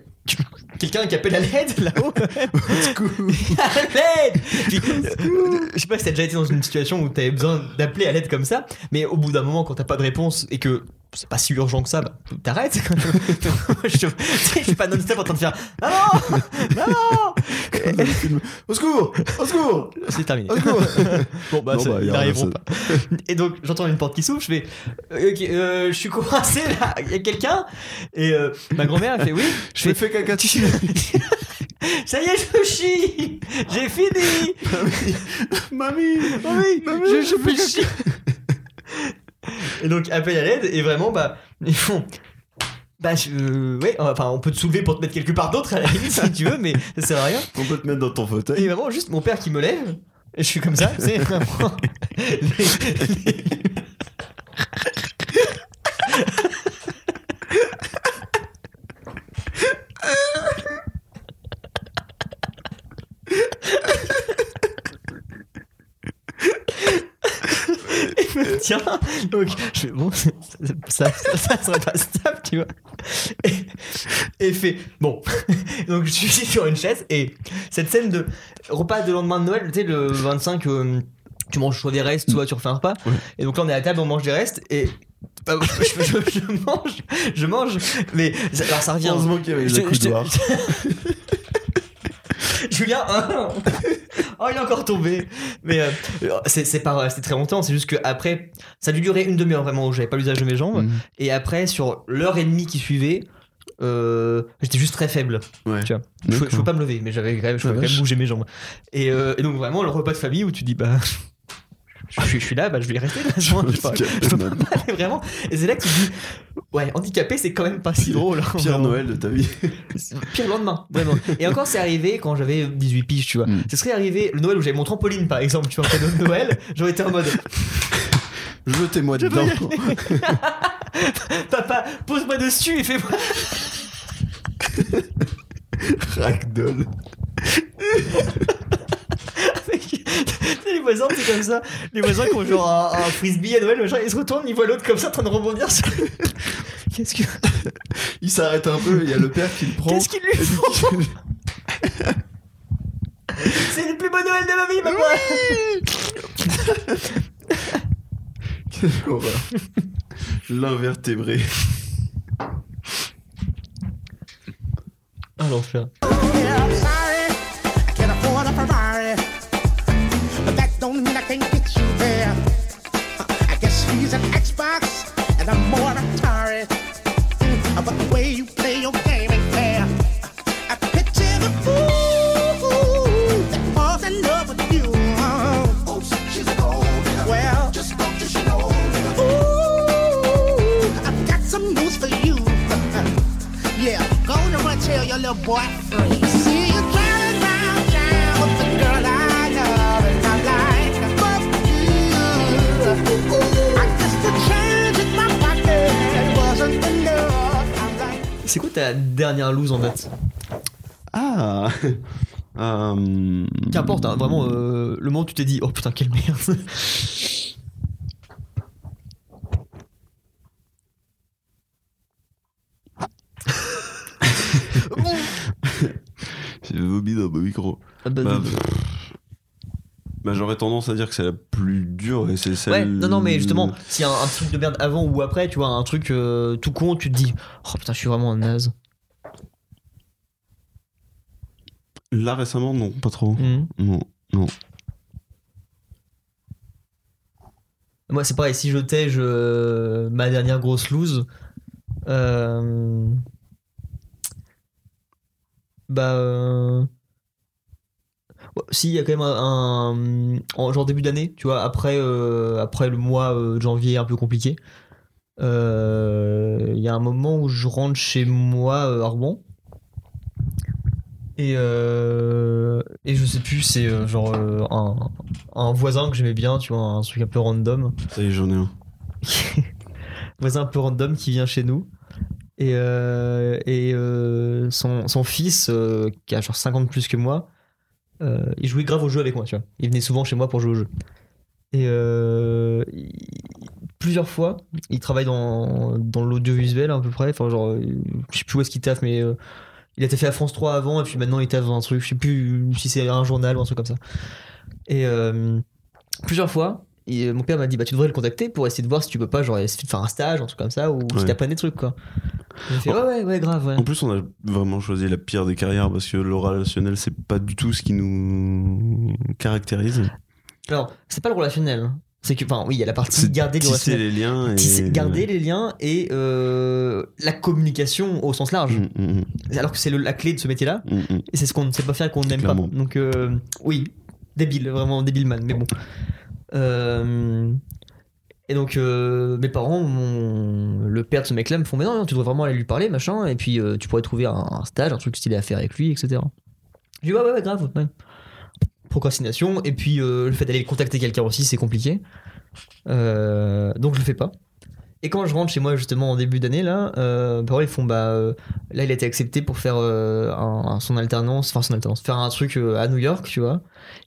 quelqu'un qui appelle à l'aide *laughs* là-haut. à l'aide Puis, euh, Je sais pas si t'as déjà été dans une situation où t'avais besoin d'appeler à l'aide comme ça, mais au bout d'un moment, quand t'as pas de réponse et que c'est pas si urgent que ça, bah, t'arrêtes. *laughs* je, tu sais, je suis pas non-stop en train de faire Ah non Ah non Au secours Au secours C'est terminé. Au secours Bon, bah, Bon, ça, bah, il y ils a rien, n'arriveront ça- pas. *laughs* Et donc, j'entends une porte qui s'ouvre, je fais Ok, euh, je suis coincé là, il y a quelqu'un Et euh, ma grand-mère, elle fait Oui, Je me fais caca dessus. *laughs* ça y est, je chie J'ai fini Mamie Oh oui, Mamie, je, je je fais fais chier. Et donc appel à l'aide et vraiment bah ils font bah je, euh, ouais enfin on peut te soulever pour te mettre quelque part d'autre à la limite si tu veux mais ça sert à rien. On peut te mettre dans ton fauteuil. Et vraiment juste mon père qui me lève et je suis comme ça, tu sais vraiment. Les- les- Il me tient. Donc, je fais bon, ça, ça, ça, ça serait pas stable, tu vois. Et, et il fait bon. Donc, je suis *laughs* sur une chaise et cette scène de repas de lendemain de Noël, tu sais, le 25, euh, tu manges soit des restes, soit tu refais un repas. Et donc là, on est à table, on mange des restes et. *laughs* bah, je, je- je mange, je mange, mais ça- alors ça revient. Heureusement qu'il y avait Je- les je- accoudoirs. Julien, hein. *laughs* oh, il est encore tombé. Mais euh, c'est c'est pas c'est très longtemps, c'est juste que après, ça a dû durer une demi-heure vraiment où j'avais pas l'usage de mes jambes. Mhm. Et après, sur l'heure et demie qui suivait, euh, j'étais juste très faible. Ouais. Tu vois, je, pouvais- je D'accord. pouvais pas me lever, mais j'avais quand même, je La pouvais quand vache. même bouger mes jambes. Et, euh, et donc vraiment le repas de famille où tu dis bah. Je suis, je suis là, bah je vais y rester. là, *laughs* je mange pas. Handicapé, Je peux man. pas, mais *laughs* vraiment. Et c'est là que tu te dis, ouais, handicapé, c'est quand même pas *laughs* si drôle. hein, Pire vraiment. Noël de ta vie. *laughs* Pire lendemain, vraiment. Et encore, c'est arrivé quand j'avais 18 piges, tu vois. Mm. Ce serait arrivé le Noël où j'avais mon trampoline, par exemple, tu vois, un cadeau de *laughs* Noël. J'aurais été en mode, Jetez-moi Je veux dedans. y papa, pose-moi dessus et fais-moi. Ragdoll. *laughs* Tu sais, les voisins, c'est comme ça. Les voisins qui ont genre un, un frisbee à Noël, machin, ils se retournent, ils voient l'autre comme ça en train de rebondir sur. *laughs* Qu'est-ce que. Il s'arrête un peu, il y a le père qui le prend. Qu'est-ce qu'il lui faut C'est le plus beau Noël de ma vie, papa *laughs* Quelle horreur. L'invertébré. Ah l'enfer. Yeah, I'm sorry, I can't afford a Ferrari. But that don't mean I can't get you there. Uh, I guess he's an Xbox, and I'm more an Atari. Mm, uh, But the way you play your game ain't fair. Uh, I picture the fool that falls in love with you. Oh, she's an old Well, just don't you know. Ooh, I've got some news for you. *laughs* Yeah, go on and run tell your little boy free. See you driving round town with the girl I love and I like. Fuck you. I guess the change in my pocket wasn't enough. I'm like. C'est quoi ta dernière loose en date Ah Euh, Qu'importe, hein, vraiment, euh, le moment où tu t'es dit, oh putain, quelle merde. *laughs* J'ai vomi dans mon micro. Ah, Bah, pff. Bah, j'aurais tendance à dire que c'est la plus dure et c'est celle. ouais, non, non, mais justement, s'il y a un, un truc de merde avant ou après, tu vois, un truc euh, tout con, tu te dis, oh putain, je suis vraiment un naze. Là récemment, non, pas trop. Mm. Non, non. Moi, c'est pareil, si je t'ai, je... ma dernière grosse loose. euh, Bah. euh, ouais, Si, il y a quand même un. un- en genre début d'année, tu vois, après, euh, après le mois euh, de janvier un peu compliqué. euh, Il y a un moment où je rentre chez moi euh, à Rouen. Et, euh, et je sais plus, c'est euh, genre euh, un, un voisin que j'aimais bien, tu vois, un truc un peu random Ça y est, j'en ai un. voisin un peu random qui vient chez nous. Et, euh, et euh, son, son fils, euh, qui a genre 50 plus que moi, euh, il jouait grave au jeu avec moi, tu vois. Il venait souvent chez moi pour jouer au jeu. Et euh, il- plusieurs fois, il travaille dans, dans l'audiovisuel à peu près. Enfin, genre, euh, je sais plus où est-ce qu'il taffe, mais euh, il a taffé à France 3 avant, et puis maintenant il taffe dans un truc, je sais plus si c'est un journal ou un truc comme ça. Et euh, plusieurs fois, Et, euh, mon père m'a dit bah tu devrais le contacter pour essayer de voir si tu peux pas genre essayer de faire un stage un truc comme ça ou si Ouais. t'as pas des trucs quoi. J'ai fait Oh. ouais ouais ouais grave ouais. En plus, on a vraiment choisi la pire des carrières parce que le relationnel, c'est pas du tout ce qui nous caractérise. Alors c'est pas le relationnel. hein. C'est que enfin oui il y a la partie C'est garder du tisser relationnel. les liens. Et... Tisser- Garder les liens et euh, la communication au sens large. Mm, mm, Alors que c'est le- la clé de ce métier là. mm, mm. Et c'est ce qu'on ne sait pas faire et qu'on n'aime pas. Clairement. Donc, euh, oui, débile, vraiment débile man, mais bon. Euh, et donc, euh, mes parents, mon- le père de ce mec-là, me font Mais non, non, tu devrais vraiment aller lui parler, machin, et puis euh, tu pourrais trouver un, un stage, un truc stylé à faire avec lui, etc. J'ai dit Ouais, ouais, ouais, grave, ouais. Procrastination, et puis euh, le fait d'aller contacter quelqu'un aussi, c'est compliqué. Euh, donc, je le fais pas. Et quand je rentre chez moi justement en début d'année là, euh, mes parents, ils font bah euh, là il a été accepté pour faire euh, un- un- son alternance, enfin son alternance, faire un truc euh, à New York, tu vois.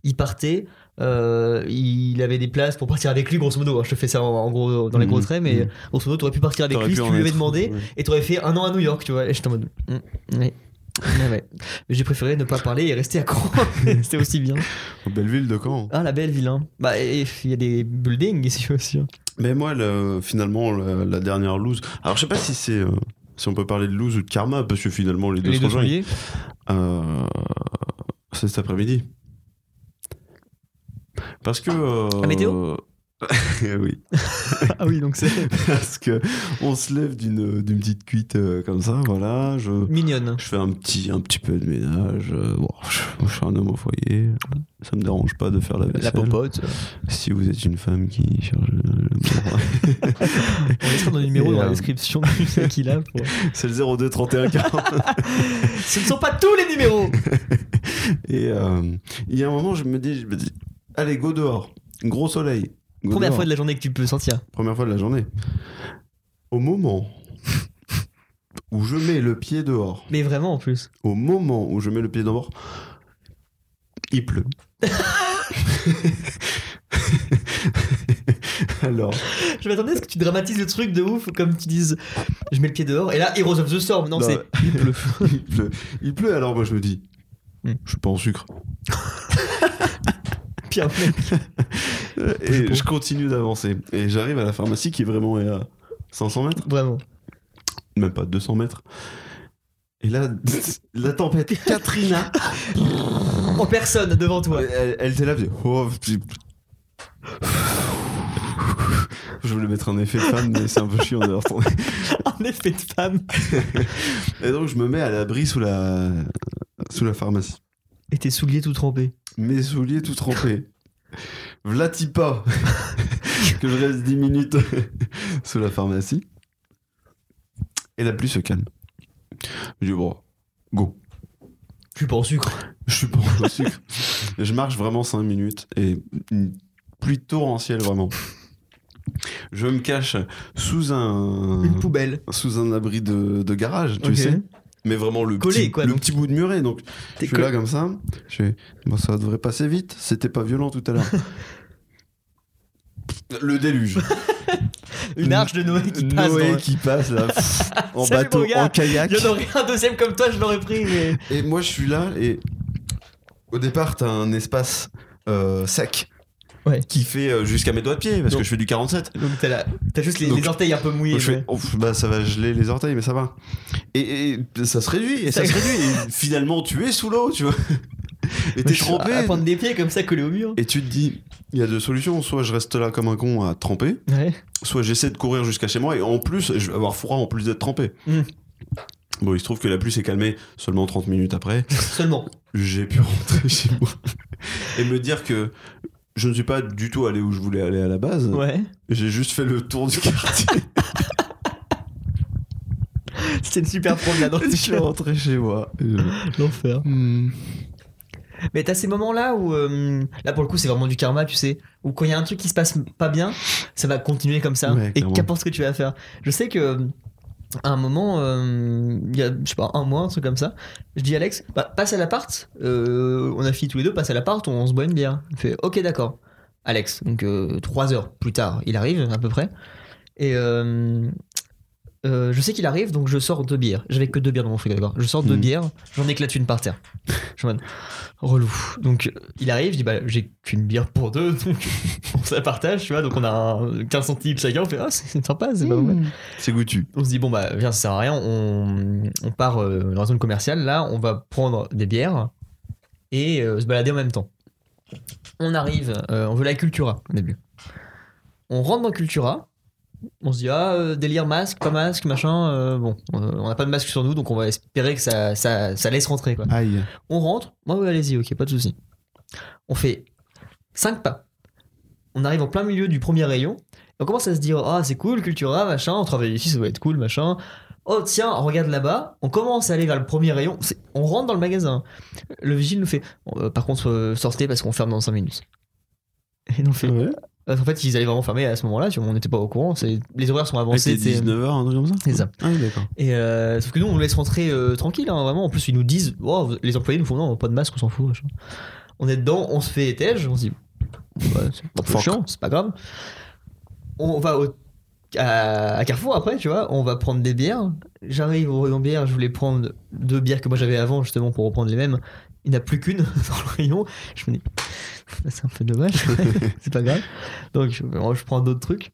Il partait, euh, il avait des places pour partir avec lui grosso modo. hein. Je te fais ça en, en gros dans les gros Mhm, traits, mais mhm. grosso modo t'aurais pu partir avec T'aurais lui pu si en tu lui avais être- demandé ouais. et t'aurais fait un an à New York, tu vois. Et j'étais en mode, *laughs* mm, ouais. Ouais, ouais. Mais j'ai préféré ne pas parler et rester à Caen. *laughs* C'était aussi bien. Belle ville de Caen. Ah la belle ville, hein. Bah et- et il y a des buildings ici aussi. hein. Mais moi, le- finalement, la, la dernière loose. Alors, je sais pas si c'est. euh, si on peut parler de loose ou de karma, parce que finalement, les deux Les se deux sont rejoignent. liés. Euh, c'est cet après-midi. Parce que. euh, La météo Eh *laughs* oui. Ah oui donc c'est Parce que on se lève d'une d'une petite cuite euh, comme ça, voilà. Je, *laughs* mignonne. je fais un petit, un petit peu de ménage. euh, bon, je, moi, je suis un homme au foyer. Ça me dérange pas de faire la vaisselle. popote. Si vous êtes une femme qui cherche le- l'amour, On laissera dans le Et, numéro dans la euh, description de ce qu'il a. *laughs* Pour... c'est le 02 31 40. *laughs* Ce ne sont pas tous les numéros *laughs* Et euh, il y a un moment, je me dis, je me dis, allez, go dehors. Gros soleil. Go Première dehors. fois de la journée que tu peux sentir. Première fois de la journée. Au moment où je mets le pied dehors, Mais vraiment en plus. au moment où je mets le pied dehors, il pleut. *laughs* *laughs* Alors, Je m'attendais à ce que tu dramatises le truc de ouf, comme tu dises je mets le pied dehors et là Heroes of the Storm. Non, Non, c'est ouais. il pleut. *laughs* il pleut. Il pleut, alors moi je me dis, Hmm. je suis pas en sucre. Pire mec. Euh, Et je continue d'avancer. Et j'arrive à la pharmacie qui est vraiment à 500 mètres. Vraiment. même pas 200 mètres. Et là, *laughs* la tempête, Katrina, En personne devant toi. elle, elle était là, puis, oh, puis- *laughs* je voulais mettre un effet de femme, mais c'est un peu chiant de leur tourner. En effet de femme. Et donc, je me mets à l'abri sous la, sous la pharmacie. Et tes souliers tout trempés. Mes souliers tout trempés. *laughs* Vlatipa, que je reste 10 *laughs* minutes sous la pharmacie. Et la pluie se calme. Je dis, bon, go. Je suis pas en sucre. Je suis pas au sucre. *laughs* Je marche vraiment 5 minutes et une pluie torrentielle vraiment. Je me cache sous un Une poubelle. sous un abri de, de garage, tu Ok. sais. Mais vraiment le Collé, petit, quoi, le donc. petit bout de muret. Donc je T'es suis co- là comme ça. Je fais, bon, ça devrait passer vite. C'était pas violent tout à l'heure. le déluge. Une arche de Noé *laughs* qui passe. Noé dans- qui passe *laughs* là, pff, en Salut, bateau, mon gars. en kayak. Il y en aurait un deuxième comme toi, je l'aurais pris, mais. Et moi, je suis là et au départ, t'as un espace euh, sec Ouais. qui fait euh, jusqu'à mes doigts de pied parce Donc- que je fais du 47. Donc t'as la- t'as juste les, Donc- les orteils un peu mouillés. Donc je fais, mais- ouf, bah ça va geler les orteils, mais ça va. Et, et ça se réduit, et ça *laughs* Ça- se réduit. Et finalement, tu es sous l'eau, tu vois. Et t'es Je suis trempé. À, à prendre des pieds comme ça collés au mur. Et tu te dis, il y a deux solutions. Soit je reste là comme un con à tremper, Ouais. soit j'essaie de courir jusqu'à chez moi et en plus, je vais avoir froid en plus d'être trempé. Mm. Bon, il se trouve que la pluie s'est calmée seulement 30 minutes après. Seulement. j'ai pu *laughs* rentrer chez moi et me dire que je ne suis pas du tout allé où je voulais aller à la base. Ouais. J'ai juste fait le tour du *laughs* quartier. C'était une super promenade hein, dans le je suis rentré chez moi. Et je- *laughs* L'enfer. Hmm. Mais t'as ces moments-là où, euh, là pour le coup, c'est vraiment du karma, tu sais, où quand il y a un truc qui se passe pas bien, ça va continuer comme ça, Ouais, et clairement. qu'importe ce que tu vas faire. Je sais que euh, à un moment, euh, il y a, je sais pas, un mois, un truc comme ça, je dis à Alex, bah, passe à l'appart, euh, on a fini tous les deux, passe à l'appart, on, se boit une bière. Il fait, ok, d'accord. Alex, donc euh, trois heures plus tard, il arrive à peu près, et euh, euh, je sais qu'il arrive, donc je sors deux bières. J'avais que deux bières dans mon frigo, d'accord Je sors deux Hmm. bières, j'en éclate une par terre. Je suis en mode, relou. Donc euh, il arrive, je dis bah j'ai qu'une bière pour deux, donc *laughs* on se la partage, tu vois. Donc on a un 15 centimes chacun, on fait ah c'est sympa, c'est pas mal. C'est goûtu. On se dit bon bah viens ça sert à rien, on, on part euh, dans la zone commerciale, là on va prendre des bières et euh, se balader en même temps. On arrive, euh, on veut la Cultura au début. On rentre dans Cultura, on se dit ah euh, délire masque, pas masque, machin, euh, bon euh, on n'a pas de masque sur nous donc on va espérer que ça, ça, ça laisse rentrer quoi. Aïe. On rentre, moi ouais, allez-y, ok, pas de souci. On fait 5 pas. On arrive en plein milieu du premier rayon. Et on commence à se dire, ah c'est cool, Cultura, machin, on travaille ici, ça doit être cool, machin. Oh tiens, regarde là-bas. On commence à aller vers le premier rayon. C'est- On rentre dans le magasin. Le vigile nous fait, euh, par contre, euh, sortez parce qu'on ferme dans 5 minutes. Et nous on fait. Ouais. En fait, ils allaient vraiment fermer à ce moment-là, tu vois, on n'était pas au courant. c'est- Les horaires sont Ah, C'est avancés. c'est- 19h, un truc comme ça C'est ça. Ah oui, d'accord. et euh, sauf que nous, on le laisse rentrer euh, tranquille, hein, vraiment. En plus, ils nous disent, oh, les employés nous font non, pas de masque, on s'en fout. machin. On est dedans, on se fait étage, on se dit, ouais, c'est un peu Fuck. chiant, c'est pas grave. On va au- à, à Carrefour après, tu vois, on va prendre des bières. J'arrive au rayon bière, je voulais prendre deux bières que moi j'avais avant, justement, pour reprendre les mêmes. Il n'y en a plus qu'une *laughs* dans le rayon. Je me dis, c'est un peu dommage, *laughs* c'est pas grave. Donc, je, je prends d'autres trucs.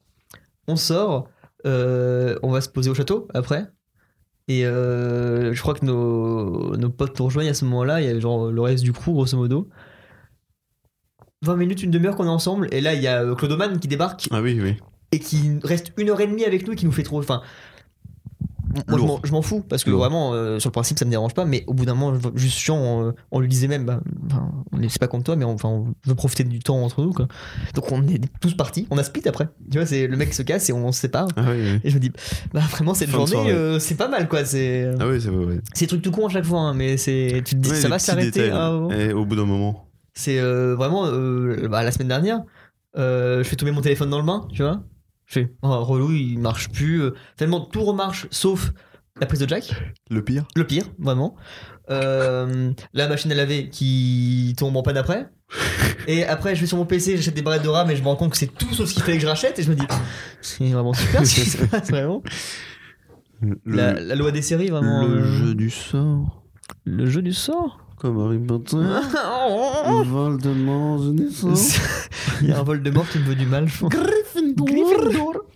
On sort, euh, on va se poser au château après. Et euh, je crois que nos, nos potes nous rejoignent à ce moment-là. Il y a genre le reste du crew, grosso modo. 20 minutes, une demi-heure qu'on est ensemble. Et là, il y a euh, Clodoman qui débarque Ah oui, oui. et qui reste une heure et demie avec nous et qui nous fait trop. Enfin, moi, je Lourd. m'en- je m'en fous parce que Lourd. vraiment, euh, sur le principe, ça me dérange pas. Mais au bout d'un moment, je- juste chiant, on, on lui disait même, bah, enfin, on est- c'est pas contre toi, mais on, enfin, on veut profiter du temps entre nous. Quoi. Donc on est tous partis. On a split après. Tu vois, c'est le mec se casse et on se sépare. Ah oui, oui. Et je me dis, bah vraiment, cette Fin de journée, soirée. euh, c'est pas mal quoi. C'est euh, Ah oui, c'est vrai. ouais. c'est des trucs tout con à chaque fois, hein, mais c'est tu te dis, Ouais, ça les va petits s'arrêter. hein, détails, à un moment. Et au bout d'un moment. C'est euh, vraiment euh, bah, la semaine dernière, euh, je fais tomber mon téléphone dans le bain, tu vois. Je fais, oh, relou, il marche plus. euh, Tellement tout remarche sauf la prise de jack, Le pire le pire, vraiment. Euh, la machine à laver qui tombe en panne après. Et après, je vais sur mon PC, j'achète des barrettes de rats, mais je me rends compte que c'est tout sauf ce qu'il fallait que je rachète. Et je me dis, c'est vraiment super ce *laughs* qui se passe, vraiment. Le, La, la loi des séries, vraiment. le euh, jeu du sort. le jeu du sort. Comme Harry *laughs* Potter. Voldemort, je n'ai Il y a un vol de mort qui me veut du mal, je pense. Gryffindor.